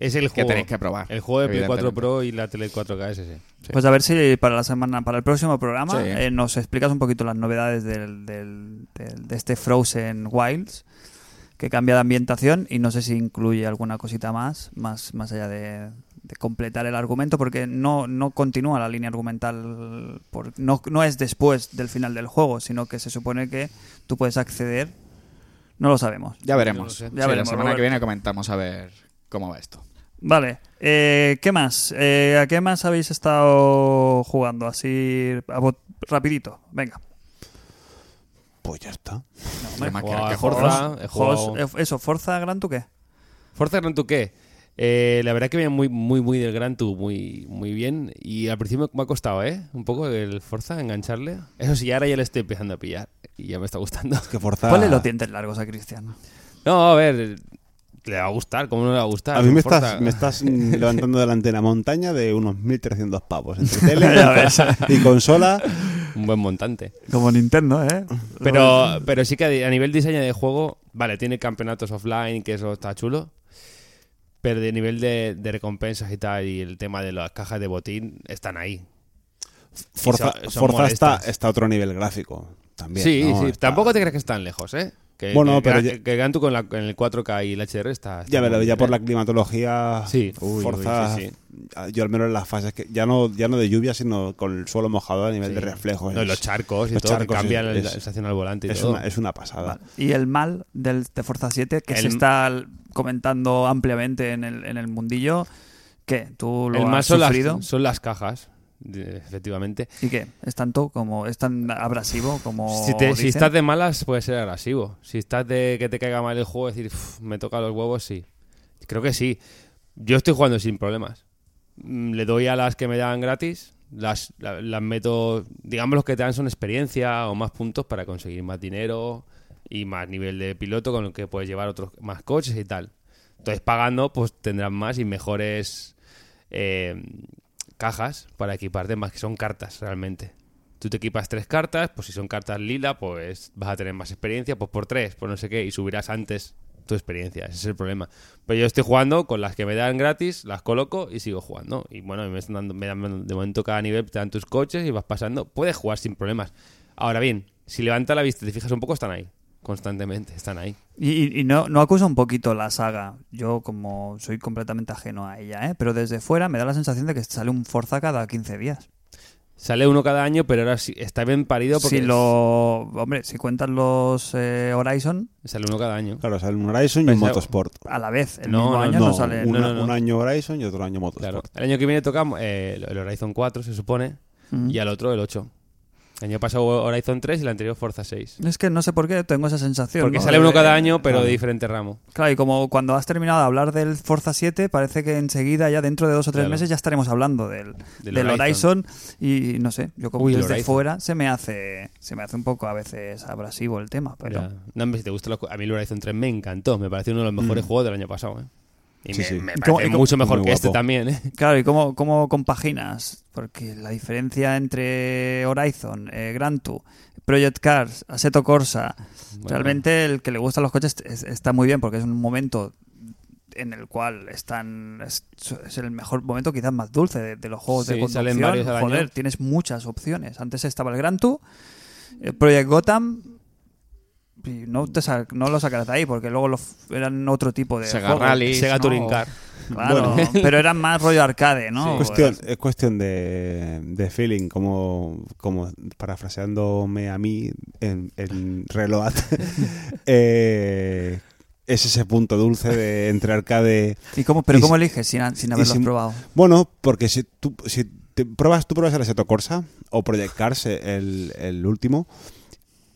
Speaker 4: es el
Speaker 3: que
Speaker 4: juego.
Speaker 3: tenéis que probar.
Speaker 4: el juego de Play 4
Speaker 3: evidentemente.
Speaker 4: Pro y la Tele 4K es ese.
Speaker 1: Pues a ver si para la semana, para el próximo programa,
Speaker 3: Sí.
Speaker 1: eh, nos explicas un poquito las novedades del, del- del- de este Frozen Wilds, que cambia de ambientación y no sé si incluye alguna cosita más, más, más allá de, de completar el argumento, porque no, no continúa la línea argumental, por- no, no es después del final del juego, sino que se supone que tú puedes acceder, no lo sabemos.
Speaker 3: Ya veremos.
Speaker 4: Yo no lo sé.
Speaker 1: Ya
Speaker 3: Sí, la
Speaker 1: veremos,
Speaker 3: semana
Speaker 1: Roberto.
Speaker 3: que viene comentamos a ver cómo va esto.
Speaker 1: Vale, eh, ¿qué más? Eh, ¿A qué más habéis estado jugando? Así, a bot- rapidito, venga.
Speaker 5: Pues ya está.
Speaker 1: No,
Speaker 3: Lo más que-
Speaker 4: Guau,
Speaker 3: que
Speaker 4: Forza.
Speaker 3: juegos.
Speaker 4: he
Speaker 1: Juegos-
Speaker 4: jugado-
Speaker 1: eh, eso, Forza Gran Tuque.
Speaker 4: Forza Gran Tuque. Eh, la verdad que viene muy, muy, muy del Gran Tour, muy, muy bien. Y al principio me ha costado, ¿eh? Un poco el Forza, engancharle. Eso sí, ahora ya le estoy empezando a pillar. Y ya me está gustando.
Speaker 5: Es que Forza.
Speaker 1: Ponle los dientes largos a Cristian.
Speaker 4: No, a ver. Le va a gustar, ¿cómo no le va a gustar?
Speaker 5: A mí me
Speaker 4: Forza.
Speaker 5: estás, me estás mm, levantando delante de la montaña de unos 1.300 pavos entre tele
Speaker 1: Ya ves.
Speaker 5: y consola.
Speaker 4: Un buen montante.
Speaker 1: Como Nintendo, ¿eh?
Speaker 4: Pero, pero sí que a di- a nivel diseño de juego, vale, tiene campeonatos offline, que eso está chulo. Pero de nivel de, de recompensas y tal, y el tema de las cajas de botín, están ahí.
Speaker 5: Forza,
Speaker 4: son- son
Speaker 5: Forza está,
Speaker 4: molestas.
Speaker 5: está a otro nivel gráfico. También,
Speaker 4: sí,
Speaker 5: ¿no?
Speaker 4: sí.
Speaker 5: Está-
Speaker 4: Tampoco te creas que están lejos, ¿eh? Que,
Speaker 5: Bueno,
Speaker 4: que-
Speaker 5: pero
Speaker 4: que,
Speaker 5: ya-
Speaker 4: que Gantu con, la- con el 4K y el HDR está... está
Speaker 5: Ya verás,
Speaker 4: muy
Speaker 5: ya
Speaker 4: bien,
Speaker 5: por
Speaker 4: ¿eh?
Speaker 5: la climatología.
Speaker 4: Sí. Uy,
Speaker 5: Forza.
Speaker 4: uy, sí,
Speaker 5: Yo al menos en las fases que. Ya no, ya no de lluvia, sino con el suelo mojado a nivel
Speaker 4: Sí.
Speaker 5: de reflejos.
Speaker 4: ¿eh? No,
Speaker 5: Es-
Speaker 4: los charcos y
Speaker 5: los
Speaker 4: todo,
Speaker 5: charcos,
Speaker 4: que cambian
Speaker 5: es-
Speaker 4: la- la
Speaker 5: es-
Speaker 4: sensación al volante y
Speaker 5: es
Speaker 4: todo.
Speaker 5: una, es una pasada.
Speaker 1: Y el mal del, de Forza 7, que
Speaker 4: El-
Speaker 1: se está l- comentando ampliamente en el, en el mundillo, ¿qué? ¿Tú lo
Speaker 4: el
Speaker 1: has
Speaker 4: más son las,
Speaker 1: sufrido?
Speaker 4: son las cajas, de- efectivamente.
Speaker 1: ¿Y qué? ¿Es tanto como, es tan abrasivo como
Speaker 4: Si, te- si
Speaker 1: dicen?
Speaker 4: estás de malas, puede ser agresivo. Si estás de que te caiga mal el juego, decir, "Uf, me toca los huevos, sí. Creo que sí. Yo estoy jugando sin problemas. Mm, Le doy a las que me dan gratis, las, la- las meto. Digamos, los que te dan son experiencia o más puntos para conseguir más dinero y más nivel de piloto con el que puedes llevar otros más coches y tal. Entonces, pagando, pues tendrás más y mejores eh, cajas para equiparte, más que son cartas realmente. Tú te equipas tres cartas, pues si son cartas lila, pues vas a tener más experiencia, pues por tres, por no sé qué, y subirás antes tu experiencia, ese es el problema. Pero yo estoy jugando con las que me dan gratis, las coloco y sigo jugando. Y bueno, me están dando, me dan- de momento cada nivel te dan tus coches y vas pasando, puedes jugar sin problemas. Ahora bien, si levanta la vista y te fijas un poco, están ahí, constantemente, están ahí.
Speaker 1: Y, y- y no, no acusa un poquito la saga. Yo, como soy completamente ajeno a ella, ¿eh? pero desde fuera me da la sensación de que sale un Forza cada 15 días.
Speaker 4: Sale uno cada año, pero ahora sí, está bien parido porque
Speaker 1: Si lo. Hombre, si cuentas los eh, Horizon
Speaker 4: es- sale uno cada año.
Speaker 5: Claro, sale un Horizon y un
Speaker 4: Pensaba-
Speaker 5: Motorsport.
Speaker 1: a la vez, el
Speaker 4: No,
Speaker 1: mismo
Speaker 4: no,
Speaker 1: año
Speaker 4: Ya
Speaker 1: no,
Speaker 5: No,
Speaker 1: sale.
Speaker 5: una-
Speaker 4: no, no, no.
Speaker 5: un año Horizon y otro año
Speaker 4: Claro.
Speaker 5: Motorsport.
Speaker 4: Pues El año que viene toca eh, el Horizon 4, se supone,
Speaker 1: Mm.
Speaker 4: y al otro el 8. El año pasado Horizon 3 y el anterior Forza 6.
Speaker 1: Mm. Es que no sé por qué tengo esa sensación.
Speaker 4: Porque
Speaker 1: ¿no? eh,
Speaker 4: sale
Speaker 1: De-
Speaker 4: uno cada año, pero de
Speaker 5: Claro.
Speaker 4: diferente ramo.
Speaker 1: Claro, y como cuando has terminado de hablar del Forza 7, parece que enseguida, ya dentro de dos o tres
Speaker 4: Claro.
Speaker 1: meses, ya estaremos hablando del,
Speaker 4: Del
Speaker 1: del,
Speaker 4: Horizon.
Speaker 1: Horizon. Y no sé, yo como
Speaker 4: Uy, el
Speaker 1: desde
Speaker 4: Horizon.
Speaker 1: fuera se me hace se me hace un poco a veces abrasivo el tema, pero.
Speaker 4: Ya. No, hombre, si te gusta los cu- a mí el Horizon 3 me encantó. Me pareció uno de los mejores juegos del año pasado. ¿eh? Y
Speaker 5: Sí,
Speaker 4: me,
Speaker 5: sí.
Speaker 4: me
Speaker 1: ¿Y
Speaker 4: parece
Speaker 1: cómo- y cómo-
Speaker 4: mucho mejor
Speaker 5: Muy
Speaker 4: que este
Speaker 5: guapo.
Speaker 4: también. ¿eh?
Speaker 1: Claro, ¿y cómo, cómo compaginas? Porque la diferencia entre Horizon, eh, Gran Tour, Project Cars, Assetto Corsa,
Speaker 4: Bueno.
Speaker 1: realmente el que le gustan los coches es- está muy bien porque es un momento en el cual están es, es el mejor momento quizás más dulce de, de los juegos de
Speaker 4: Sí,
Speaker 1: conducción.
Speaker 4: salen varios al año.
Speaker 1: Joder, tienes muchas opciones. Antes estaba el Gran Tour, eh, Project Gotham y no, te sa- no lo sacarás de ahí porque luego lo f- eran otro tipo de
Speaker 3: Sega
Speaker 1: juegos.
Speaker 3: Rally.
Speaker 4: Sega
Speaker 1: ¿no?
Speaker 4: Touring Car.
Speaker 1: Claro,
Speaker 5: Bueno.
Speaker 1: pero eran más rollo arcade, ¿no?
Speaker 5: Es cuestión, es cuestión de, de feeling, como, como parafraseándome a mí en, en Reload. eh, es ese punto dulce de entre arcade.
Speaker 1: ¿Y cómo, pero
Speaker 5: Y
Speaker 1: cómo
Speaker 5: si-
Speaker 1: eliges sin, a- sin haberlos
Speaker 5: sin-
Speaker 1: probado?
Speaker 5: Bueno, porque si tú, si te pruebas, tú pruebas el Assetto Corsa o Project Cars, el, el último,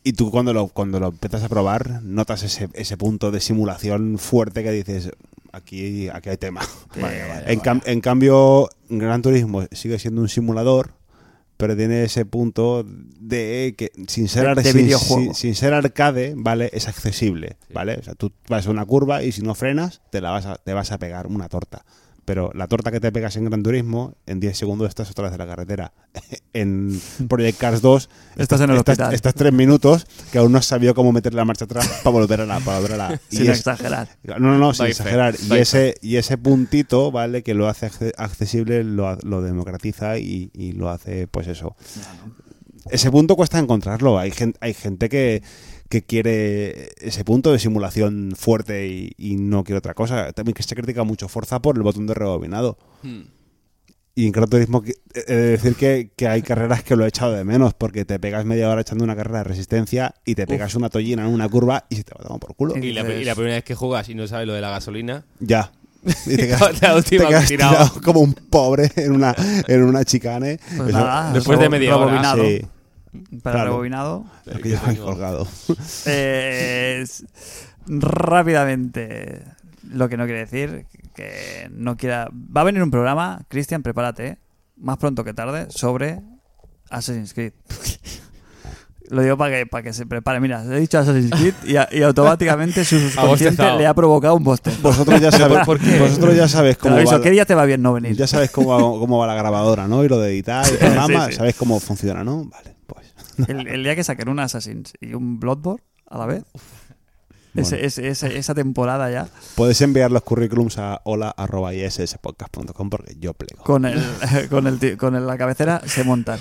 Speaker 5: y tú cuando lo, cuando lo empiezas a probar, notas ese, ese punto de simulación fuerte que dices,
Speaker 2: aquí, aquí hay tema.
Speaker 3: Vaya, vaya,
Speaker 2: en,
Speaker 3: vaya.
Speaker 2: cam- en cambio, Gran Turismo sigue siendo un simulador, pero tiene ese punto de que sin ser,
Speaker 1: De-
Speaker 2: ar-
Speaker 1: de
Speaker 2: sin,
Speaker 1: videojuego.
Speaker 2: sin- sin ser arcade, ¿vale? Es accesible, ¿vale? O sea, tú vas a una curva y si no frenas, te, la vas a, te vas a pegar una torta. Pero la torta que te pegas en Gran Turismo, en 10 segundos estás otra vez en la carretera. en Project Cars 2
Speaker 1: Estás en el
Speaker 2: estás,
Speaker 1: hospital.
Speaker 2: estás tres minutos que aún no has sabido cómo meter la marcha atrás para volver a la. Para volver a la
Speaker 1: sin
Speaker 2: y es-
Speaker 1: exagerar.
Speaker 2: no, no, no, sin
Speaker 3: Doy fe,
Speaker 2: exagerar. Y
Speaker 3: doy
Speaker 2: ese, y ese puntito, ¿vale? Que lo hace acce- accesible, lo, ha- lo democratiza y, y lo hace, pues eso. Ese punto cuesta encontrarlo. Hay, gen- hay gente que, que quiere ese punto de simulación fuerte y, y no quiere otra cosa. También que se critica mucho Forza por el botón de rebobinado. Y en Gran Turismo que- he de decir que, que hay carreras que lo he echado de menos porque te pegas media hora echando una carrera de resistencia y te pegas una tollina en una curva y se te va a tomar por culo.
Speaker 1: Sí.
Speaker 4: Y la, y la primera vez que juegas y no sabes lo de la gasolina,
Speaker 2: Ya. Y te
Speaker 4: La
Speaker 2: quedas,
Speaker 4: última
Speaker 2: te quedas
Speaker 4: tirado.
Speaker 2: tirado como un pobre en una, en una chicane.
Speaker 1: Pues
Speaker 2: Eso-
Speaker 1: nada,
Speaker 4: después de media hora,
Speaker 1: rebobinado.
Speaker 2: Sí,
Speaker 1: Para
Speaker 2: claro.
Speaker 1: rebobinado.
Speaker 2: lo que lleváis colgado.
Speaker 1: Eh, es- rápidamente, lo que no quiere decir que no quiera. Va a venir un programa, Cristian, prepárate, eh, más pronto que tarde, sobre Assassin's Creed. Lo digo para que, para que se prepare. Mira, he dicho Assassin's Creed y, a- y automáticamente su subconsciente
Speaker 4: bostezado.
Speaker 1: le ha provocado un boste.
Speaker 2: Vosotros ya sabéis,
Speaker 4: por qué?
Speaker 2: vosotros ya sabéis
Speaker 1: Te lo
Speaker 2: cómo va,
Speaker 1: aviso, ¿qué día te va bien no venir?
Speaker 2: ya sabéis cómo, va- cómo va la grabadora, ¿no? Y lo de editar y el programa,
Speaker 1: sí, sí.
Speaker 2: sabéis cómo funciona, ¿no? Vale, pues.
Speaker 1: El, el día que saquen un Assassin's y un Bloodborne a la vez. Ese- ese- ese- esa temporada ya.
Speaker 2: Podéis enviar los currículums a hola.isspodcast.com porque yo plego.
Speaker 1: con el, con el ti- con el- la cabecera se montan.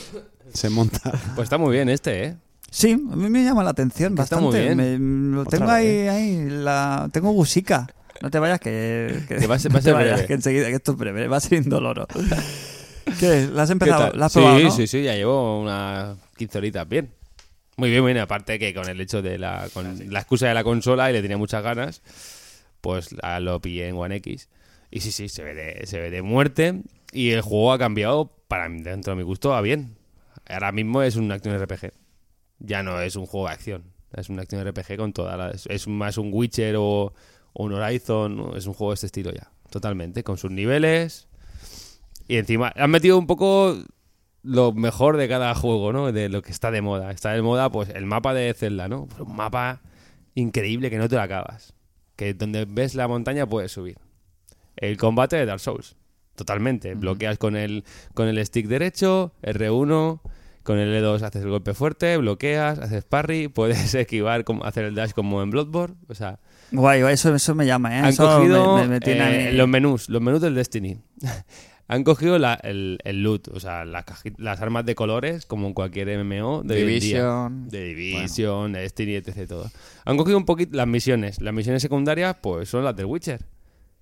Speaker 2: Se monta.
Speaker 4: pues está muy bien este, ¿eh?
Speaker 1: Sí, a mí me llama la atención
Speaker 4: Está
Speaker 1: bastante.
Speaker 4: muy bien.
Speaker 1: Me- mm, lo
Speaker 2: Otra
Speaker 1: tengo ahí,
Speaker 2: vez.
Speaker 1: ahí la tengo gusica. No te vayas que, que
Speaker 4: Que va a ser-
Speaker 1: no
Speaker 4: va a
Speaker 1: te
Speaker 4: ser
Speaker 1: vayas,
Speaker 4: breve.
Speaker 1: que enseguida que esto es breve, va a ser indoloro. ¿Qué? ¿La has empezado?
Speaker 4: tal?
Speaker 1: ¿La has
Speaker 4: sí,
Speaker 1: probado? no?
Speaker 4: sí, sí, ya llevo unas 15 horitas, bien. Muy bien, muy bien. Aparte que con el hecho de la, con la excusa de la consola y le tenía muchas ganas, pues la- lo pillé en One X. Y sí, sí, se ve de, se ve de muerte. Y el juego ha cambiado, para mí, dentro de mi gusto, a bien. Ahora mismo es un acción RPG. Ya no es un juego de acción. Es un acción RPG con todas las... Es más un Witcher o, o un Horizon. o- Es un juego de este estilo ya. Totalmente. Con sus niveles. Y encima han metido un poco lo mejor de cada juego, ¿no? De lo que está de moda. Está de moda, pues, el mapa de Zelda, ¿no? Pues un mapa increíble que no te lo acabas. Que donde ves la montaña puedes subir. El combate de Dark Souls. Totalmente. Bloqueas con el, con el stick derecho, R1, con el L2 haces el golpe fuerte, bloqueas, haces parry, puedes esquivar, como- hacer el dash como en Bloodborne. O sea,
Speaker 1: Guay, guay, eso, eso me llama, ¿eh?
Speaker 4: han
Speaker 1: Eso me-
Speaker 4: cogido
Speaker 1: me- me tiene
Speaker 4: eh,
Speaker 1: ahí-
Speaker 4: los menús, los menús del Destiny. Han cogido la- el, el loot, o sea, las, caji- las armas de colores, como en cualquier MMO de hoy en día.
Speaker 3: Division.
Speaker 4: De este, Division, Destiny, etc. Todo. Han cogido un poquito las misiones. Las misiones secundarias, pues son las del Witcher.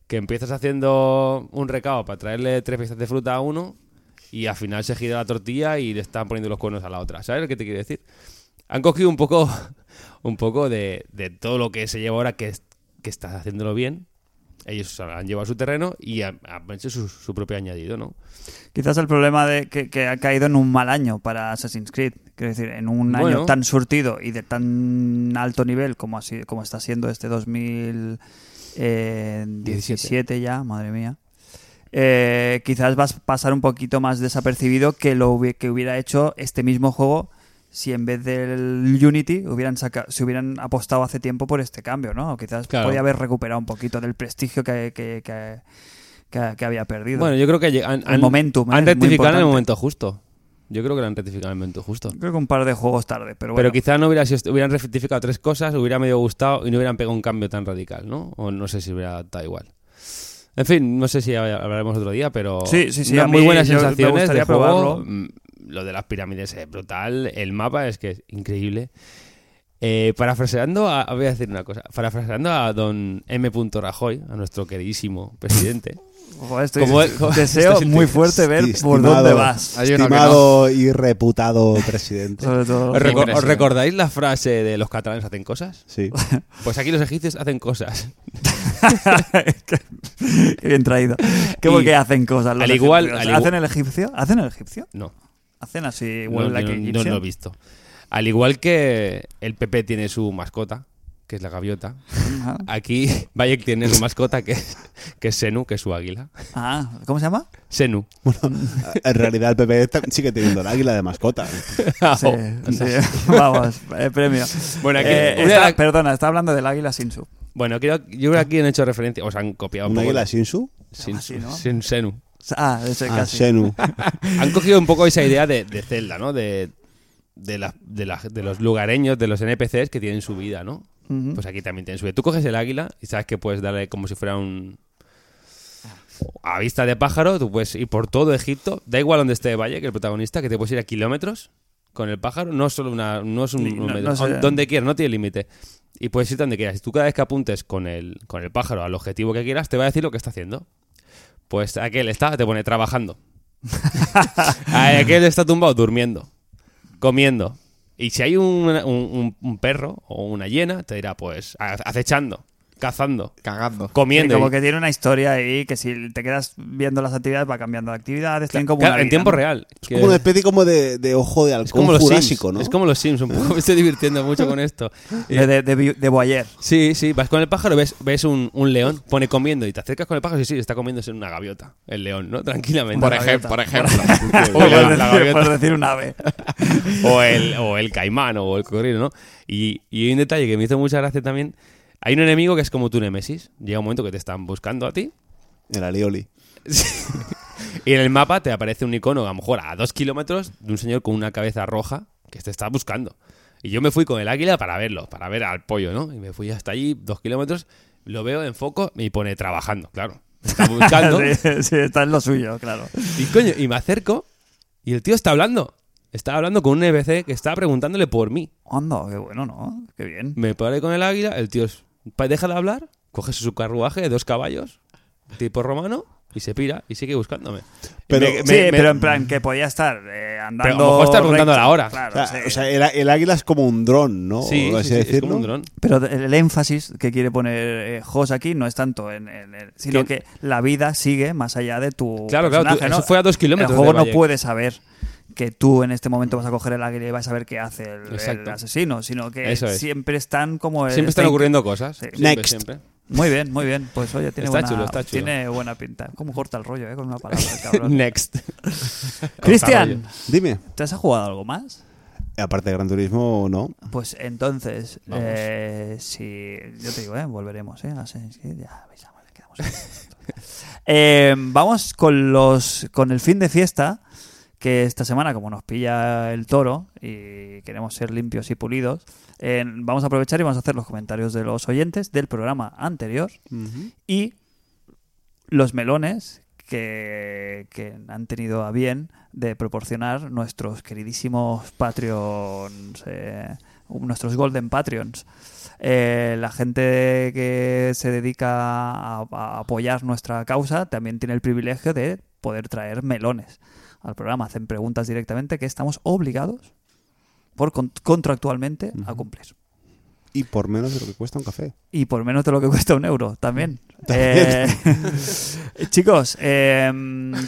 Speaker 4: Que empiezas haciendo un recado para traerle tres piezas de fruta a uno y al final se gira la tortilla y le están poniendo los cuernos a la otra. ¿Sabes lo que te quiero decir? Han cogido un poco, un poco de, de todo lo que se lleva ahora que, es- que estás haciéndolo bien. Ellos se lo han llevado a su terreno y han, han hecho su, su propio añadido, ¿no?
Speaker 1: Quizás el problema de que, que ha caído en un mal año para Assassin's Creed. Quiero decir, en un año
Speaker 4: Bueno.
Speaker 1: tan surtido y de tan alto nivel como, así, como está siendo este 2017 ya, madre mía. eh, quizás vas a pasar un poquito más desapercibido que lo hubie- que hubiera hecho este mismo juego si en vez del Unity hubieran saca- se hubieran apostado hace tiempo por este cambio, ¿no? O quizás
Speaker 4: Claro.
Speaker 1: podía haber recuperado un poquito del prestigio que, que- que- que- que había perdido.
Speaker 4: Bueno, yo creo que lle- han,
Speaker 1: El
Speaker 4: han-
Speaker 1: momentum, ¿eh?
Speaker 4: han
Speaker 1: Es muy
Speaker 4: rectificado en el
Speaker 1: importante.
Speaker 4: momento justo. Yo creo que lo han rectificado en el momento justo.
Speaker 1: Creo que un par de juegos tarde, pero bueno.
Speaker 4: Pero quizá no hubiera, si est- hubieran rectificado tres cosas, hubiera medio gustado y no hubieran pegado un cambio tan radical, ¿no? O no sé si hubiera dado igual. En fin, no sé si hab- hablaremos otro día, pero
Speaker 1: Sí, sí, sí,
Speaker 4: unas
Speaker 1: a
Speaker 4: muy
Speaker 1: mí
Speaker 4: buenas
Speaker 1: yo- me
Speaker 4: sensaciones
Speaker 1: gustaría
Speaker 4: de juego.
Speaker 1: probarlo.
Speaker 4: Mm, Lo de las pirámides es brutal, el mapa es que es increíble. Eh, parafraseando, a, voy a decir una cosa, parafraseando a don M. Rajoy, a nuestro queridísimo presidente,
Speaker 1: Joder, estoy-
Speaker 4: como él- como-
Speaker 1: deseo
Speaker 4: estoy
Speaker 1: muy fuerte ver por
Speaker 2: Estimado-
Speaker 1: dónde vas.
Speaker 3: Hay uno que no.
Speaker 2: Estimado y reputado presidente.
Speaker 1: Sobre todo.
Speaker 4: ¿os, reco-
Speaker 3: Sí,
Speaker 4: os
Speaker 3: sí.
Speaker 4: recordáis la frase de los catalanes hacen cosas?
Speaker 2: Sí.
Speaker 4: Pues aquí los egipcios hacen cosas.
Speaker 1: Qué- Qué bien traído. Qué
Speaker 4: Y-
Speaker 1: porque hacen cosas. los
Speaker 4: al igual-
Speaker 1: egipcios.
Speaker 4: al igual-
Speaker 1: ¿Hacen el egipcio? ¿Hacen el egipcio?
Speaker 4: No.
Speaker 1: ¿Hacen así?
Speaker 4: No,
Speaker 1: huele a
Speaker 4: yo
Speaker 1: que
Speaker 4: no- no
Speaker 1: egipcio?
Speaker 4: lo he visto. Al igual que el PP tiene su mascota, que es la gaviota.
Speaker 1: Ajá.
Speaker 4: Aquí Bayek tiene su mascota, que es, que es Senu, que es su águila.
Speaker 1: Ah, ¿cómo se llama?
Speaker 4: Senu.
Speaker 5: En realidad el PP
Speaker 2: E
Speaker 5: ta- sigue teniendo el águila de mascota.
Speaker 1: Sí, sí. Vamos, eh, premio.
Speaker 4: Ah, oh, Bueno, aquí-
Speaker 1: Eh,
Speaker 4: una-
Speaker 1: está- perdona, está hablando del águila Sinsu.
Speaker 4: Bueno, creo- yo creo que aquí han hecho referencia, o sea, han copiado un,
Speaker 5: ¿Un
Speaker 4: poco.
Speaker 5: águila Shinsu?
Speaker 4: sin,
Speaker 1: Ah, sí, ¿no?
Speaker 4: sin Senu.
Speaker 1: Ah, ese
Speaker 5: Ah,
Speaker 1: casi.
Speaker 5: Shenu.
Speaker 4: Han cogido un poco esa idea de, de Zelda, ¿no? De, de, la- de la- de los lugareños, de los NPCs que tienen su vida, ¿no?
Speaker 1: Ujú.
Speaker 4: Pues aquí también tienen su vida. Tú coges el águila y sabes que puedes darle como si fuera un... A vista de pájaro, tú puedes ir por todo Egipto, da igual donde esté Valle, que el protagonista, que te puedes ir a kilómetros con el pájaro, no es solo una, no es un
Speaker 1: Ni- no-
Speaker 4: número,
Speaker 1: no sé.
Speaker 4: donde quieras, no tiene límite. Y puedes ir donde quieras. Y tú cada vez que apuntes con el, con el pájaro al objetivo que quieras, te va a decir lo que está haciendo. Pues aquel está, te pone trabajando. Ah, Aquel está tumbado durmiendo, comiendo. Y si hay un, un- un perro o una hiena, te dirá, pues, a- acechando, cazando,
Speaker 3: Cagando.
Speaker 1: Sí,
Speaker 4: comiendo.
Speaker 1: como
Speaker 4: Y-
Speaker 1: que tiene una historia ahí que si te quedas viendo las actividades va cambiando de actividades. tienen como
Speaker 4: Claro,
Speaker 1: una
Speaker 4: en
Speaker 1: vida,
Speaker 4: tiempo
Speaker 1: ¿no?
Speaker 4: real. Que-
Speaker 5: Como una especie como de, de ojo de halcón jurásico,
Speaker 4: Sims.
Speaker 5: ¿no?
Speaker 4: Es como los Sims, un poco me estoy divirtiendo mucho con esto.
Speaker 1: De, de, de, vi- de voyeur.
Speaker 4: Sí, sí, vas con el pájaro, ves, ves un, un león, pone comiendo y te acercas con el pájaro y sí, está comiéndose una gaviota, el león, ¿no? Tranquilamente.
Speaker 1: Bueno,
Speaker 3: Por,
Speaker 1: la
Speaker 3: ejem-
Speaker 1: gaviota.
Speaker 3: por ejemplo.
Speaker 4: O
Speaker 1: por,
Speaker 4: la- la
Speaker 1: decir,
Speaker 4: gaviota.
Speaker 1: por decir un ave.
Speaker 4: o, el, o el caimán o el cocodrilo, ¿no? Y, y hay un detalle que me hizo mucha gracia también. Hay un enemigo que es como tu némesis. Llega un momento que te están buscando a ti
Speaker 5: El alioli.
Speaker 4: y en el mapa te aparece un icono, a lo mejor a dos kilómetros, de un señor con una cabeza roja que te está buscando. Y yo me fui con el águila para verlo, para ver al pollo, ¿no? Y me fui hasta allí, dos kilómetros, lo veo en foco y pone trabajando, claro. Me Está buscando.
Speaker 1: Sí, sí, está en lo suyo, claro.
Speaker 4: Y coño, y me acerco y el tío está hablando. Está hablando con un NPC que estaba preguntándole por mí.
Speaker 1: Anda, qué bueno, ¿no? Qué bien.
Speaker 4: Me paré con el águila, el tío es- pa- deja de hablar, coge su carruaje de dos caballos, tipo romano, y se pira y sigue buscándome.
Speaker 5: Pero-
Speaker 4: Me- me-
Speaker 1: sí,
Speaker 4: me-
Speaker 1: pero en plan que podía estar eh, andando.
Speaker 4: Pero a lo mejor está preguntando
Speaker 1: recto,
Speaker 4: la hora.
Speaker 5: O
Speaker 1: Claro,
Speaker 5: sea,
Speaker 1: sí.
Speaker 5: o sea, el, el águila es como un dron, ¿no?
Speaker 2: Oh,
Speaker 5: O
Speaker 4: Sí, sí,
Speaker 5: así
Speaker 4: sí, es
Speaker 5: decirlo.
Speaker 4: como un dron.
Speaker 1: Pero el énfasis que quiere poner eh, Jos aquí no es tanto en, en- en- sino
Speaker 4: Que-
Speaker 1: que la vida sigue más allá de tu
Speaker 4: Claro, claro, tú-
Speaker 1: personaje, ¿no?
Speaker 4: eso fue a dos kilómetros
Speaker 1: El juego
Speaker 4: de
Speaker 1: no
Speaker 4: Valle.
Speaker 1: puede saber que tú en este momento vas a coger el águila y vas a ver qué hace el- el,
Speaker 4: Exacto.
Speaker 1: asesino, sino que
Speaker 4: Eso es.
Speaker 1: siempre están como el-
Speaker 4: Siempre están
Speaker 1: está-
Speaker 4: ocurriendo cosas. Siempre,
Speaker 5: Next.
Speaker 4: siempre.
Speaker 1: Muy bien, muy bien. Pues oye, tiene
Speaker 4: Está
Speaker 1: buena
Speaker 4: chulo, está chulo.
Speaker 1: tiene buena pinta. Cómo corta el rollo, eh, con una palabra, cabrón.
Speaker 4: Next.
Speaker 1: Cristian,
Speaker 5: Dime.
Speaker 1: ¿te has jugado algo más?
Speaker 5: Aparte de Gran Turismo, no.
Speaker 1: Pues entonces, eh, si. Yo te digo, ¿eh? volveremos, ¿eh? A Assassin's Creed, ya avisamos, le quedamos ahí. Eh, vamos con los con el fin de fiesta, que esta semana, como nos pilla el toro y queremos ser limpios y pulidos, eh, vamos a aprovechar y vamos a hacer los comentarios de los oyentes del programa anterior y los melones que, que han tenido a bien de proporcionar nuestros queridísimos Patreons, eh, nuestros Golden Patreons. Eh, la gente que se dedica a, a apoyar nuestra causa también tiene el privilegio de poder traer melones al programa. Hacen preguntas directamente que estamos obligados por con- contractualmente a cumplir.
Speaker 5: Y por menos de lo que cuesta un café.
Speaker 1: Y por menos de lo que cuesta un euro también. Eh, chicos, eh,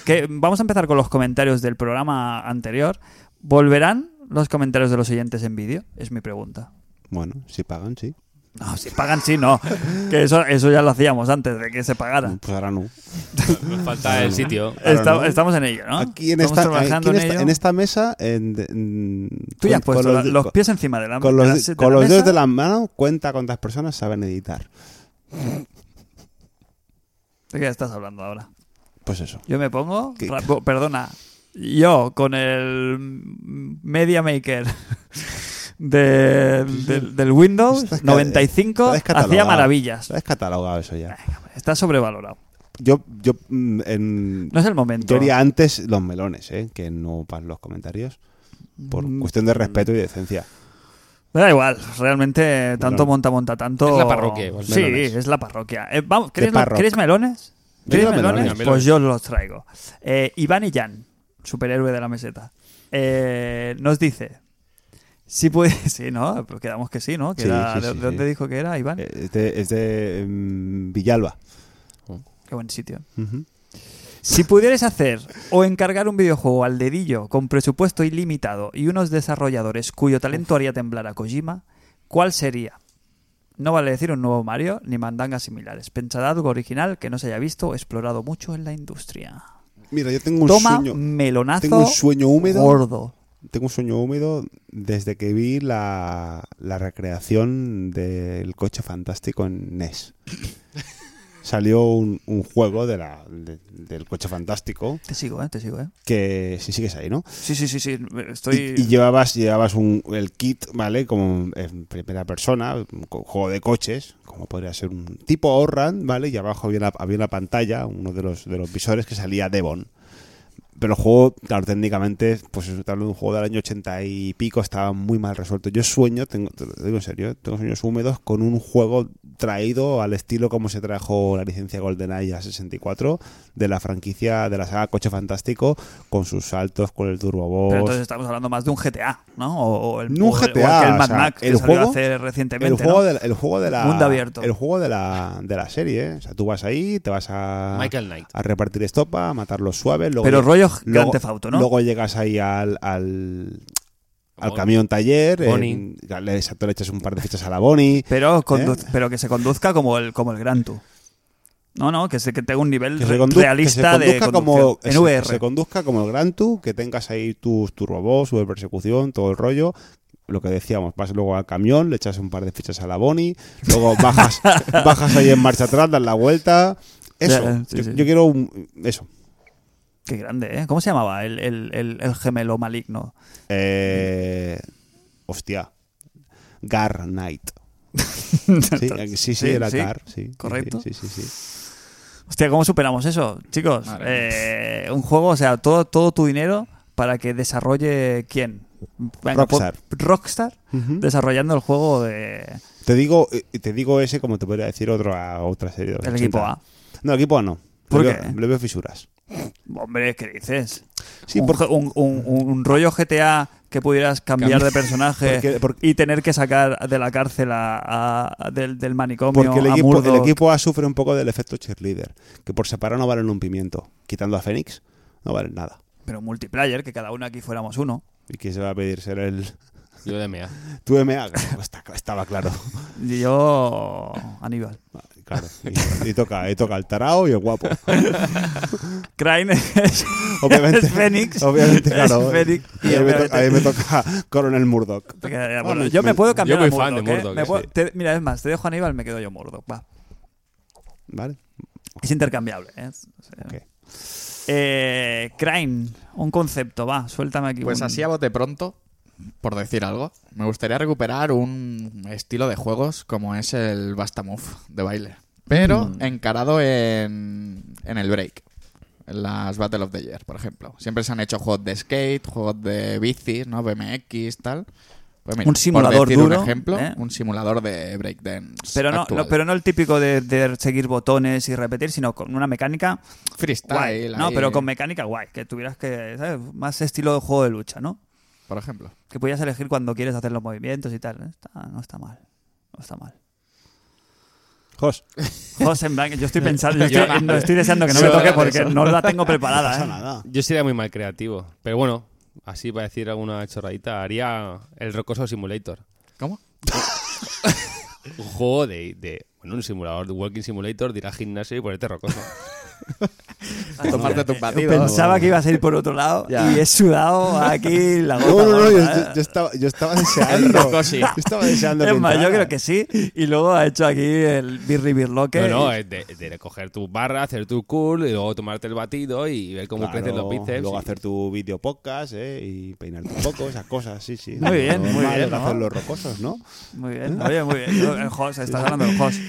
Speaker 1: que vamos a empezar con los comentarios del programa anterior. ¿Volverán los comentarios de los oyentes en vídeo? Es mi pregunta.
Speaker 5: Bueno, si pagan, sí.
Speaker 1: No, si pagan, sí, no. Que eso, eso ya lo hacíamos antes de que se pagara.
Speaker 5: Pues ahora no.
Speaker 4: Nos falta el sitio.
Speaker 5: Claro,
Speaker 1: Esta-
Speaker 5: ¿no?
Speaker 1: Estamos en ello, ¿no?
Speaker 5: Aquí en
Speaker 1: Ah, Estamos
Speaker 5: esta, aquí
Speaker 1: trabajando
Speaker 5: en
Speaker 1: en
Speaker 5: esta,
Speaker 1: ello.
Speaker 5: en esta mesa. en- en-
Speaker 1: Tú ya has
Speaker 5: con- con
Speaker 1: puesto la- los,
Speaker 5: con-
Speaker 1: pies encima de la
Speaker 5: con
Speaker 1: de la-
Speaker 5: los,
Speaker 1: de la
Speaker 5: con los dedos
Speaker 1: mesa.
Speaker 5: de la mano, cuenta cuántas personas saben editar.
Speaker 1: ¿De qué estás hablando ahora?
Speaker 5: Pues eso.
Speaker 1: Yo me pongo,
Speaker 5: ¿Qué?
Speaker 1: ra- bo- perdona, yo con el Media Maker de- del- del
Speaker 5: Estás
Speaker 1: Windows
Speaker 5: ca-
Speaker 1: 95
Speaker 5: está
Speaker 1: hacía
Speaker 5: descatalogado.
Speaker 1: maravillas.
Speaker 5: Está descatalogado eso ya.
Speaker 1: Está sobrevalorado.
Speaker 5: Yo, yo, mm, en,
Speaker 1: No es el momento.
Speaker 5: yo haría antes los melones, ¿eh? que no para los comentarios. Por
Speaker 1: Mm.
Speaker 5: cuestión de respeto y decencia.
Speaker 1: Me da igual, realmente tanto
Speaker 5: Melón.
Speaker 1: monta, monta, tanto.
Speaker 4: Es la parroquia, igual.
Speaker 1: Sí,
Speaker 5: Melones.
Speaker 1: es la parroquia. Eh, vamos, ¿queréis,
Speaker 5: De
Speaker 1: lo-
Speaker 5: parroc.
Speaker 1: queréis melones?
Speaker 5: Yo
Speaker 1: ¿Queréis
Speaker 5: quiero
Speaker 1: melones?
Speaker 5: melones.
Speaker 1: Pues yo los traigo. Eh, Iván y Jan, superhéroe de la meseta, eh, nos dice. Sí, pues, sí, ¿no? Pero quedamos que sí, ¿no? Que
Speaker 5: Sí,
Speaker 1: era-
Speaker 5: sí,
Speaker 1: ¿De
Speaker 5: sí,
Speaker 1: de dónde
Speaker 5: sí.
Speaker 1: dijo que era, Iván?
Speaker 5: Eh, Es de, es de, mm, Villalba.
Speaker 1: Qué buen sitio.
Speaker 5: Ujú.
Speaker 1: Si pudieras hacer o encargar un videojuego al dedillo con presupuesto ilimitado y unos desarrolladores cuyo talento haría temblar a Kojima, ¿cuál sería? No vale decir un nuevo Mario ni mandangas similares. Pensad algo original que no se haya visto o explorado mucho en la industria.
Speaker 2: Mira, yo tengo un
Speaker 1: Toma
Speaker 2: sueño.
Speaker 1: melonazo
Speaker 2: Tengo un sueño húmedo.
Speaker 1: gordo.
Speaker 2: Tengo un sueño húmedo desde que vi la, la recreación del coche fantástico en NES. Salió un, un juego de la, de- del coche fantástico
Speaker 1: Te sigo, ¿eh? Te sigo, ¿eh?
Speaker 2: que si sigues ahí, ¿no?
Speaker 1: Sí, sí, sí, sí. Estoy...
Speaker 2: Y, y llevabas, llevabas un, el kit, ¿vale? Como en primera persona, un co- juego de coches, como podría ser un tipo Orran, ¿vale? Y abajo había la, había la pantalla, uno de los, de los visores que salía Devon. Pero el juego, claro, técnicamente, pues es de un juego del año 80 y pico, estaba muy mal resuelto. Yo sueño, tengo, te lo digo en serio, ¿eh? tengo sueños húmedos con un juego traído al estilo como se trajo la licencia GoldenEye a 64 de la franquicia de la saga Coche Fantástico con sus saltos, con el Turbo Boss.
Speaker 1: Pero entonces estamos hablando más de un GTA, ¿no? O, o el,
Speaker 2: No un
Speaker 1: o el- o
Speaker 2: GTA,
Speaker 1: aquel Mad
Speaker 2: o sea,
Speaker 1: Max que
Speaker 2: el
Speaker 1: salió
Speaker 2: juego-
Speaker 1: hace recientemente,
Speaker 2: el juego,
Speaker 1: ¿no?
Speaker 2: de la, el juego de la
Speaker 1: Mundo abierto.
Speaker 2: el juego de la, de la serie ¿eh? o sea tú vas ahí te vas a
Speaker 4: Michael Knight.
Speaker 2: a repartir estopa a matar los suaves luego
Speaker 1: Pero
Speaker 2: lleg-
Speaker 1: rollo
Speaker 2: luego-
Speaker 1: Grand Theft Auto, ¿no?
Speaker 2: luego llegas ahí al al, al
Speaker 4: Bonnie.
Speaker 2: camión taller
Speaker 4: Bonnie.
Speaker 2: eh, le, exacto, le echas un par de fichas a la Bonnie
Speaker 1: pero, condu- pero que se conduzca como el, como el Gran Tour. No, no, que, se, que tenga un nivel
Speaker 2: que se,
Speaker 1: re-
Speaker 2: condu-
Speaker 1: realista
Speaker 2: que se
Speaker 1: de
Speaker 2: conduzca como
Speaker 1: conducción. en
Speaker 2: eso,
Speaker 1: VR.
Speaker 2: que se conduzca como el Gran Tour que tengas ahí tus turbobos su persecución todo el rollo lo que decíamos, vas luego al camión, le echas un par de fichas a la Bonnie, luego bajas, bajas ahí en marcha atrás, das la vuelta. Eso,
Speaker 1: Ya, sí,
Speaker 2: yo,
Speaker 1: sí.
Speaker 2: yo quiero un- eso.
Speaker 1: Qué grande, ¿eh? ¿Cómo se llamaba el, el- el- el gemelo maligno?
Speaker 2: Eh, hostia. Gar Knight. Sí, eh, sí, sí, era Gar. sí, sí,
Speaker 1: correcto.
Speaker 2: Sí, sí, sí.
Speaker 1: Hostia, ¿cómo superamos eso, chicos?
Speaker 3: Madre
Speaker 1: Eh, un juego, o sea, todo, todo tu dinero para que desarrolle quién. Venga, po-
Speaker 2: Rockstar. ¿Mm?
Speaker 1: Rockstar
Speaker 2: Ujú.
Speaker 1: desarrollando el juego de
Speaker 2: Te digo, eh, te digo ese como te podría decir otro a otra serie. de los
Speaker 1: el equipo
Speaker 2: 80.
Speaker 1: A.
Speaker 2: No, equipo A no.
Speaker 1: ¿Por
Speaker 2: le,
Speaker 1: qué?
Speaker 2: Veo, le veo fisuras.
Speaker 1: Hombre, ¿qué dices?
Speaker 2: Sí,
Speaker 1: un,
Speaker 2: porque,
Speaker 1: ge- un, un- un rollo GTA que pudieras cambiar de personaje
Speaker 2: porque, porque-
Speaker 1: y tener que sacar de la cárcel a, a- a- del, del manicomio
Speaker 2: porque el,
Speaker 1: a
Speaker 2: equipo,
Speaker 1: Murdoch.
Speaker 2: el equipo A sufre un poco del efecto cheerleader, que por separado no valen un pimiento. Quitando a Fénix, no valen nada.
Speaker 1: Pero multiplayer, que cada uno aquí fuéramos uno.
Speaker 2: ¿Y quién se va a pedir ser el
Speaker 4: Yo de mea.
Speaker 2: tu MA? Está- estaba claro.
Speaker 1: Y yo, Aníbal.
Speaker 2: Claro. Y, y toca, y toca el tarao y el guapo.
Speaker 1: Crane es,
Speaker 2: Obviamente.
Speaker 1: es Fénix.
Speaker 2: Obviamente,
Speaker 1: Es
Speaker 2: claro. eh,
Speaker 1: Fénix.
Speaker 2: A mí, me to- a mí me toca Coronel Murdoch.
Speaker 1: Porque, bueno,
Speaker 2: Bueno,
Speaker 1: yo me
Speaker 2: me-
Speaker 1: puedo cambiar
Speaker 4: yo
Speaker 1: a
Speaker 4: muy fan de
Speaker 1: Murdoch, ¿eh?
Speaker 4: Murdoch,
Speaker 1: Me
Speaker 4: eh,
Speaker 1: puedo-
Speaker 4: sí.
Speaker 1: te- mira, es más, te dejo a Aníbal, me quedo yo Murdoch. Va.
Speaker 2: ¿Vale?
Speaker 1: Es intercambiable. ¿eh? O sea,
Speaker 2: Ok.
Speaker 1: eh, Crane, un concepto, va, suéltame aquí.
Speaker 3: Pues
Speaker 1: un-
Speaker 3: así a bote pronto, por decir algo, me gustaría recuperar un estilo de juegos como es el Basta Move de baile, pero
Speaker 1: Mm.
Speaker 3: encarado en, en el break. en Las Battle of the Year, por ejemplo. Siempre se han hecho juegos de skate, juegos de bicis, ¿no? BMX, tal. Pues mira,
Speaker 1: Un
Speaker 3: por
Speaker 1: simulador
Speaker 3: decir
Speaker 1: duro,
Speaker 3: Un ejemplo,
Speaker 1: ¿eh?
Speaker 3: un simulador de breakdance.
Speaker 1: Pero no,
Speaker 3: actual.
Speaker 1: no- pero no el típico de, de seguir botones y repetir, sino con una mecánica guay.
Speaker 3: Freestyle.
Speaker 1: No,
Speaker 3: ahí,
Speaker 1: pero con mecánica guay, que tuvieras que, ¿sabes? Más estilo de juego de lucha, ¿no?
Speaker 3: Por ejemplo.
Speaker 1: Que pudieras elegir cuando quieres hacer los movimientos y tal. No está, no está mal. No está mal.
Speaker 2: Jos,
Speaker 1: José en blanco, yo estoy pensando, yo
Speaker 3: Yo
Speaker 1: estoy,
Speaker 3: nada.
Speaker 1: no, estoy deseando que no
Speaker 3: Yo
Speaker 1: me toque
Speaker 3: nada,
Speaker 1: porque
Speaker 3: eso.
Speaker 1: no la tengo
Speaker 2: no pasa
Speaker 1: preparada. ¿eh?
Speaker 2: nada.
Speaker 4: Yo sería muy mal creativo. Pero bueno, así para decir alguna chorradita, haría el Rocoso Simulator.
Speaker 3: ¿Cómo?
Speaker 4: Un juego de, de bueno, un simulador, de Walking Simulator, de ir al gimnasio y ponerte rocoso.
Speaker 3: A tomarte tu
Speaker 1: Ah, Yo
Speaker 3: batido.
Speaker 1: pensaba que ibas a ir por otro lado
Speaker 3: Ya.
Speaker 1: y he sudado aquí la gota.
Speaker 2: No, no, no, yo,
Speaker 1: gorda, ¿eh?
Speaker 2: yo- yo estaba, yo estaba deseando. yo estaba deseando. que
Speaker 1: Es más, yo
Speaker 2: entrara.
Speaker 1: creo que sí. Y luego ha hecho aquí el birri birloque.
Speaker 4: No, no, eh. es de, de coger tus barras, hacer tu curl y luego tomarte el batido y ver cómo
Speaker 2: Claro,
Speaker 4: crecen los bíceps.
Speaker 2: Luego
Speaker 4: y-
Speaker 2: hacer tu video podcast ¿eh? y peinarte un poco, esas cosas, sí, sí.
Speaker 1: Muy bien, muy
Speaker 2: Normal,
Speaker 1: bien,
Speaker 2: de
Speaker 1: ¿no?
Speaker 2: Hacer los rocosos, ¿no?
Speaker 1: Muy bien, oye, muy bien. Yo- El host, estás hablando del host.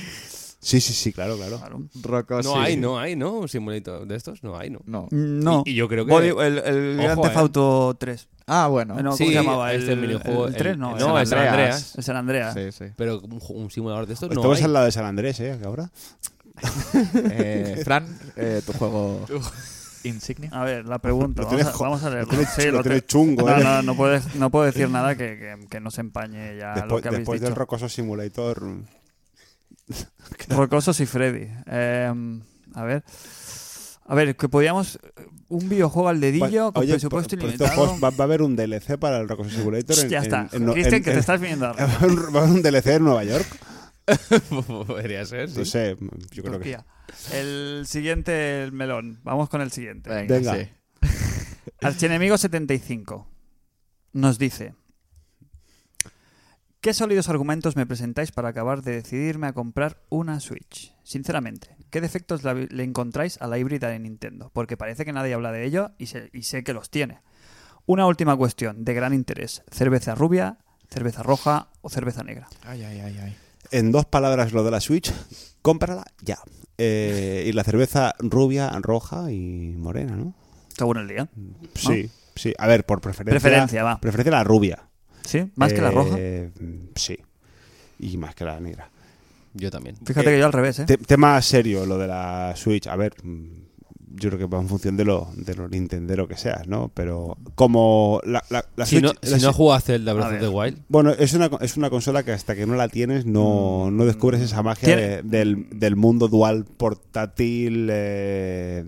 Speaker 2: Sí, sí, sí, claro, claro.
Speaker 1: Claro.
Speaker 3: Rocosi.
Speaker 4: No hay, no hay, ¿no? Un simulator de estos, no hay, ¿no?
Speaker 3: No.
Speaker 1: No.
Speaker 4: Y, y yo creo que...
Speaker 1: Body- el el
Speaker 4: Ojo,
Speaker 1: Grand Theft
Speaker 4: eh.
Speaker 1: Auto 3.
Speaker 3: Ah, bueno.
Speaker 1: No, ¿Cómo
Speaker 4: Sí,
Speaker 1: se llamaba?
Speaker 4: este minijuego,
Speaker 1: el
Speaker 4: el-
Speaker 1: 3, no.
Speaker 4: el-
Speaker 1: el San
Speaker 4: no, el San
Speaker 1: Andreas.
Speaker 4: Andreas.
Speaker 1: El San Andreas.
Speaker 3: Sí, sí.
Speaker 4: Pero un, ju- un simulador de estos no
Speaker 2: Estamos
Speaker 4: hay.
Speaker 2: al lado de San Andrés, ¿eh? Que Ahora.
Speaker 3: Eh, Fran, eh, tu juego insignia.
Speaker 1: A ver, la pregunta.
Speaker 2: Lo
Speaker 1: vamos,
Speaker 2: tienes
Speaker 1: a,
Speaker 2: jo-
Speaker 1: vamos a leerlo.
Speaker 2: tienes-
Speaker 1: Sí,
Speaker 2: lo
Speaker 1: te-
Speaker 2: tienes chungo,
Speaker 1: no,
Speaker 2: ¿eh?
Speaker 1: no, no, puedes, no puedo decir nada que, que, que nos empañe ya lo
Speaker 2: Después,
Speaker 1: que habéis
Speaker 2: después del
Speaker 1: dicho.
Speaker 2: rocoso simulator.
Speaker 1: Rocosos y Freddy. Eh, a ver. A ver, que podíamos. Un videojuego al dedillo con
Speaker 2: Oye,
Speaker 1: presupuesto
Speaker 2: por- por
Speaker 1: ilimitado.
Speaker 2: estos posts va, va a haber un DLC para el rocoso simulator. En,
Speaker 1: ya está.
Speaker 2: en- en-
Speaker 1: Cristian,
Speaker 2: en-
Speaker 1: que te estás viniendo arriba.
Speaker 2: Va a haber un- va a haber un DLC en Nueva York
Speaker 4: Podría ser, sí.
Speaker 2: No sé, yo creo que.
Speaker 1: Turquía. El siguiente, el melón. Vamos con el siguiente.
Speaker 3: Venga,
Speaker 2: Venga.
Speaker 3: sí.
Speaker 1: Archienemigo 75 nos dice: ¿Qué sólidos argumentos me presentáis para acabar de decidirme a comprar una Switch? Sinceramente, ¿qué defectos la- le encontráis a la híbrida de Nintendo? Porque parece que nadie habla de ello y, sé- y sé que los tiene. Una última cuestión de gran interés: ¿cerveza rubia, cerveza roja o cerveza negra?
Speaker 3: Ay, ay, ay, ay.
Speaker 2: En dos palabras, lo de la Switch, cómprala ya. Eh, y la cerveza rubia, roja y morena, ¿no?
Speaker 1: Según el día.
Speaker 2: Sí, sí. A ver, por preferencia.
Speaker 1: Preferencia, va.
Speaker 2: Preferencia la rubia.
Speaker 1: ¿Sí? ¿Más que la
Speaker 2: Eh,
Speaker 1: roja?
Speaker 2: Sí. Y más que la negra.
Speaker 4: Yo también.
Speaker 1: Fíjate
Speaker 2: eh,
Speaker 1: que yo al revés, ¿eh?
Speaker 2: Te- tema serio, lo de la Switch. A ver, mm, yo creo que va en función de lo, de lo nintendero que seas, ¿no? Pero como la, la- la
Speaker 4: Si
Speaker 2: Switch...
Speaker 4: no,
Speaker 2: la
Speaker 4: si no
Speaker 2: Switch-
Speaker 4: juega Zelda Breath
Speaker 1: A
Speaker 4: of the
Speaker 1: ver.
Speaker 4: Wild,
Speaker 2: bueno, es una, es una consola que hasta que no la tienes no, no descubres esa magia
Speaker 1: Mm. Tiene-
Speaker 2: de- del, del mundo dual portátil. eh,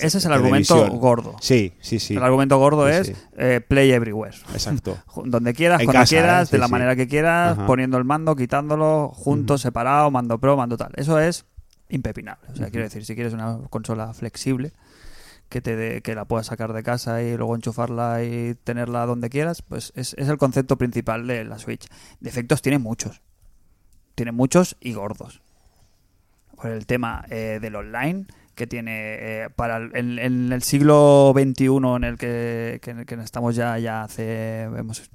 Speaker 1: Ese es el
Speaker 2: televisión.
Speaker 1: argumento gordo.
Speaker 2: Sí, sí, sí.
Speaker 1: El argumento gordo
Speaker 2: Sí,
Speaker 1: es
Speaker 2: sí.
Speaker 1: eh, play everywhere.
Speaker 2: Exacto.
Speaker 1: Donde quieras,
Speaker 2: En
Speaker 1: cuando
Speaker 2: casa,
Speaker 1: quieras,
Speaker 2: ¿eh?
Speaker 1: de
Speaker 2: Sí,
Speaker 1: la
Speaker 2: sí.
Speaker 1: manera que quieras,
Speaker 2: Ajá.
Speaker 1: poniendo el mando, quitándolo, junto, separado, mando pro, mando tal. Eso es impepinable. O sea, quiero decir, si quieres una consola flexible que te dé- que la puedas sacar de casa y luego enchufarla y tenerla donde quieras, pues es, es el concepto principal de la Switch. Defectos tiene muchos. Tiene muchos y gordos. Por el tema eh, del online, que tiene eh, para el, en, en el siglo XXI en el que, que, en el que estamos ya, ya hace. Hemos,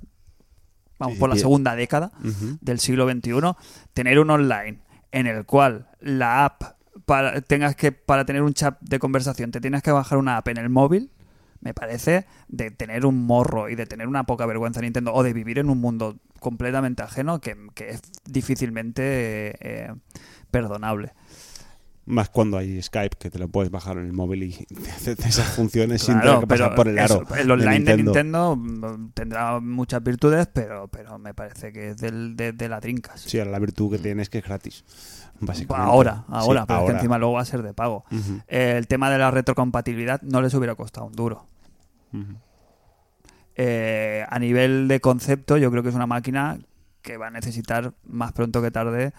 Speaker 1: vamos por la
Speaker 2: Y-
Speaker 1: segunda década
Speaker 2: Ujú.
Speaker 1: del siglo XXI, tener un online en el cual la app para, tengas que para tener un chat de conversación te tienes que bajar una app en el móvil me parece de tener un morro y de tener una poca vergüenza Nintendo o de vivir en un mundo completamente ajeno que, que es difícilmente eh, eh, perdonable.
Speaker 2: Más cuando hay Skype, que te lo puedes bajar en el móvil y te hace esas funciones sin
Speaker 1: Claro,
Speaker 2: tener que pasar
Speaker 1: pero
Speaker 2: por el
Speaker 1: eso,
Speaker 2: aro.
Speaker 1: el
Speaker 2: de
Speaker 1: online de Nintendo mm, tendrá muchas virtudes, pero, pero me parece que es del, de, de la trincas.
Speaker 2: Sí, ahora la virtud que tienes es que es gratis. Básicamente.
Speaker 1: Ahora, ahora,
Speaker 2: Sí,
Speaker 1: pero es que encima luego va a ser de pago.
Speaker 2: Ujú.
Speaker 1: Eh, el tema de la retrocompatibilidad no les hubiera costado un duro. Eh, a nivel de concepto, yo creo que es una máquina que va a necesitar más pronto que tarde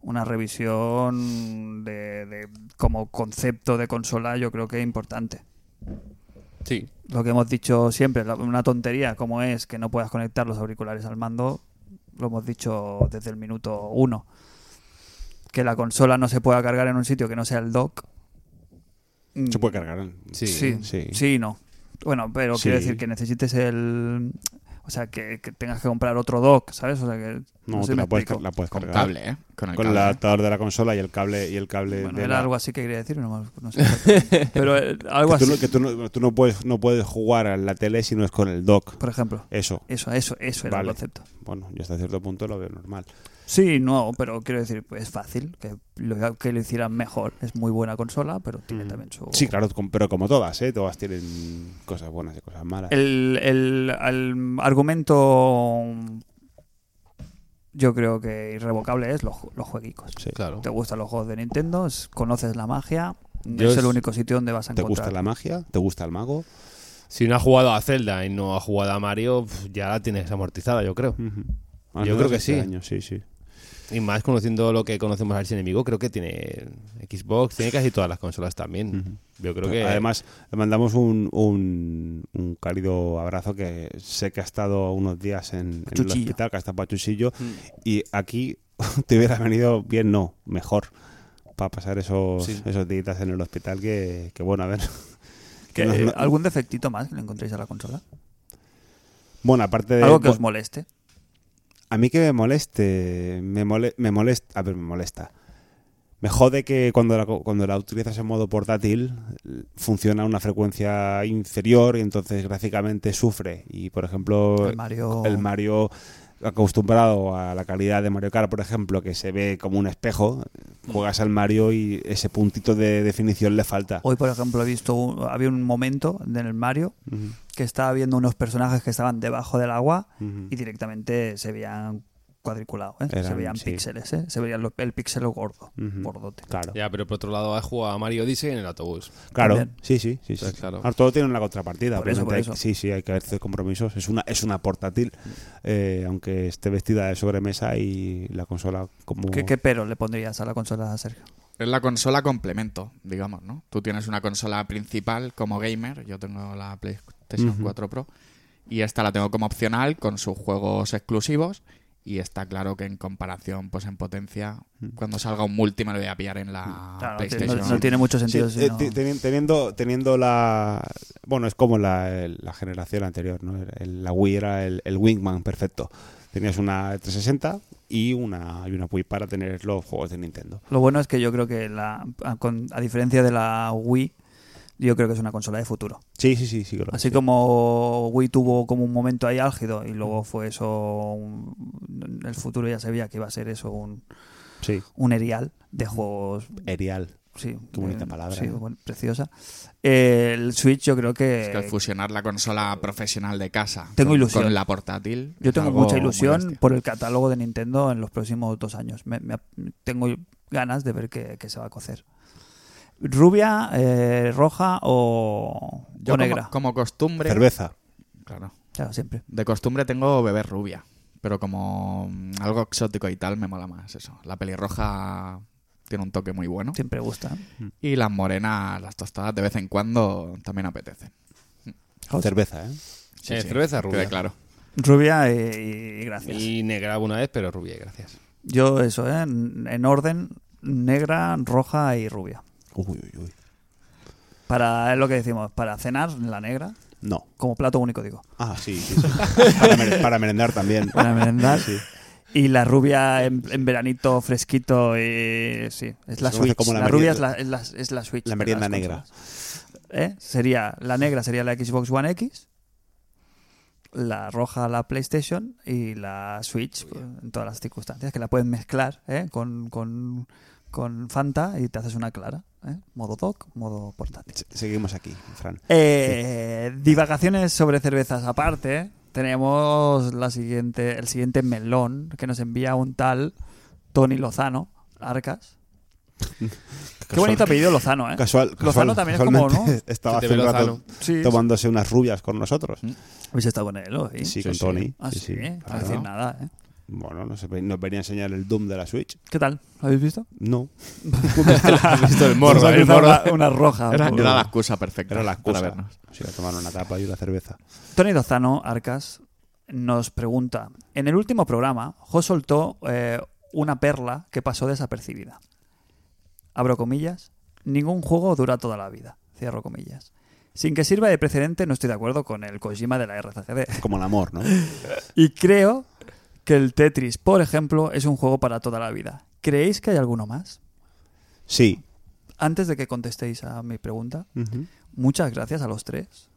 Speaker 1: una revisión de, de- como concepto de consola, yo creo que importante.
Speaker 4: sí.
Speaker 1: Lo que hemos dicho siempre, la- una tontería como es que no puedas conectar los auriculares al mando, lo hemos dicho desde el minuto uno. Que la consola no se pueda cargar en un sitio que no sea el dock. Mm,
Speaker 2: Se puede cargar. ¿eh?
Speaker 4: Sí.
Speaker 1: Sí, sí,
Speaker 2: Sí.
Speaker 1: y no. Bueno, pero
Speaker 2: Sí.
Speaker 1: quiero decir que necesites el. O sea, que, que tengas que comprar otro dock, ¿sabes? O sea, que.
Speaker 2: No,
Speaker 1: sé si
Speaker 2: te
Speaker 1: me
Speaker 2: la, puedes,
Speaker 1: explico.
Speaker 2: car- la puedes
Speaker 3: Con
Speaker 2: cargar.
Speaker 3: cable, ¿eh? Con el
Speaker 2: Con el
Speaker 3: cable.
Speaker 2: adaptador de la consola y el cable y el cable
Speaker 1: Bueno,
Speaker 2: de
Speaker 1: era
Speaker 2: la-
Speaker 1: algo así que quería decir, no, me- no sé. exactamente. pero eh, algo
Speaker 2: que
Speaker 1: así,
Speaker 2: tú, no, que tú no- tú no puedes no puedes jugar a la tele si no es con el dock.
Speaker 1: por ejemplo.
Speaker 2: Eso.
Speaker 1: Eso, eso, eso era
Speaker 2: Vale.
Speaker 1: el concepto.
Speaker 2: Bueno, yo hasta cierto punto lo veo normal.
Speaker 1: Sí, no, pero quiero decir, pues, es fácil que lo, que lo hicieran mejor. Es muy buena consola, pero tiene
Speaker 2: Mm.
Speaker 1: también su.
Speaker 2: Sí, claro, com- pero como todas, ¿eh? Todas tienen cosas buenas y cosas malas.
Speaker 1: el, el- el argumento. Yo creo que irrevocable es los, ju- los jueguicos.
Speaker 2: Sí.
Speaker 4: Claro.
Speaker 1: te gustan los juegos de Nintendo, es- conoces la magia,
Speaker 4: Yo
Speaker 1: es,
Speaker 4: es-
Speaker 1: el único sitio donde vas a
Speaker 2: ¿Te
Speaker 1: encontrar.
Speaker 2: gusta la magia? ¿Te gusta el mago?
Speaker 4: Si no ha jugado a Zelda y no ha jugado a Mario, pf, ya la tienes amortizada, yo creo.
Speaker 2: Al
Speaker 4: Yo
Speaker 2: menos
Speaker 4: creo que
Speaker 2: este
Speaker 4: sí.
Speaker 2: año, sí, sí.
Speaker 4: Y más conociendo lo que conocemos al enemigo, creo que tiene Xbox, tiene casi todas las consolas también. Yo creo que.
Speaker 2: Pues Además, le mandamos un, un, un cálido abrazo que sé que ha estado unos días en, en el
Speaker 1: Pachuchillo.
Speaker 2: hospital, que ha estado pachuchillo,
Speaker 4: Mm.
Speaker 2: y aquí te hubiera venido bien, no, mejor, para pasar esos,
Speaker 4: Sí.
Speaker 2: esos días en el hospital que, que, bueno, a ver.
Speaker 1: ¿Qué- eh,
Speaker 2: No, no-
Speaker 1: ¿Algún defectito más que le encontréis a la consola?
Speaker 2: Bueno, aparte de...
Speaker 1: Algo que os moleste.
Speaker 2: A mí que me moleste, me, mole- me molesta, a ver, me molesta. Me jode que cuando la, co- cuando la utilizas en modo portátil l- funciona a una frecuencia inferior y entonces gráficamente sufre. Y por ejemplo,
Speaker 1: El Mario-
Speaker 2: pues, el Mario acostumbrado a la calidad de Mario Kart, por ejemplo, que se ve como un espejo, juegas al Mario y ese puntito de definición le falta.
Speaker 1: Hoy, por ejemplo, he visto un- había un momento en el Mario
Speaker 2: Ujú,
Speaker 1: que estaba viendo unos personajes que estaban debajo del agua
Speaker 2: ujú.
Speaker 1: y directamente se veían cuadriculado, ¿eh? se
Speaker 2: Eran,
Speaker 1: veían
Speaker 2: sí.
Speaker 1: píxeles, ¿eh? se veía lo- el píxel gordo,
Speaker 2: Ujú.
Speaker 1: gordote.
Speaker 2: Claro,
Speaker 4: Ya, pero por otro lado has jugado a Mario Odyssey en el autobús.
Speaker 2: claro.
Speaker 1: También.
Speaker 2: Sí, sí, sí. sí.
Speaker 4: Pues claro.
Speaker 2: Ahora, todo tiene una contrapartida.
Speaker 1: Por eso,
Speaker 2: obviamente,
Speaker 1: por
Speaker 2: hay-
Speaker 1: eso.
Speaker 2: Sí, sí, hay que hacer compromisos. Es una, es una portátil, eh, aunque esté vestida de sobremesa y la consola como...
Speaker 1: ¿Qué, ¿Qué pero le pondrías a la consola, Sergio?
Speaker 3: Es la consola complemento, digamos, ¿no? Tú tienes una consola principal como gamer, yo tengo la PlayStation 4 Pro, y esta la tengo como opcional con sus juegos exclusivos, y está claro que en comparación, pues en potencia, cuando salga un multi me lo voy a pillar en la
Speaker 1: Claro, no tiene- no,
Speaker 3: Ah, PlayStation.
Speaker 1: no tiene mucho sentido.
Speaker 2: Sí,
Speaker 1: si
Speaker 2: eh,
Speaker 1: no-
Speaker 2: te- teni- teniendo, teniendo la. Bueno, es como la, el- la generación anterior, ¿no? El- el- la Wii era el, el Wingman perfecto. Tenías una 360 y una, y una Wii para tener los juegos de Nintendo.
Speaker 1: Lo bueno es que yo creo que, la, a, con- a diferencia de la Wii, yo creo que es una consola de futuro.
Speaker 2: Sí, sí, sí, sí. que
Speaker 1: Así
Speaker 2: lo- Pues sí.
Speaker 1: como Wii tuvo como un momento ahí álgido y luego fue eso, un- el futuro ya se veía que iba a ser eso, un,
Speaker 2: Sí,
Speaker 1: un erial de juegos.
Speaker 2: Erial.
Speaker 1: Sí,
Speaker 2: Qué bonita palabra,
Speaker 1: sí,
Speaker 2: ¿eh?
Speaker 1: bueno, preciosa. Eh, El Switch yo creo que...
Speaker 3: Es que al fusionar la consola profesional de casa
Speaker 1: Tengo
Speaker 3: con,
Speaker 1: ilusión.
Speaker 3: con la portátil.
Speaker 1: Yo
Speaker 3: es
Speaker 1: tengo
Speaker 3: algo
Speaker 1: mucha
Speaker 3: muy
Speaker 1: ilusión
Speaker 3: bestia.
Speaker 1: por el catálogo de Nintendo en los próximos dos años. Me- me- tengo ganas de ver qué, qué se va a cocer. ¿Rubia, eh, roja o,
Speaker 3: Yo
Speaker 1: o
Speaker 3: como-
Speaker 1: negra?
Speaker 3: Como, costumbre.
Speaker 2: Cerveza.
Speaker 3: Claro.
Speaker 1: Claro, siempre.
Speaker 3: De costumbre tengo beber rubia, pero como mm, algo exótico y tal me mola más eso. La pelirroja tiene un toque muy bueno
Speaker 1: Siempre gusta.
Speaker 3: y las morenas, las tostadas de vez en cuando también apetecen.
Speaker 1: Pues
Speaker 2: Cerveza, ¿eh?
Speaker 4: Eh, cerveza
Speaker 3: quede
Speaker 4: rubia.
Speaker 3: claro.
Speaker 1: Rubia y, y gracias.
Speaker 4: Y negra alguna vez, pero rubia, gracias.
Speaker 1: Yo eso, ¿eh? en, en orden, negra, roja y rubia.
Speaker 2: Uy, uy, uy.
Speaker 1: Para, es lo que decimos, para cenar, la negra,
Speaker 2: No.
Speaker 1: como plato único digo.
Speaker 2: Ah, sí, sí, sí. para, mer- para merendar también.
Speaker 1: Para merendar.
Speaker 2: Sí.
Speaker 1: Y la rubia en, en veranito fresquito, eh, sí, es la
Speaker 2: Se conoce
Speaker 1: Switch.
Speaker 2: como
Speaker 1: la
Speaker 2: la
Speaker 1: rubia
Speaker 2: merienda-
Speaker 1: es la, es, la, es la Switch.
Speaker 2: la
Speaker 1: de
Speaker 2: merienda
Speaker 1: las
Speaker 2: negra.
Speaker 1: consolas. ¿Eh? Sería, la negra sería la Xbox One X, la roja la PlayStation y la Switch pues, en todas las circunstancias, que la puedes mezclar ¿eh? con, con, con Fanta y te haces una clara. ¿eh? Modo dock, modo portátil.
Speaker 2: Se- Seguimos aquí, Fran.
Speaker 1: Eh, Divagaciones sobre cervezas aparte, tenemos la siguiente, el siguiente melón que nos envía un tal Tony Lozano, Arcas. Qué
Speaker 2: Casual-
Speaker 1: bonito apellido Lozano, ¿eh?
Speaker 2: Casual,
Speaker 1: Lozano
Speaker 2: casual-
Speaker 1: también es como,
Speaker 2: casualmente
Speaker 1: ¿no?
Speaker 2: Estaba
Speaker 4: Se te
Speaker 2: hace
Speaker 4: ve
Speaker 2: un rato
Speaker 4: Lozano.
Speaker 1: Sí.
Speaker 2: tomándose unas rubias con nosotros.
Speaker 1: Habéis estado con él hoy.
Speaker 2: Sí, con
Speaker 4: sí.
Speaker 2: Tony.
Speaker 1: Ah,
Speaker 2: Sí,
Speaker 1: sí,
Speaker 2: sí,
Speaker 1: no
Speaker 2: claro.
Speaker 1: decir nada, ¿eh?
Speaker 2: Bueno, nos, nos venía a enseñar el Doom de la Switch.
Speaker 1: ¿Qué tal? ¿Lo habéis visto?
Speaker 2: No.
Speaker 4: Esto el
Speaker 1: Nos ha
Speaker 4: morro, el
Speaker 1: cruzado
Speaker 4: morro.
Speaker 1: Una, una roja.
Speaker 3: ¿eh? Era,
Speaker 1: por-
Speaker 3: era la excusa perfecta
Speaker 2: Era la excusa.
Speaker 3: para vernos.
Speaker 2: O sea, tomar una tapa y una cerveza.
Speaker 1: Tony Lozano, Arcas, nos pregunta, en el último programa, Jo soltó eh, una perla que pasó desapercibida. Abro comillas, ningún juego dura toda la vida. Cierro comillas. Sin que sirva de precedente, no estoy de acuerdo con el Kojima de la RCCD.
Speaker 2: Como el amor, ¿no?
Speaker 1: Y creo que el Tetris, por ejemplo, es un juego para toda la vida. ¿Creéis que hay alguno más?
Speaker 2: Sí.
Speaker 1: Antes de que contestéis a mi pregunta, muchas gracias a los tres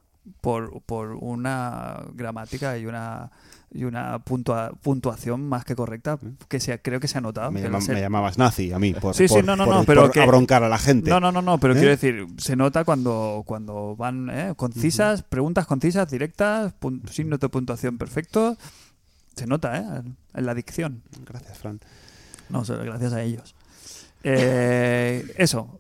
Speaker 1: por, por una gramática y una y una puntua- puntuación más que correcta que se, creo que se ha notado.
Speaker 2: Mm. me,
Speaker 1: que
Speaker 2: llama-
Speaker 1: la se-
Speaker 2: me llamabas nazi a mí por,
Speaker 1: Sí, sí,
Speaker 2: por-
Speaker 1: no, no,
Speaker 2: por-
Speaker 1: no, pero
Speaker 2: por
Speaker 1: que-
Speaker 2: abroncar a la gente.
Speaker 1: no, no, no, no, pero
Speaker 2: ¿Eh?
Speaker 1: quiero decir, se nota cuando, cuando van ¿eh? concisas, preguntas concisas, directas, pun- signos de puntuación perfecto. Se nota, ¿eh? En la dicción.
Speaker 2: Gracias, Fran.
Speaker 1: No, solo gracias a ellos. Eh, eso.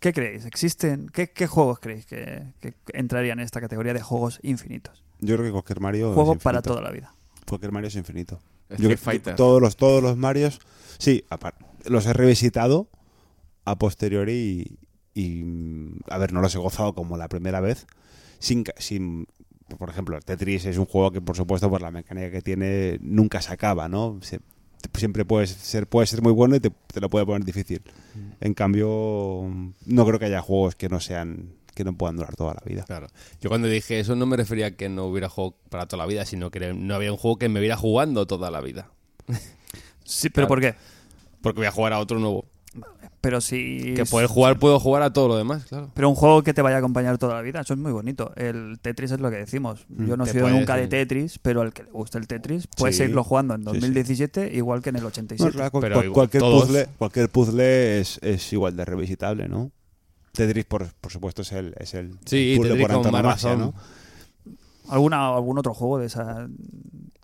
Speaker 1: ¿Qué creéis? ¿Existen? ¿Qué, qué juegos creéis que, que entrarían en esta categoría de juegos infinitos?
Speaker 2: Yo creo que cualquier Mario.
Speaker 1: Juego
Speaker 2: es
Speaker 1: para
Speaker 2: infinito.
Speaker 1: toda la vida.
Speaker 2: Cualquier Mario es infinito.
Speaker 3: Street
Speaker 2: Yo creo que
Speaker 3: Fighter.
Speaker 2: Todos los, todos los Marios. Sí, aparte, los he revisitado a posteriori y, y, mm, A ver, no los he gozado como la primera vez. Sin, ca- sin. Por ejemplo, Tetris es un juego que, por supuesto, por la mecánica que tiene, nunca se acaba, ¿no? Se- te- siempre puedes ser, puede ser muy bueno y te, te lo puede poner difícil.
Speaker 3: Mm.
Speaker 2: En cambio, no creo que haya juegos que no sean. que no puedan durar toda la vida.
Speaker 4: Claro. Yo cuando dije eso no me refería a que no hubiera juego para toda la vida, sino que no había un juego que me hubiera jugando toda la vida.
Speaker 1: Sí, pero
Speaker 4: Claro.
Speaker 1: ¿por qué?
Speaker 4: Porque voy a jugar a otro nuevo.
Speaker 1: Pero si.
Speaker 4: Que poder jugar, puedo jugar a todo lo demás, claro.
Speaker 1: Pero un juego que te vaya a acompañar toda la vida, eso es muy bonito. El Tetris es lo que decimos. Yo no he
Speaker 4: Te
Speaker 1: sido
Speaker 4: puedes-
Speaker 1: nunca de Tetris, pero al que le guste el Tetris, puede
Speaker 2: Sí.
Speaker 1: seguirlo jugando en
Speaker 2: Sí, sí.
Speaker 1: 2017 igual que en el
Speaker 2: No,
Speaker 1: 87.
Speaker 2: claro, cual-
Speaker 4: Pero
Speaker 2: cual-
Speaker 4: igual,
Speaker 2: cualquier,
Speaker 4: todos.
Speaker 2: puzzle, cualquier puzzle es, es igual de revisitable, ¿no? Tetris, por, por supuesto, es el, es el
Speaker 4: Sí,
Speaker 2: puzzle por
Speaker 4: Tetris con más
Speaker 2: antonomasia,
Speaker 4: razón.
Speaker 2: ¿no?
Speaker 1: ¿Alguna, ¿Algún otro juego de esa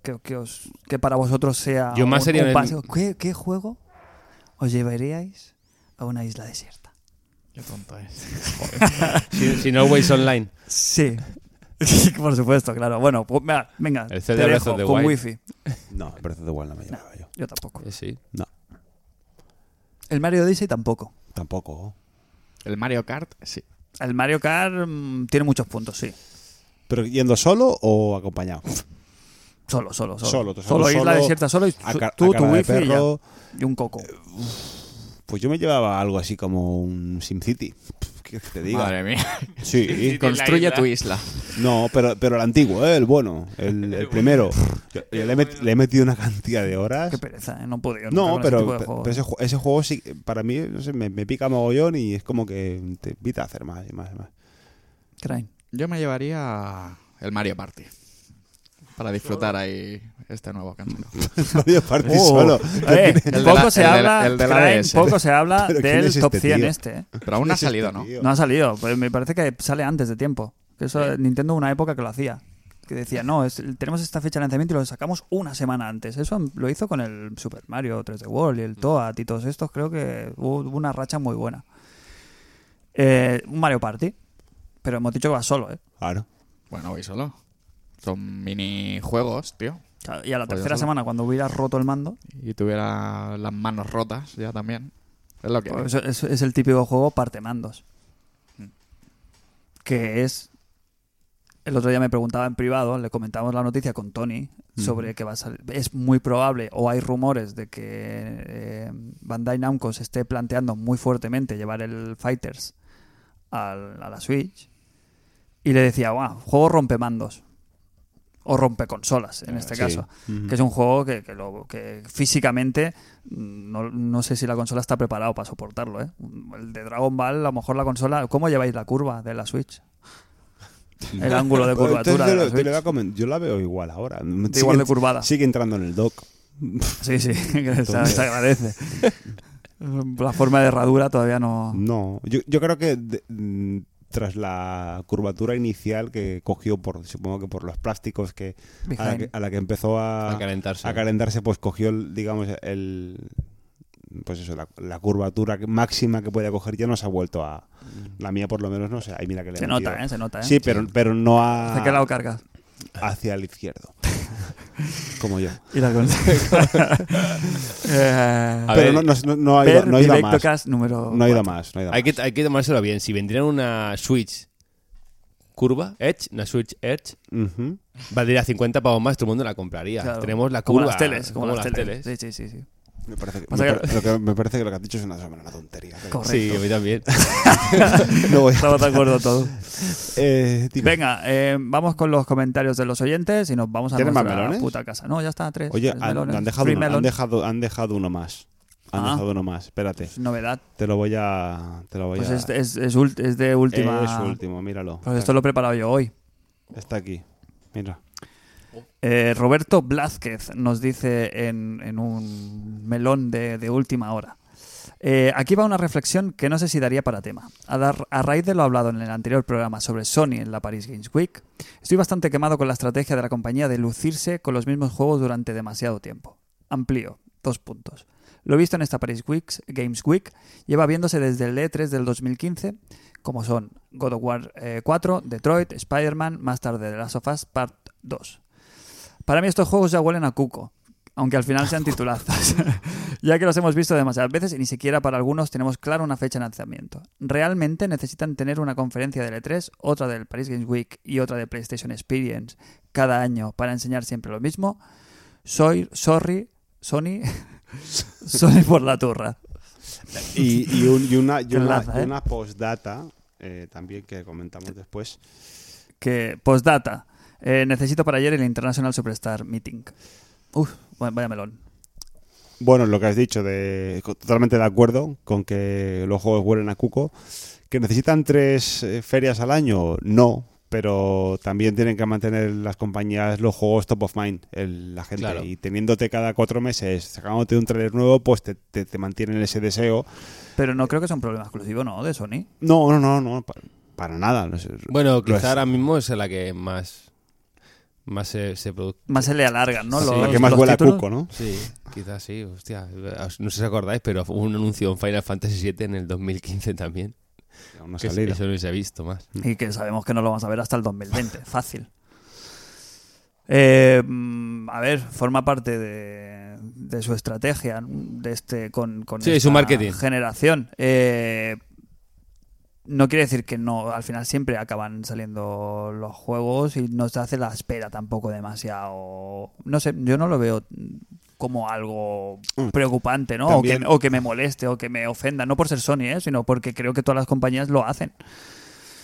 Speaker 1: que, que os- que para vosotros sea
Speaker 4: Yo más
Speaker 1: un,
Speaker 4: sería
Speaker 1: un
Speaker 4: en-
Speaker 1: paseo. ¿Qué, qué juego os llevaríais a una isla desierta?
Speaker 3: Qué tonto es.
Speaker 4: Si, si no, Ways Online.
Speaker 1: Sí. Por supuesto, claro. Bueno, pues venga, venga, te
Speaker 4: El CD Breath
Speaker 1: dejo
Speaker 4: of the
Speaker 1: con
Speaker 4: Wild.
Speaker 1: wifi.
Speaker 2: No, Breath of the Wild no me llevaba yo.
Speaker 1: Yo tampoco.
Speaker 4: Eh, Sí.
Speaker 1: El Mario Odyssey tampoco.
Speaker 2: Tampoco.
Speaker 3: El Mario Kart, sí.
Speaker 1: El Mario Kart mm, tiene muchos puntos, sí.
Speaker 2: ¿Pero yendo solo o acompañado?
Speaker 1: Solo, solo, solo.
Speaker 2: Solo, tú
Speaker 1: solo
Speaker 2: solo,
Speaker 1: isla
Speaker 2: solo,
Speaker 1: desierta, solo y
Speaker 2: a
Speaker 1: su-
Speaker 2: ca-
Speaker 1: tú,
Speaker 2: a
Speaker 1: tu
Speaker 2: cara de
Speaker 1: wifi y, ya.
Speaker 2: perro.
Speaker 1: Y un coco.
Speaker 2: Pues yo me llevaba algo así como un SimCity. Pff, ¿Qué te diga?
Speaker 3: Madre mía.
Speaker 2: Sí.
Speaker 3: Construye
Speaker 4: isla.
Speaker 3: tu isla.
Speaker 2: No, pero, pero el antiguo, ¿eh? el bueno, el, el primero. Yo, yo le, he met- le he metido una cantidad de horas.
Speaker 1: Qué pereza, ¿eh? no he podido.
Speaker 2: No,
Speaker 1: nunca con ese
Speaker 2: pero,
Speaker 1: tipo de
Speaker 2: pe- pues
Speaker 1: juego.
Speaker 2: pero ese, ju- ese juego sí, que para mí no sé, me, me pica mogollón y es como que te invita a hacer más y más y más.
Speaker 1: Crane.
Speaker 3: Yo me llevaría el Mario Party. Para disfrutar ahí este nuevo canción.
Speaker 2: Mario Party
Speaker 1: Oh.
Speaker 2: solo.
Speaker 1: Eh,
Speaker 3: El de
Speaker 1: poco,
Speaker 3: la-
Speaker 1: se
Speaker 3: el de la-
Speaker 1: habla,
Speaker 3: el de la
Speaker 1: Crane,
Speaker 3: DS.
Speaker 1: poco se habla
Speaker 2: ¿Pero quién
Speaker 1: del
Speaker 2: es
Speaker 1: top
Speaker 2: este
Speaker 1: 100
Speaker 2: tío?
Speaker 1: este. ¿eh?
Speaker 3: Pero aún no ha salido, ¿no?
Speaker 1: No ha salido. Pues me parece que sale antes de tiempo. Que eso Nintendo hubo una época que lo hacía. Que decía, no, es- tenemos esta fecha de lanzamiento y lo sacamos una semana antes. Eso lo hizo con el Super Mario 3D World
Speaker 3: Mm.
Speaker 1: y el Toad y todos estos. Creo que hubo hubo una racha muy buena. Eh, un Mario Party. Pero hemos dicho que va solo, ¿eh?
Speaker 2: Claro.
Speaker 3: Bueno, voy solo. Son minijuegos, tío.
Speaker 1: Claro, Y a la
Speaker 3: Pues ya
Speaker 1: tercera
Speaker 3: solo.
Speaker 1: semana, cuando hubiera roto el mando,
Speaker 3: Y tuviera las manos rotas ya también. Es lo que...
Speaker 1: pues eso- eso es, el típico juego parte mandos. Que es. El otro día me preguntaba en privado, le comentamos la noticia con Tony sobre que va a salir. Es muy probable, o hay rumores de que eh, Bandai Namco se esté planteando muy fuertemente llevar el Fighters al- a la Switch. Y le decía, guau, juego rompe mandos. O rompe consolas, en este
Speaker 2: sí.
Speaker 1: caso que es un juego que, que lo, que físicamente mm, no, no sé si la consola está preparada para soportarlo. ¿eh? El de Dragon Ball, a lo mejor la consola. ¿Cómo lleváis la curva de la Switch? El ángulo de
Speaker 2: Pues
Speaker 1: curvatura.
Speaker 2: entonces
Speaker 1: De la
Speaker 2: te lo- te lo
Speaker 1: Switch.
Speaker 2: voy a comen- yo la veo igual ahora.
Speaker 1: De igual de curvada.
Speaker 2: Sigue entrando en el dock.
Speaker 1: Sí, sí, que se, se agradece. La forma de herradura todavía no.
Speaker 2: No, yo, yo creo que de- mm, tras la curvatura inicial que cogió por, supongo que por los plásticos que a la
Speaker 1: Behind.
Speaker 2: Ah, que, a la que empezó a,
Speaker 1: Ah,
Speaker 4: A calentarse.
Speaker 2: a calentarse, pues cogió, el, digamos, el pues eso, la, la curvatura que- máxima que podía coger ya no se ha vuelto a la mía por lo menos no sé, ahí mira que le he
Speaker 1: Se
Speaker 2: metido.
Speaker 1: nota, ¿eh? Se nota, ¿eh?
Speaker 2: Sí, Ah. pero pero no a,
Speaker 1: ¿Hacia qué lado cargas?
Speaker 2: hacia el izquierdo. Como yo.
Speaker 1: Y la consola. Eh,
Speaker 4: A
Speaker 2: pero
Speaker 4: ver,
Speaker 2: no, no, no ha ido,
Speaker 1: ver
Speaker 2: no ha ido a más.
Speaker 1: Directocast número.
Speaker 2: No ha ido a más, no ha ido a
Speaker 4: Hay
Speaker 2: más.
Speaker 4: que, hay que tomárselo bien. Si vendrían una Switch curva, Edge, una Switch Edge,
Speaker 2: Ujú.
Speaker 4: valdría 50 pavos más, todo el mundo la compraría.
Speaker 1: Claro.
Speaker 4: Tenemos la
Speaker 1: Como
Speaker 4: curva.
Speaker 1: las teles. Como, las, teles.
Speaker 4: teles. Sí,
Speaker 1: Sí, sí, sí. sí.
Speaker 2: Me parece que,
Speaker 1: Pasa
Speaker 2: me
Speaker 1: que-
Speaker 2: pare- lo que- me parece que lo que has dicho es una, una tontería. pero-
Speaker 1: Correcto.
Speaker 4: a mí también.
Speaker 2: No voy a-
Speaker 1: Estamos de acuerdo todos.
Speaker 2: eh, dime.
Speaker 1: Venga, eh, vamos con los comentarios de los oyentes y nos vamos a
Speaker 2: ¿Tienes más
Speaker 1: nuestra
Speaker 2: melones?
Speaker 1: puta casa. No, ya está, tres.
Speaker 2: Oye,
Speaker 1: tres
Speaker 2: han,
Speaker 1: melones.
Speaker 2: han dejado
Speaker 1: Free
Speaker 2: uno, han,
Speaker 1: melon.
Speaker 2: dejado, han dejado uno más. Han
Speaker 1: Ah.
Speaker 2: dejado uno más. Espérate.
Speaker 1: Es novedad.
Speaker 2: Te lo voy a. Te lo voy
Speaker 1: Pues
Speaker 2: a.
Speaker 1: es, es- es ult- es de última.
Speaker 2: Es último, míralo.
Speaker 1: Pues
Speaker 2: está,
Speaker 1: esto lo he preparado yo hoy.
Speaker 2: está aquí. Mira.
Speaker 1: Eh, Roberto Blázquez nos dice en, en un melón de, de última hora. Eh, aquí va una reflexión que no sé si daría para tema. A, dar- a raíz de lo hablado en el anterior programa sobre Sony en la Paris Games Week, estoy bastante quemado con la estrategia de la compañía de lucirse con los mismos juegos durante demasiado tiempo. Amplío, dos puntos. Lo visto en esta Paris Weeks- Games Week lleva viéndose desde el E3 del 2015 como son God of War eh, 4, Detroit, Spider-Man, más tarde The Last of Us Part 2. Para mí estos juegos ya huelen a cuco, aunque al final sean titulazos, ya que los hemos visto demasiadas veces y ni siquiera para algunos tenemos clara una fecha de lanzamiento. Realmente necesitan tener una conferencia del E3, otra del Paris Games Week y otra de PlayStation Experience cada año para enseñar siempre lo mismo. Soy, sorry, Sony, Sony por la turra.
Speaker 2: Y, y un- y una, y
Speaker 1: Qué
Speaker 2: una,
Speaker 1: laza,
Speaker 2: y
Speaker 1: ¿eh?
Speaker 2: una postdata eh, también que comentamos después.
Speaker 1: que postdata eh, necesito para ayer el International Superstar Meeting. Uf, vaya vaya melón.
Speaker 2: Bueno, lo que has dicho, de, co- totalmente de acuerdo con que los juegos vuelen a cuco. ¿Que necesitan tres eh, ferias al año? No, pero también tienen que mantener las compañías los juegos top of mind, el- la gente.
Speaker 4: Claro.
Speaker 2: Y teniéndote cada cuatro meses, sacándote un trailer nuevo, pues te, te- te mantienen ese deseo.
Speaker 1: Pero no creo que sea un problema exclusivo, ¿no? De Sony.
Speaker 2: No, no, no, no, pa- para, nada. no sé.
Speaker 4: Bueno,
Speaker 2: Lo es.
Speaker 4: quizá ahora mismo es la que más más se, se produ-
Speaker 1: Más se le alargan, ¿no?
Speaker 4: Sí.
Speaker 1: Los,
Speaker 2: La que más
Speaker 1: los
Speaker 2: huele a
Speaker 1: títulos.
Speaker 2: cuco, ¿no?
Speaker 4: Sí, quizás sí, hostia. No sé si acordáis, pero hubo un anuncio en Final Fantasy VII en el 2015 también.
Speaker 2: Una
Speaker 4: que
Speaker 2: salida.
Speaker 4: eso no se ha visto más.
Speaker 1: Y que sabemos que no lo vamos a ver hasta el 2020, fácil. Eh, mm, a ver, forma parte de, de su estrategia de este, con, con
Speaker 4: Sí,
Speaker 1: esta
Speaker 4: su marketing.
Speaker 1: generación. Eh, no quiere decir que no, al final siempre acaban saliendo los juegos y no se hace la espera tampoco demasiado. No sé, yo no lo veo como algo
Speaker 4: Mm.
Speaker 1: preocupante, ¿no? O que,
Speaker 2: También-
Speaker 1: o que me moleste o que me ofenda, no por ser Sony, ¿eh? sino porque creo que todas las compañías lo hacen.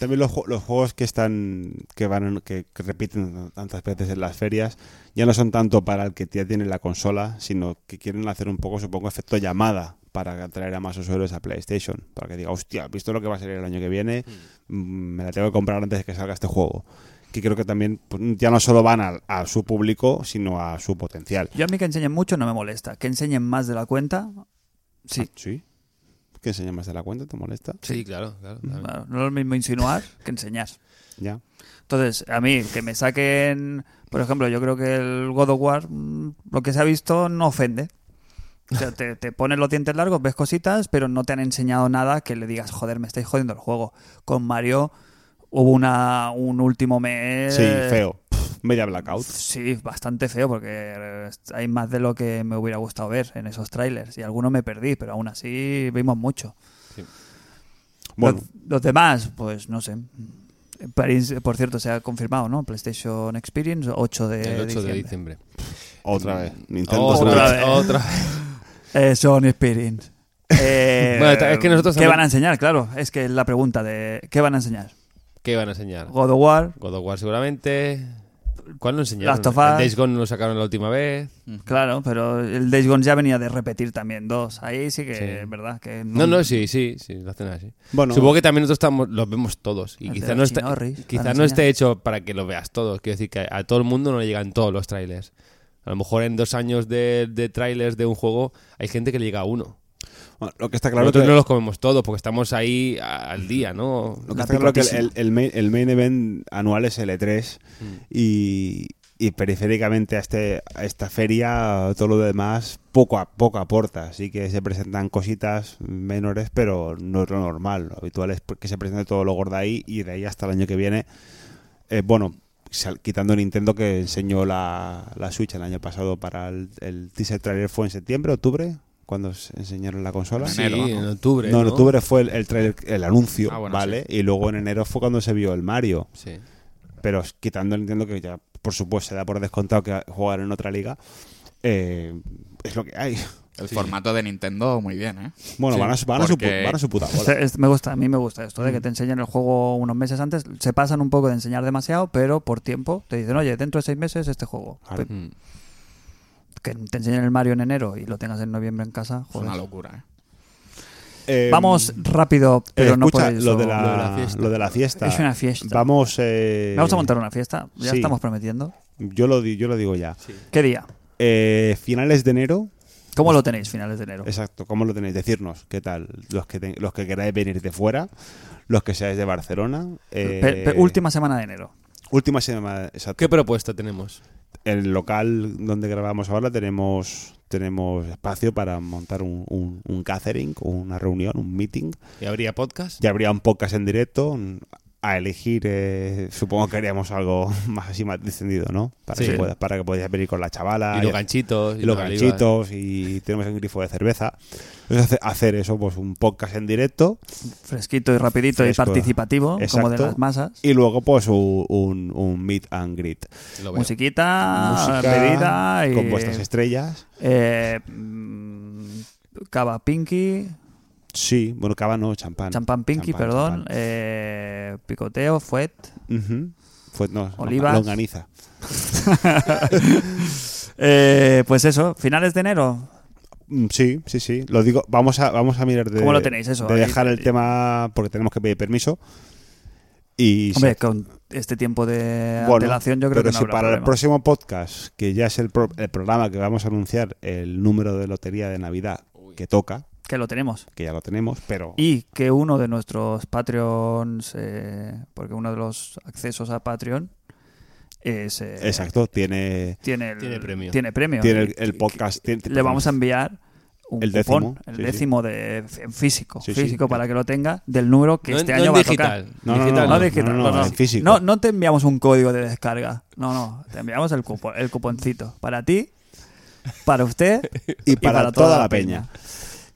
Speaker 2: También los, ju- los juegos que están que van en- que, que repiten tantas veces en las ferias ya no son tanto para el que ya tiene la consola, sino que quieren hacer un poco, supongo, efecto llamada para atraer a más usuarios a PlayStation, para que diga, hostia, ¿has visto lo que va a salir el año que viene? Mm, Me la tengo que comprar antes de que salga este juego. Que creo que también pues, ya no solo van al- a, su público, sino a su potencial.
Speaker 1: Yo a mí que enseñen mucho no me molesta. Que enseñen más de la cuenta, sí.
Speaker 2: Ah, ¿Sí? ¿Qué enseña más de la cuenta? ¿Te molesta?
Speaker 4: Sí, claro, claro. también.
Speaker 1: Bueno, No es lo mismo insinuar que enseñar.
Speaker 2: Ya.
Speaker 1: Entonces, a mí, que me saquen, por ejemplo, yo creo que el God of War, mm, lo que se ha visto, no ofende. O sea, te, te pones los dientes largos, ves cositas, pero no te han enseñado nada que le digas, joder, me estáis jodiendo el juego. Con Mario hubo una, un último mes.
Speaker 2: Sí, feo. Pff, media blackout.
Speaker 1: Sí, bastante feo porque eh, hay más de lo que me hubiera gustado ver en esos trailers y algunos me perdí, pero aún así vimos mucho.
Speaker 2: Bueno,
Speaker 1: Los, los demás, pues no sé. En París, por cierto, se ha confirmado, ¿no? PlayStation Experience, 8 de
Speaker 4: el 8
Speaker 1: diciembre.
Speaker 4: de diciembre.
Speaker 2: otra vez. Nintendo
Speaker 4: otra,
Speaker 1: Otra
Speaker 4: vez.
Speaker 1: vez.
Speaker 4: otra vez.
Speaker 1: Eh, Sony Experience. Eh,
Speaker 4: Bueno, está- es que nosotros
Speaker 1: ¿Qué
Speaker 4: hemos-
Speaker 1: van a enseñar? Claro, es que es la pregunta de... ¿Qué van a enseñar?
Speaker 4: ¿Qué van a enseñar?
Speaker 1: God of War,
Speaker 4: God of War seguramente. ¿Cuál lo enseñaron?
Speaker 1: Last of Us.
Speaker 4: El Days Gone lo sacaron la última vez.
Speaker 1: claro, pero el Days Gone ya venía de repetir también dos. Ahí sí que
Speaker 4: Sí.
Speaker 1: es verdad que...
Speaker 4: No, no, sí, sí, sí, lo hacen así.
Speaker 2: Bueno.
Speaker 4: Supongo que también nosotros estamos, los vemos todos. Y
Speaker 1: El
Speaker 4: quizá
Speaker 1: de
Speaker 4: no, esté,
Speaker 1: Chinorris,
Speaker 4: quizá
Speaker 1: van a
Speaker 4: no
Speaker 1: enseñar.
Speaker 4: esté hecho para que lo veas todos. Quiero decir que a todo el mundo no le llegan todos los trailers. A lo mejor en dos años de, de trailers de un juego hay gente que le llega uno.
Speaker 2: Bueno, lo que está claro
Speaker 4: Nosotros
Speaker 2: que-
Speaker 4: no los comemos todos porque estamos ahí a- al día, ¿no?
Speaker 2: Lo que
Speaker 1: La
Speaker 2: está claro que el,
Speaker 1: picotísima.
Speaker 2: el main, el main event anual es el E3
Speaker 4: Mm.
Speaker 2: y, y periféricamente a, este, a esta feria todo lo demás poco a poco aporta. Así que se presentan cositas menores, pero no es lo normal. Lo habitual es que se presente todo lo gordo ahí y de ahí hasta el año que viene. Eh, bueno, sal- quitando Nintendo que enseñó la, la Switch el año pasado para el, el teaser trailer fue en septiembre, octubre, cuando se enseñaron la consola.
Speaker 4: Sí,
Speaker 3: enero, ¿no?
Speaker 4: en octubre.
Speaker 2: No, en octubre fue el, el trailer- el anuncio,
Speaker 3: Ah, bueno,
Speaker 2: ¿vale? Y luego en enero fue cuando se vio el Mario.
Speaker 4: Sí.
Speaker 2: Pero quitando el Nintendo, que ya, por supuesto, se da por descontado que jugar en otra liga, eh, es lo que hay.
Speaker 3: El formato de Nintendo, muy bien, ¿eh?
Speaker 2: Bueno,
Speaker 4: Sí,
Speaker 2: van, a su, van a su pu-
Speaker 3: porque-
Speaker 2: van a su puta bola.
Speaker 1: Se- es- Este, me gusta, a mí me gusta esto de que te enseñen el juego unos meses antes. Se pasan un poco de enseñar demasiado, pero por tiempo te dicen, oye, dentro de seis meses este juego.
Speaker 2: Claro.
Speaker 1: Pe-
Speaker 4: Mm.
Speaker 1: Que te enseñen el Mario en enero y lo tengas en noviembre en casa.
Speaker 3: Es una
Speaker 1: joder.
Speaker 3: locura, ¿eh?
Speaker 2: Eh,
Speaker 1: Vamos rápido,
Speaker 2: eh,
Speaker 1: pero no
Speaker 2: escucha,
Speaker 1: por eso-
Speaker 2: lo, de la,
Speaker 4: lo de la fiesta.
Speaker 2: lo de la fiesta.
Speaker 1: Es una fiesta.
Speaker 2: Vamos, eh,
Speaker 1: Vamos a montar una fiesta. Ya
Speaker 2: sí.
Speaker 1: estamos prometiendo.
Speaker 2: Yo lo, di- yo lo digo ya.
Speaker 1: ¿Qué día?
Speaker 2: Eh, finales de enero,
Speaker 1: ¿Cómo lo tenéis finales de enero?
Speaker 2: Exacto, ¿cómo lo tenéis? Decirnos, ¿qué tal? Los que, te- los que queráis venir de fuera, los que seáis de Barcelona. eh,
Speaker 1: Pe- pe- última semana de enero.
Speaker 2: última semana, exacto.
Speaker 4: ¿Qué propuesta tenemos?
Speaker 2: El local donde grabamos ahora tenemos tenemos espacio para montar un, un, un gathering, una reunión, un meeting.
Speaker 4: ¿Y habría podcast?
Speaker 2: Ya habría un podcast en directo un- a elegir, eh, supongo que haríamos algo más así, más descendido, ¿no? Para,
Speaker 4: Sí.
Speaker 2: que, puedas, para que podáis venir con la chavala.
Speaker 4: y los
Speaker 2: y-
Speaker 4: ganchitos.
Speaker 2: y los
Speaker 4: las
Speaker 2: ganchitos y tenemos un grifo de cerveza. Entonces hace- hacer eso, pues un podcast en directo
Speaker 1: Fresquito y rapidito
Speaker 2: Fresco.
Speaker 1: y participativo, como de
Speaker 2: Exacto.
Speaker 1: las masas.
Speaker 2: y luego pues un, un, un meet and greet.
Speaker 4: olivas. Lo veo.
Speaker 1: Musiquita,
Speaker 2: Música
Speaker 1: bebida Ah, y
Speaker 2: con vuestras estrellas.
Speaker 1: eh, mm, cava pinky,
Speaker 2: Sí, bueno, cava no, champán.
Speaker 1: champán pinky,
Speaker 2: Champán,
Speaker 1: perdón,
Speaker 2: champán.
Speaker 1: eh, picoteo, fuet,
Speaker 2: Ujú. Fue, no,
Speaker 1: Olivas.
Speaker 2: longaniza.
Speaker 1: Eh, pues eso, finales de enero.
Speaker 2: Mm, Sí, sí, sí. Lo digo, vamos a, vamos a mirar de,
Speaker 1: ¿Cómo lo tenéis eso?
Speaker 2: de
Speaker 1: Ahí- eh,
Speaker 2: dejar el tema porque tenemos que pedir permiso. Y
Speaker 1: Hombre, con este tiempo de
Speaker 2: Bueno,
Speaker 1: antelación yo creo que
Speaker 2: pero
Speaker 1: no
Speaker 2: si
Speaker 1: habrá
Speaker 2: para el
Speaker 1: problema.
Speaker 2: próximo podcast, que ya es el, pro- el programa que vamos a anunciar el número de lotería de Navidad que toca,
Speaker 1: Que lo tenemos.
Speaker 2: que ya lo tenemos, pero
Speaker 1: Y eh, que uno de nuestros Patreons, eh, porque uno de los accesos a Patreon es, eh,
Speaker 2: Exacto, tiene,
Speaker 1: tiene, el-
Speaker 6: Tiene premio.
Speaker 1: Tiene premio.
Speaker 2: tiene el, el podcast. tiene-
Speaker 1: eh, Le vamos a enviar un
Speaker 2: El
Speaker 1: cupón,
Speaker 2: décimo,
Speaker 1: el
Speaker 2: sí, sí.
Speaker 1: décimo de f- en físico,
Speaker 2: Sí, sí.
Speaker 1: físico para que lo tenga del número que
Speaker 4: no en-
Speaker 1: este
Speaker 4: no
Speaker 1: año
Speaker 4: en
Speaker 1: va a
Speaker 4: digital.
Speaker 1: tocar.
Speaker 2: No, no,
Speaker 4: digital.
Speaker 2: no,
Speaker 1: No, digital,
Speaker 2: no, no,
Speaker 1: perdón.
Speaker 2: en físico.
Speaker 1: No, no te enviamos un código de descarga. No, no, te enviamos el cupón, el cuponcito para ti, para usted
Speaker 2: Y para, toda, la peña.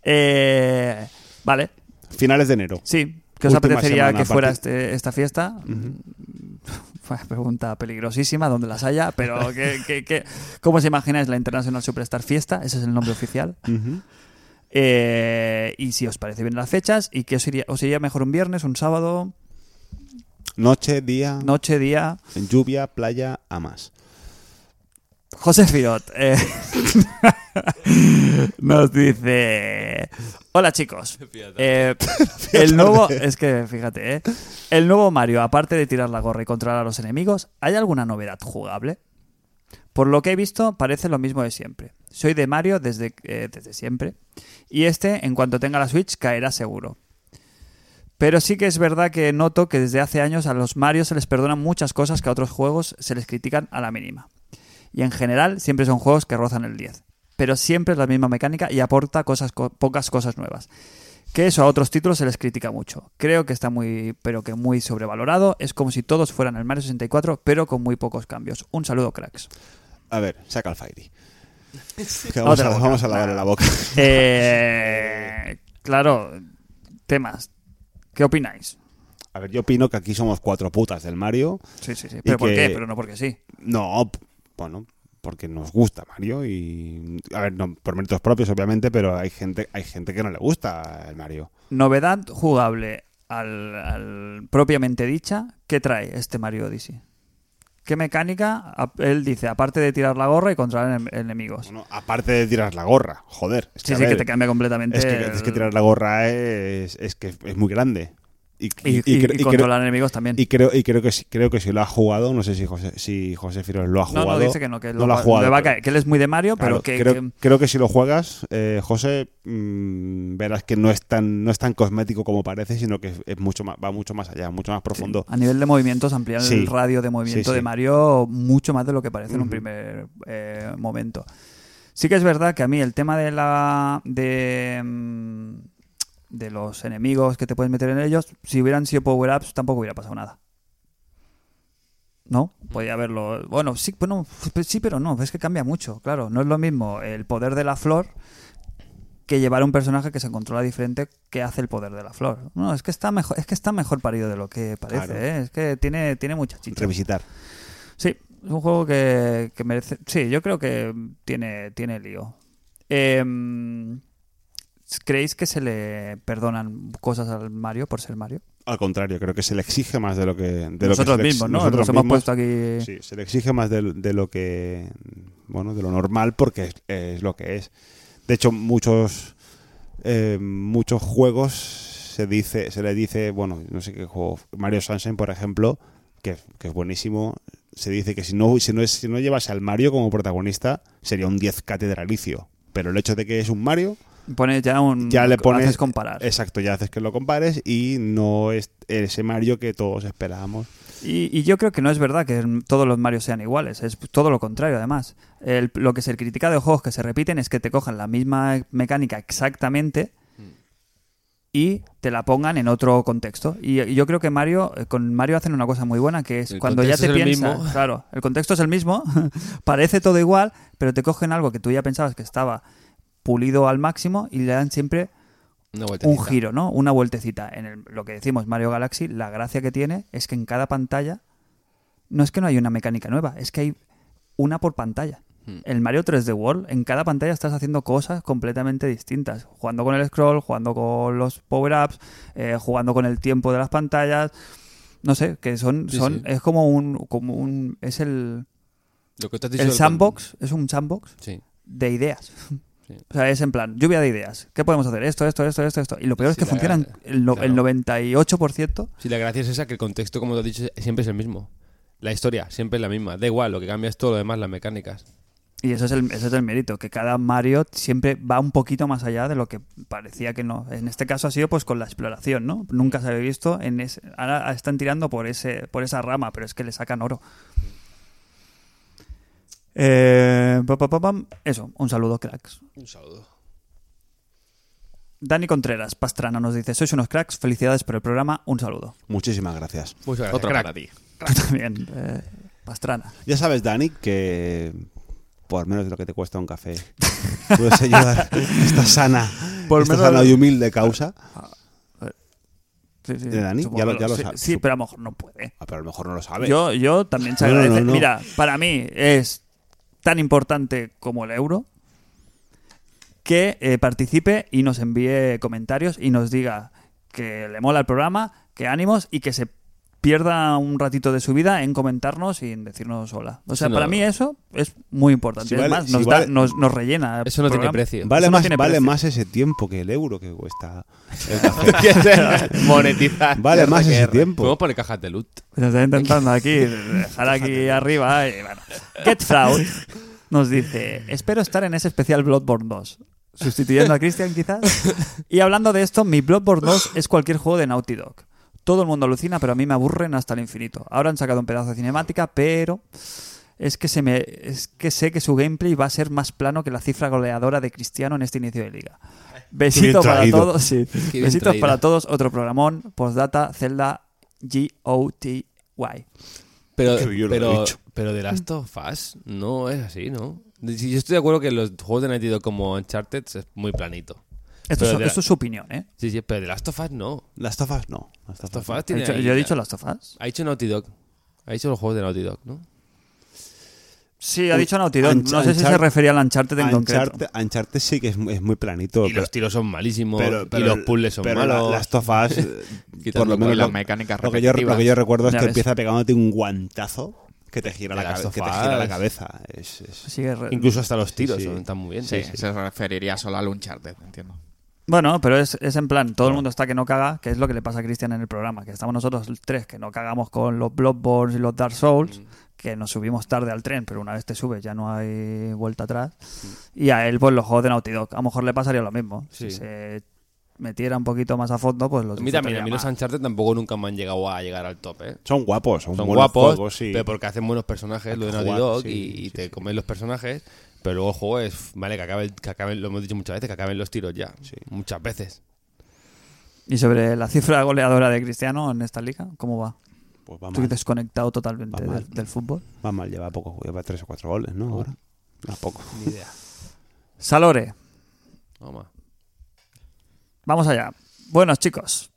Speaker 1: Eh, vale,
Speaker 2: Finales de enero.
Speaker 1: sí. ¿Qué os
Speaker 2: Última
Speaker 1: apetecería
Speaker 2: semana,
Speaker 1: que fuera
Speaker 2: parti-
Speaker 1: este- esta fiesta? Fue una pregunta peligrosísima, donde las haya, pero ¿qué, qué, qué- cómo os imagináis la International Superstar Fiesta? Ese es el nombre oficial.
Speaker 2: Ujú.
Speaker 1: Eh, y si os parece bien las fechas, ¿y qué os iría, os iría mejor un viernes, un sábado,
Speaker 2: Noche, día,
Speaker 1: noche, día?
Speaker 2: lluvia, playa, a más.
Speaker 1: José Firot eh, nos dice: Hola chicos. Eh, el nuevo, es que fíjate, eh, el nuevo Mario, aparte de tirar la gorra y controlar a los enemigos, ¿hay alguna novedad jugable? Por lo que he visto, parece lo mismo de siempre. Soy de Mario desde, eh, desde siempre. Y este, en cuanto tenga la Switch, caerá seguro. Pero sí que es verdad que noto que desde hace años a los Mario se les perdonan muchas cosas que a otros juegos se les critican a la mínima. Y en general siempre son juegos que rozan el 10. Pero siempre es la misma mecánica y aporta cosas, co- pocas cosas nuevas. Que eso a otros títulos se les critica mucho. Creo que está muy, pero que muy sobrevalorado. Es como si todos fueran el Mario 64, pero con muy pocos cambios. Un saludo, cracks.
Speaker 2: A ver, saca el Fairy. Que vamos,
Speaker 1: Otra
Speaker 2: a,
Speaker 1: boca.
Speaker 2: vamos a lavarle la boca.
Speaker 1: Eh, claro, temas. ¿Qué opináis?
Speaker 2: A ver, yo opino que aquí somos cuatro putas del Mario.
Speaker 1: Sí, sí, sí. ¿Pero por
Speaker 2: que-
Speaker 1: qué? Pero no porque sí.
Speaker 2: No, p- bueno, porque nos gusta Mario y a ver, no, por méritos propios obviamente, pero hay gente, hay gente que no le gusta el Mario.
Speaker 1: Novedad jugable al, al propiamente dicha, ¿qué trae este Mario Odyssey? ¿Qué mecánica? A- Él diene aparte de tirar la gorra y controlar enem- enemigos.
Speaker 2: Bueno, aparte de tirar la gorra, joder. Es que,
Speaker 1: sí,
Speaker 2: a
Speaker 1: sí, que
Speaker 2: ver,
Speaker 1: te cambia completamente.
Speaker 2: es que,
Speaker 1: el-
Speaker 2: es que tirar la gorra es, es que es muy grande. Y,
Speaker 1: y,
Speaker 2: y- y
Speaker 1: y-
Speaker 2: cre-
Speaker 1: y
Speaker 2: y creo,
Speaker 1: controlar enemigos también.
Speaker 2: y creo y creo que sí, creo que si lo ha jugado, no sé si José, si José Firos lo ha
Speaker 1: no,
Speaker 2: jugado.
Speaker 1: no, dice que no, que lo,
Speaker 2: lo ha
Speaker 1: va-
Speaker 2: jugado.
Speaker 1: le va a
Speaker 2: pero-
Speaker 1: caer, que él es muy de Mario,
Speaker 2: Claro,
Speaker 1: pero que,
Speaker 2: creo,
Speaker 1: que-
Speaker 2: creo que si lo juegas, eh, José, mm, verás que no es tan no es tan cosmético como parece, sino que es, es mucho más, va mucho más allá, mucho más profundo.
Speaker 1: a nivel de movimientos ampliar
Speaker 2: Sí.
Speaker 1: el radio de movimiento
Speaker 2: Sí, sí.
Speaker 1: de Mario mucho más de lo que parece en un primer eh, momento. Sí que es verdad que a mí el tema de la de mm, de los enemigos que te puedes meter en ellos, si hubieran sido power ups tampoco hubiera pasado nada. ¿No? Podía haberlo. Bueno, sí, bueno, pues sí, pero no, es que cambia mucho, claro. No es lo mismo el poder de la flor que llevar a un personaje que se controla diferente que hace el poder de la flor. No, es que está mejor, es que está mejor parido de lo que parece,
Speaker 2: Claro.
Speaker 1: ¿eh? Es que tiene, tiene mucha chicha.
Speaker 2: Revisitar.
Speaker 1: Sí, es un juego que, que merece. Sí, yo creo que tiene, tiene lío. Em, ¿Creéis que se le perdonan cosas al Mario por ser Mario?
Speaker 2: Al contrario, creo que se le exige más de lo que de lo que
Speaker 1: nosotros
Speaker 2: se le ex-
Speaker 1: mismos, ¿no?
Speaker 2: nosotros
Speaker 1: Nos hemos
Speaker 2: mismos.
Speaker 1: puesto aquí.
Speaker 2: Sí, se le exige más de, de lo que bueno, de lo normal porque es, es lo que es. De hecho, muchos eh, muchos juegos se dice se le dice, bueno, no sé qué juego, Mario Sunshine, por ejemplo, que, que es buenísimo, se dice que si no si no es- si no llevas al Mario como protagonista, sería un 10 catedralicio, pero el hecho de que es un Mario
Speaker 1: Pones ya un.
Speaker 2: ya le pones
Speaker 1: Haces comparar.
Speaker 2: Exacto, ya haces que lo compares y no es ese Mario que todos esperábamos.
Speaker 1: Y, y yo creo que no es verdad que todos los Mario sean iguales, es todo lo contrario además. El- lo que se critica de juegos que se repiten es que te cojan la misma mecánica exactamente
Speaker 4: Mm.
Speaker 1: y te la pongan en otro contexto. Y, y yo creo que Mario eh, con Mario hacen una cosa muy buena que es
Speaker 4: El
Speaker 1: cuando ya te
Speaker 4: contexto es el
Speaker 1: piensas,
Speaker 4: mismo.
Speaker 1: claro, el contexto es el mismo, parece todo igual, pero te cogen algo que tú ya pensabas que estaba pulido al máximo y le dan siempre
Speaker 6: Una vueltecita.
Speaker 1: un giro, ¿no? Una vueltecita. En el- lo que decimos Mario Galaxy, la gracia que tiene es que en cada pantalla no es que no hay una mecánica nueva, es que hay una por pantalla.
Speaker 6: Hmm.
Speaker 1: El Mario 3D World, en cada pantalla estás haciendo cosas completamente distintas. Jugando con el scroll, jugando con los power-ups, eh, jugando con el tiempo de las pantallas. No sé, que son.
Speaker 6: Sí,
Speaker 1: son
Speaker 6: sí.
Speaker 1: Es como un, como un. Es el.
Speaker 6: Lo que te has dicho
Speaker 1: El
Speaker 6: del-
Speaker 1: sandbox, es un sandbox
Speaker 6: Sí.
Speaker 1: de ideas.
Speaker 6: Sí.
Speaker 1: O sea, es en plan, lluvia de ideas. ¿Qué podemos hacer? Esto, esto, esto, esto, esto. Y lo peor es
Speaker 6: Sí,
Speaker 1: que
Speaker 6: la
Speaker 1: funcionan
Speaker 6: verdad.
Speaker 1: el, no- el
Speaker 6: Claro.
Speaker 1: 98%.
Speaker 4: Sí, la gracia es esa, que el contexto, como te has dicho, siempre es el mismo. La historia siempre es la misma. Da igual, lo que cambia es todo lo demás, las mecánicas.
Speaker 1: Y eso es, el, eso es el mérito, que cada Mario siempre va un poquito más allá de lo que parecía que no. En este caso ha sido pues con la exploración, ¿no? Nunca
Speaker 6: Mm.
Speaker 1: se había visto en ese- ahora están tirando por ese por esa rama, pero es que le sacan oro. Eh, pa, pa, pa, pam. Eso, un saludo, cracks.
Speaker 4: Un saludo.
Speaker 1: Dani Contreras, Pastrana, nos dice: Sois unos cracks, felicidades por el programa, un saludo.
Speaker 2: Muchísimas gracias.
Speaker 4: Muchas gracias.
Speaker 3: Otro
Speaker 4: crack.
Speaker 3: para ti.
Speaker 1: Tú también, eh, Pastrana.
Speaker 2: Ya sabes, Dani, que por menos de lo que te cuesta un café puedes ayudar esta sana,
Speaker 1: Por
Speaker 2: esta
Speaker 1: menos
Speaker 2: sana
Speaker 1: de-
Speaker 2: y humilde causa.
Speaker 1: Sí, sí,
Speaker 2: ¿De Dani?
Speaker 1: supongo
Speaker 2: Ya lo-
Speaker 1: que
Speaker 2: ya lo
Speaker 1: sí,
Speaker 2: sabes.
Speaker 1: Sí, pero a lo mejor no puede.
Speaker 2: Ah, pero a lo mejor no lo sabes.
Speaker 1: Yo, yo también se
Speaker 2: No, no,
Speaker 1: agradece.
Speaker 2: no, no.
Speaker 1: Mira, para mí es tan importante como el euro que eh, participe y nos envíe comentarios y nos diga que le mola el programa, que ánimos y que se pierda un ratito de su vida en comentarnos y en decirnos hola. O sea,
Speaker 4: Sí, no.
Speaker 1: para mí eso es muy importante.
Speaker 2: Si
Speaker 1: Es
Speaker 2: vale-
Speaker 1: más,
Speaker 2: si
Speaker 1: nos, da-
Speaker 2: vale-
Speaker 1: nos, nos rellena. el
Speaker 4: Eso no tiene
Speaker 1: programa.
Speaker 4: precio.
Speaker 2: Vale,
Speaker 1: Eso no
Speaker 2: más,
Speaker 1: tiene
Speaker 2: vale
Speaker 1: precio.
Speaker 2: más ese tiempo que el euro que cuesta el café.
Speaker 3: Monetizar.
Speaker 2: vale más ese
Speaker 4: Podemos
Speaker 2: tiempo.
Speaker 4: poner cajas de loot.
Speaker 1: Pues Nos está intentando aquí dejar aquí arriba. eh, Y bueno. Get Fraud nos dice: Espero estar en ese especial Bloodborne 2. Sustituyendo a Christian, quizás. Y hablando de esto, mi Bloodborne 2 es cualquier juego de Naughty Dog. Todo el mundo alucina, pero a mí me aburren hasta el infinito. Ahora han sacado un pedazo de cinemática, pero es que, se me, es que sé que su gameplay va a ser más plano que la cifra goleadora de Cristiano en este inicio de liga.
Speaker 2: bien
Speaker 1: Besitos para
Speaker 2: traído.
Speaker 1: todos. sí.
Speaker 4: bien
Speaker 1: Besitos
Speaker 4: traído.
Speaker 1: para todos. Otro programón. Postdata, Zelda, G-O-T-Y.
Speaker 4: Pero,
Speaker 2: Qué bien lo he
Speaker 4: pero,
Speaker 2: dicho.
Speaker 4: pero The Last of Us no es así, ¿no? Si Yo estoy de acuerdo que los juegos de Naughty Dog como Uncharted es muy planito.
Speaker 1: Esto,
Speaker 4: Pero
Speaker 1: es,
Speaker 4: de-
Speaker 1: esto es su opinión, ¿eh?
Speaker 4: Sí, sí, pero The Last of Us no.
Speaker 2: Las tofas no. Las
Speaker 4: Last of
Speaker 2: tofas.
Speaker 4: Us
Speaker 1: Ha
Speaker 4: tiene
Speaker 1: dicho-
Speaker 4: ahí-
Speaker 1: yo he dicho las tofas.
Speaker 4: Ha dicho Naughty Dog. Ha dicho los juegos de Naughty Dog, ¿no?
Speaker 1: Sí, ha dicho Naughty Dog.
Speaker 2: Unch-
Speaker 1: No sé si se
Speaker 2: Uncharted-
Speaker 1: refería al Uncharted en concreto.
Speaker 2: Uncharted, Uncharted sí que es, muy- es muy planito.
Speaker 4: Y los tiros son malísimos.
Speaker 2: pero- pero-
Speaker 4: y los puzzles son
Speaker 2: pero
Speaker 4: malos.
Speaker 2: la- Las tofas, eh, por
Speaker 4: Quitando pues
Speaker 2: lo menos
Speaker 3: Con
Speaker 2: lo,
Speaker 3: las mecánicas
Speaker 2: lo que yo, lo que yo recuerdo es
Speaker 1: Ya
Speaker 2: que
Speaker 1: ves.
Speaker 2: empieza pegándote un guantazo que te gira la,
Speaker 4: De Last
Speaker 2: cabe-
Speaker 4: of
Speaker 2: que te gira la
Speaker 4: Us.
Speaker 2: cabeza. Es- es-
Speaker 1: Sigue re-
Speaker 4: Incluso hasta los tiros
Speaker 2: sí.
Speaker 4: son- están muy bien.
Speaker 3: Sí, se referiría solo al Uncharted, entiendo.
Speaker 1: Bueno, pero es, es en plan, todo el mundo está que no caga, que es lo que le pasa a Cristian en el programa, que estamos nosotros tres que no cagamos con los Bloodborne y los Dark Souls,
Speaker 4: Mm.
Speaker 1: que nos subimos tarde al tren, pero una vez te subes ya no hay vuelta atrás. Y a él, pues los juegos de Naughty Dog, a lo mejor le pasaría lo mismo. Si
Speaker 4: Mm. Sí.
Speaker 1: se metiera un poquito más a fondo, pues los
Speaker 4: A mí también, a mí
Speaker 1: disfrutaría
Speaker 4: los
Speaker 1: más.
Speaker 4: Uncharted tampoco nunca me han llegado a llegar al top, ¿eh?
Speaker 2: son guapos, son,
Speaker 4: Son
Speaker 2: buenos
Speaker 4: guapos,
Speaker 2: juegos, sí.
Speaker 4: pero porque hacen buenos personajes, lo de
Speaker 2: Jugar,
Speaker 4: Naughty Dog,
Speaker 2: sí,
Speaker 4: y, y
Speaker 2: sí,
Speaker 4: te
Speaker 2: sí.
Speaker 4: comen los personajes, pero luego el juego es, vale, que acabe, el- que acabe, lo hemos dicho muchas veces, que acaben los tiros ya, muchas veces.
Speaker 1: Y sobre la cifra goleadora de Cristiano en esta liga, ¿cómo va?
Speaker 2: Pues va
Speaker 1: Estoy
Speaker 2: mal,
Speaker 1: desconectado totalmente
Speaker 2: Va mal.
Speaker 1: del, del fútbol.
Speaker 2: va mal, lleva poco, lleva tres o cuatro goles, ¿no? Ahora. A poco.
Speaker 4: Ni idea.
Speaker 1: Salore,
Speaker 4: Toma.
Speaker 1: vamos allá. Buenos chicos,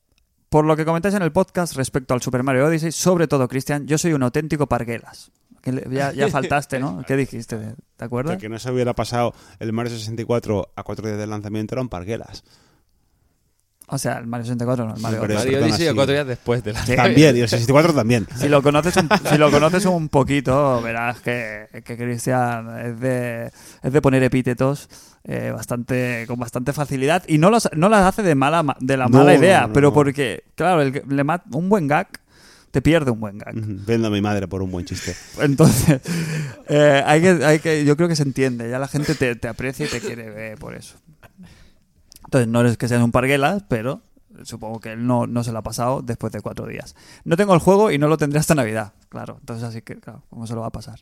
Speaker 1: por lo que comentáis en el podcast respecto al Super Mario Odyssey, sobre todo Cristian, yo soy un auténtico parguelas. Que le- Ya, ya faltaste, ¿no? ¿Qué dijiste? ¿Te acuerdas?
Speaker 2: De que no se hubiera pasado el Mario 64 a cuatro días del lanzamiento eran parguelas.
Speaker 1: O sea, el Mario 64 no, el Mario
Speaker 2: Pero
Speaker 1: Odyssey.
Speaker 4: Mario
Speaker 2: perdona,
Speaker 4: Odyssey
Speaker 2: sí.
Speaker 4: cuatro días después de la...
Speaker 1: Sí.
Speaker 2: También, y el 64 también.
Speaker 1: Si lo conoces un, si lo conoces un poquito, verás que, que Cristian es de, es de poner epítetos eh, bastante con bastante facilidad y no los, no las hace de mala ma- de la
Speaker 2: No,
Speaker 1: mala
Speaker 2: no,
Speaker 1: idea,
Speaker 2: no, no,
Speaker 1: pero
Speaker 2: no.
Speaker 1: porque claro, el que le mat- un buen gag te pierde un buen gag.
Speaker 2: Ujú, Vendo a mi madre por un buen chiste.
Speaker 1: Entonces, eh, hay que, hay que, yo creo que se entiende, ya la gente te, te aprecia y te quiere ver por eso. Entonces, no es que sean un parguelas, pero supongo que él no, no se lo ha pasado después de cuatro días. No tengo el juego y no lo tendré hasta Navidad, claro. Entonces, así que, claro, ¿cómo se lo va a pasar?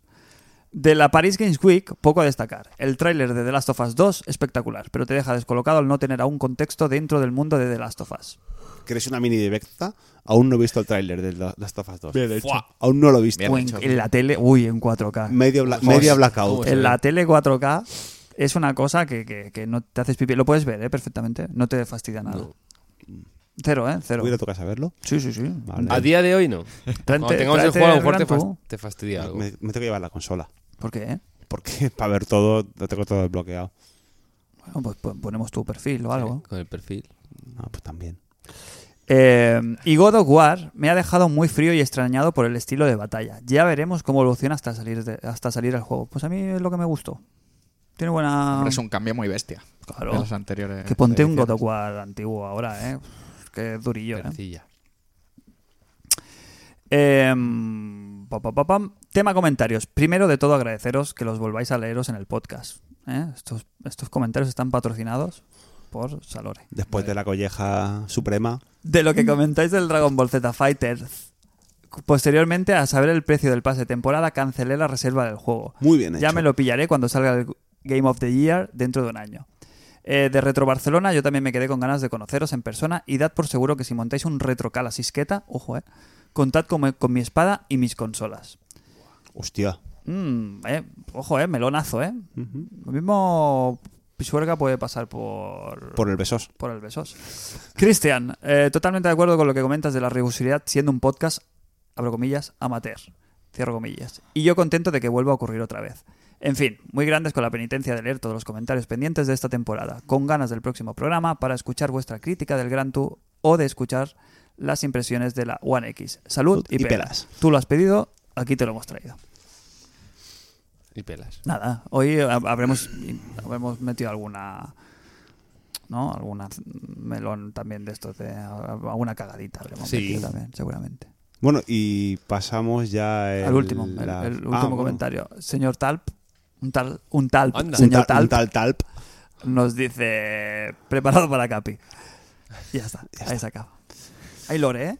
Speaker 1: De la Paris Games Week, poco a destacar. El tráiler de The Last of Us 2, espectacular, pero te deja descolocado al no tener aún contexto dentro del mundo de The Last of Us.
Speaker 2: ¿Queréis una mini directa? Aún no he visto el tráiler de la- Last of Us 2.
Speaker 4: hecho.
Speaker 2: Fuá, Aún no lo he visto.
Speaker 3: Bien
Speaker 1: O en,
Speaker 3: hecho.
Speaker 1: en la tele, uy, en 4K.
Speaker 2: Medio, bla-
Speaker 4: Joder.
Speaker 2: media blackout.
Speaker 4: Joder.
Speaker 1: En la tele 4K es una cosa que, que- que no te haces pipi. Lo puedes ver, ¿eh? Perfectamente. No te fastidia nada. Cero, ¿eh? Cero.
Speaker 2: ¿Voy a ir a tu casa a verlo?
Speaker 1: Sí, sí, sí.
Speaker 2: Vale.
Speaker 4: A día de hoy no. Cuando
Speaker 1: Tráete-
Speaker 4: tengamos el
Speaker 1: tráete
Speaker 4: juego, a lo
Speaker 1: el
Speaker 4: mejor te,
Speaker 1: Gran
Speaker 4: fas-
Speaker 1: Turismo.
Speaker 4: te fastidia algo.
Speaker 2: Me, me tengo que llevar la consola.
Speaker 1: ¿Por qué? eh?
Speaker 2: Porque para ver todo, lo tengo todo desbloqueado.
Speaker 1: Bueno, pues pon- ponemos tu perfil o algo.
Speaker 4: Con el perfil.
Speaker 2: Ah, pues también.
Speaker 1: Eh, y God of War me ha dejado muy frío y extrañado por el estilo de batalla. Ya veremos cómo evoluciona hasta salir de- hasta salir al juego. Pues a mí es lo que me gustó. Tiene buena...
Speaker 3: Hombre, es un cambio muy bestia
Speaker 1: Claro.
Speaker 3: de los anteriores.
Speaker 1: Ah. Que
Speaker 4: eh,
Speaker 1: ponte un God
Speaker 3: ediciones.
Speaker 1: of War antiguo ahora, ¿eh? Que es durillo, ¿eh?
Speaker 4: Percilla.
Speaker 1: Eh, pa, pa, pa, pam. Tema comentarios. Primero de todo agradeceros que los volváis a leeros en el podcast. ¿eh? Estos, estos comentarios están patrocinados por Salore.
Speaker 2: Después de la colleja suprema.
Speaker 1: De lo que comentáis del Dragon Ball Z Fighters posteriormente, a saber el precio del pase de temporada, cancelé la reserva del juego.
Speaker 2: Muy bien hecho.
Speaker 1: Ya me lo pillaré cuando salga el Game of the Year dentro de un año. Eh, de Retro Barcelona, yo también me quedé con ganas de conoceros en persona y dad por seguro que si montáis un retrocal a sisqueta, ojo, eh, contad con, mi- con mi espada y mis consolas.
Speaker 2: Hostia.
Speaker 1: Mm, eh, ojo, eh, melonazo, eh. Lo mismo Pisuerga puede pasar por,
Speaker 2: Por el besos.
Speaker 1: por el besos. Cristian, eh, totalmente de acuerdo con lo que comentas de la rigurosidad siendo un podcast, abro comillas, amateur, cierro comillas. Y yo contento de que vuelva a ocurrir otra vez. En fin, muy grandes con la penitencia de leer todos los comentarios pendientes de esta temporada, con ganas del próximo programa para escuchar vuestra crítica del Gran Tour o de escuchar las impresiones de la One X. Salud y,
Speaker 2: Y
Speaker 1: pelas.
Speaker 2: pelas.
Speaker 1: Tú lo has pedido, aquí te lo hemos traído.
Speaker 4: Y pelas.
Speaker 1: Nada, hoy ha- habremos, habremos metido alguna. ¿No? Alguna c- melón también de estos, de alguna cagadita habremos
Speaker 4: Sí.
Speaker 1: metido también, seguramente.
Speaker 2: Bueno, y pasamos ya el-
Speaker 1: Al último, el,
Speaker 2: la-
Speaker 1: el
Speaker 2: Ah,
Speaker 1: último
Speaker 2: bueno.
Speaker 1: comentario. Señor Talp, un tal, un Talp,
Speaker 4: Anda.
Speaker 2: Un
Speaker 1: señor
Speaker 2: tal, un
Speaker 1: Talp,
Speaker 2: tal Talp.
Speaker 1: nos dice: preparado para Capi. Y ya está, ahí se acaba. Ahí lore, ¿eh?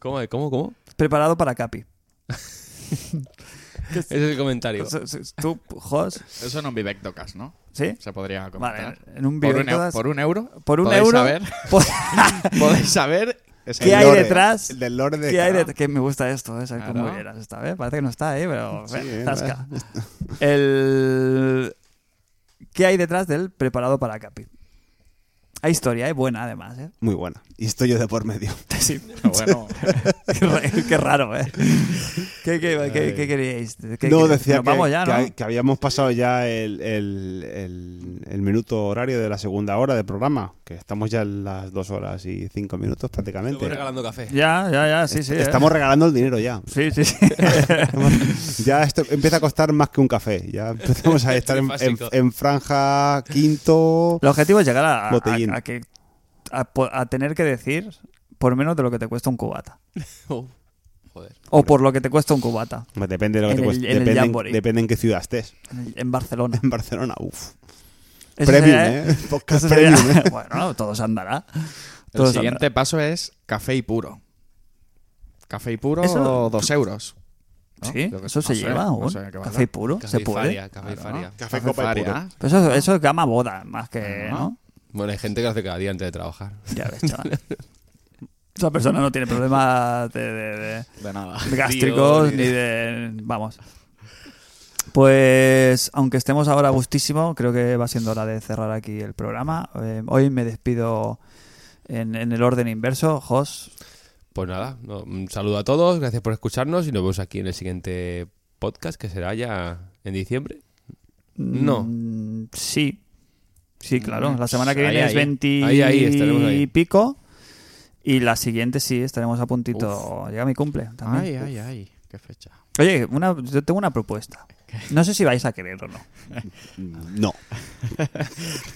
Speaker 4: ¿Cómo? ¿Cómo? ¿Cómo?
Speaker 1: Preparado para Capi.
Speaker 4: Ese es el comentario.
Speaker 1: ¿Tú, Jos?
Speaker 3: Eso en un Vivectocas, ¿no?
Speaker 1: ¿Sí?
Speaker 3: Se podría comentar.
Speaker 1: Vale, en un
Speaker 3: por,
Speaker 1: video.
Speaker 3: un, eu- por un euro.
Speaker 1: por un
Speaker 3: podéis
Speaker 1: euro.
Speaker 3: Saber,
Speaker 1: por-
Speaker 3: podéis saber. es
Speaker 1: ¿Qué
Speaker 2: El
Speaker 1: hay
Speaker 2: lore,
Speaker 1: detrás?
Speaker 2: El del lore de
Speaker 1: ¿Qué hay
Speaker 2: cada-
Speaker 1: de- que me gusta esto, ¿eh? Saber cómo
Speaker 3: Claro.
Speaker 1: eras esta vez. Parece que no está, ¿eh? Pero
Speaker 2: Sí,
Speaker 1: eh,
Speaker 2: eh,
Speaker 1: zasca. El... ¿Qué hay detrás del preparado para Capi? Hay historia, ¿eh? Buena, además, ¿eh?
Speaker 2: Muy buena. Y estoy yo de por medio.
Speaker 1: Sí.
Speaker 3: Bueno,
Speaker 1: qué, ra- qué raro, ¿eh? ¿Qué, qué, qué- qué queríais? ¿Qué-
Speaker 2: no,
Speaker 1: qué-
Speaker 2: decía
Speaker 1: nos
Speaker 2: que,
Speaker 1: vamos ya,
Speaker 2: que
Speaker 1: ¿no?
Speaker 2: ha- que habíamos pasado ya el, el- el- el minuto horario de la segunda hora de programa, que estamos ya en las dos horas y cinco minutos prácticamente.
Speaker 4: Estoy regalando café.
Speaker 1: Ya, ya, ya, sí, sí. ¿eh?
Speaker 2: Estamos regalando el dinero ya.
Speaker 1: Sí, sí, sí.
Speaker 2: ya esto empieza a costar más que un café. Ya empezamos a estar en, en- en franja quinto.
Speaker 1: El objetivo es llegar a, a-
Speaker 2: Botellín.
Speaker 1: a que, a po- a tener que decir por menos de lo que te cuesta un cubata.
Speaker 4: Oh, joder.
Speaker 1: O por lo que te cuesta un cubata
Speaker 2: Pues depende de lo
Speaker 1: En
Speaker 2: que te
Speaker 1: el-
Speaker 2: cueste.
Speaker 1: en el
Speaker 2: Depende,
Speaker 1: Jamboree.
Speaker 2: en, depende en qué ciudad estés.
Speaker 1: en, el- en Barcelona.
Speaker 2: En Barcelona, uff.
Speaker 1: Eso
Speaker 2: Premium,
Speaker 1: sería-
Speaker 2: ¿eh? Podcast
Speaker 1: Eso sería-
Speaker 2: premium, ¿eh?
Speaker 1: Pues bueno, todos andará.
Speaker 3: el
Speaker 1: Todos
Speaker 3: siguiente paso es café y puro. Café y puro,
Speaker 1: Eso-
Speaker 3: dos euros. ¿no?
Speaker 1: Sí,
Speaker 3: Yo que-
Speaker 1: eso
Speaker 3: no
Speaker 1: se
Speaker 3: sé,
Speaker 1: lleva
Speaker 3: no
Speaker 1: aún.
Speaker 3: sé qué vale.
Speaker 1: café puro,
Speaker 4: Café
Speaker 1: se puede.
Speaker 4: Faria, café Faria.
Speaker 2: Café, copa y
Speaker 3: Faria.
Speaker 2: puro.
Speaker 1: Pero eso, eso es gama boda, más que,
Speaker 3: Ajá.
Speaker 1: ¿no?
Speaker 4: Bueno, hay gente que lo hace cada día antes de trabajar.
Speaker 1: Ya ves, chaval. Esa persona no tiene problemas de, de- de-
Speaker 3: De nada.
Speaker 1: de gástricos
Speaker 4: Tío,
Speaker 1: ni de... Vamos. Pues, aunque estemos ahora a gustísimo, creo que va siendo hora de cerrar aquí el programa. Eh, hoy me despido en, en el orden inverso. Jos,
Speaker 4: Pues nada, no, un saludo a todos, gracias por escucharnos y nos vemos aquí en el siguiente podcast que será ya en diciembre. No.
Speaker 1: Mm, Sí. Sí, claro. La semana que
Speaker 4: Ahí,
Speaker 1: viene es
Speaker 4: ahí.
Speaker 1: 20
Speaker 4: Ahí, ahí, estaremos ahí.
Speaker 1: y pico. Y la siguiente sí, estaremos a puntito. Llega mi cumple también.
Speaker 3: Ay, ay, ay. Qué fecha.
Speaker 1: Oye, una, yo tengo una propuesta. No sé si vais a querer o no.
Speaker 2: Mm, No.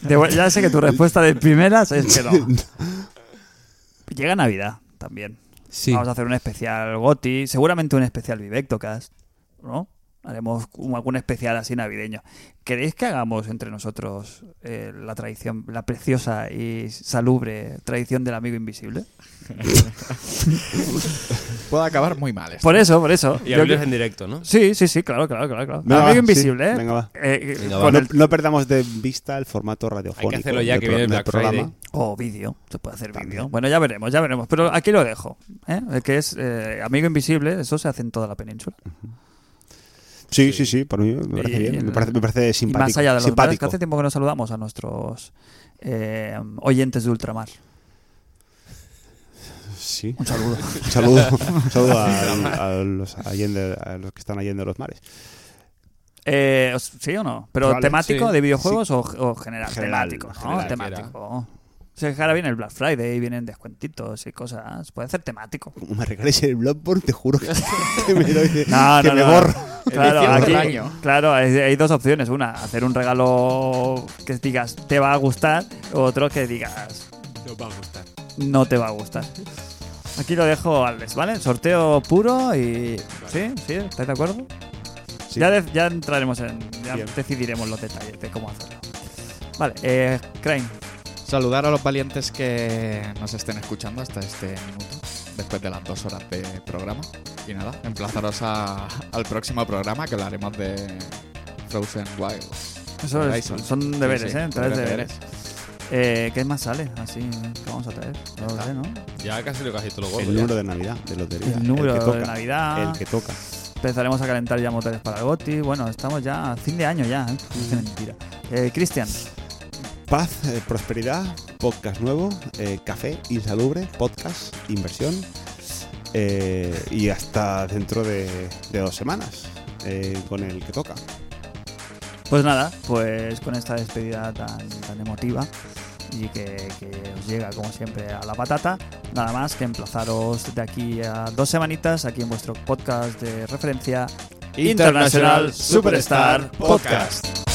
Speaker 1: De vu- ya sé que tu respuesta de primeras es que no. Llega Navidad también.
Speaker 4: Sí.
Speaker 1: Vamos a hacer un especial Goti, seguramente un especial Vivectocast, ¿no? Haremos un- algún especial así navideño. ¿Queréis que hagamos entre nosotros eh, la tradición, la preciosa y salubre tradición del amigo invisible?
Speaker 3: Puede acabar muy mal esto.
Speaker 1: Por eso, por eso.
Speaker 4: Y
Speaker 1: Yo
Speaker 4: abrirlos
Speaker 1: que-
Speaker 4: en directo, ¿no?
Speaker 1: Sí, sí, sí, claro, claro, claro. claro.
Speaker 2: Venga,
Speaker 1: amigo
Speaker 2: va, sí,
Speaker 1: invisible, ¿eh?
Speaker 2: venga, va.
Speaker 1: Eh, eh,
Speaker 4: Venga, va.
Speaker 2: No,
Speaker 1: con el-
Speaker 2: no perdamos de vista el formato radiofónico.
Speaker 4: hacerlo ya,
Speaker 2: del
Speaker 4: que viene el
Speaker 2: del
Speaker 4: Black Friday.
Speaker 1: O Oh, vídeo, se puede hacer vídeo. Bueno, ya veremos, ya veremos. Pero aquí lo dejo. ¿eh? El que es eh, amigo invisible, eso se hace en toda la península.
Speaker 2: Sí, sí, sí, por mí me parece
Speaker 1: Y-
Speaker 2: bien. Me parece, me parece
Speaker 1: Y
Speaker 2: simpático.
Speaker 1: más allá de los mares, que
Speaker 2: simpático.
Speaker 1: hace tiempo que no saludamos a nuestros eh, oyentes de ultramar.
Speaker 2: Sí.
Speaker 1: Un saludo.
Speaker 2: Un saludo, un saludo a, a los allende- a los que están allende los mares.
Speaker 1: Eh, os- ¿Sí o no? ¿Pero
Speaker 2: Vale,
Speaker 1: temático
Speaker 4: sí.
Speaker 1: de videojuegos o, o general?
Speaker 2: General,
Speaker 1: Temático, ¿no?
Speaker 2: general,
Speaker 1: temático. Se ahora viene el Black Friday, vienen descuentitos y cosas. Puede ser temático.
Speaker 2: Como me regales el Bloodborne, te juro que, que me, doy,
Speaker 1: No,
Speaker 2: que
Speaker 1: no,
Speaker 2: me
Speaker 1: no.
Speaker 2: borro.
Speaker 1: Claro,
Speaker 3: Edición
Speaker 1: aquí-
Speaker 3: del año.
Speaker 1: claro, hay, hay dos opciones. Una, hacer un regalo que digas te va a gustar. Otro que digas
Speaker 4: Nos va a gustar.
Speaker 1: no te va a gustar. Aquí lo dejo al les, ¿vale? Sorteo puro y... ¿Sí? ¿Sí? ¿Estáis de acuerdo?
Speaker 2: Sí.
Speaker 1: Ya, de- ya entraremos en... Ya
Speaker 2: Bien.
Speaker 1: decidiremos los detalles de cómo hacerlo. Vale, eh, Crane, Pues-
Speaker 3: Saludar a los valientes que nos estén escuchando hasta este minuto. después de las dos horas de programa. Y nada, emplazaros a- al próximo programa que hablaremos de Frozen Wilds.
Speaker 1: Eso es,
Speaker 3: Horizon.
Speaker 1: son deberes,
Speaker 3: Sí, sí,
Speaker 1: ¿eh? Traes
Speaker 3: deberes,
Speaker 1: deberes. Eh, ¿Qué más sale? Así, ¿qué vamos a traer? No lo sé, ¿no?
Speaker 4: Ya casi lo casi todo lo gordo.
Speaker 2: El número de Navidad, de lotería.
Speaker 1: El número
Speaker 2: que toca,
Speaker 1: de Navidad.
Speaker 2: El que toca.
Speaker 1: Empezaremos a calentar ya motores para el Goti. Bueno, estamos ya a fin de año ya. ¿eh? Qué mentira. Eh, Cristian,
Speaker 2: Paz, eh, prosperidad, podcast nuevo, eh, café insalubre, podcast, inversión. eh, y hasta dentro de, de dos semanas eh, con el que toca.
Speaker 1: pues nada, pues con esta despedida tan, tan emotiva y que, que os llega como siempre a la patata, nada más que emplazaros de aquí a dos semanitas aquí en vuestro podcast de referencia Internacional Superstar Podcast.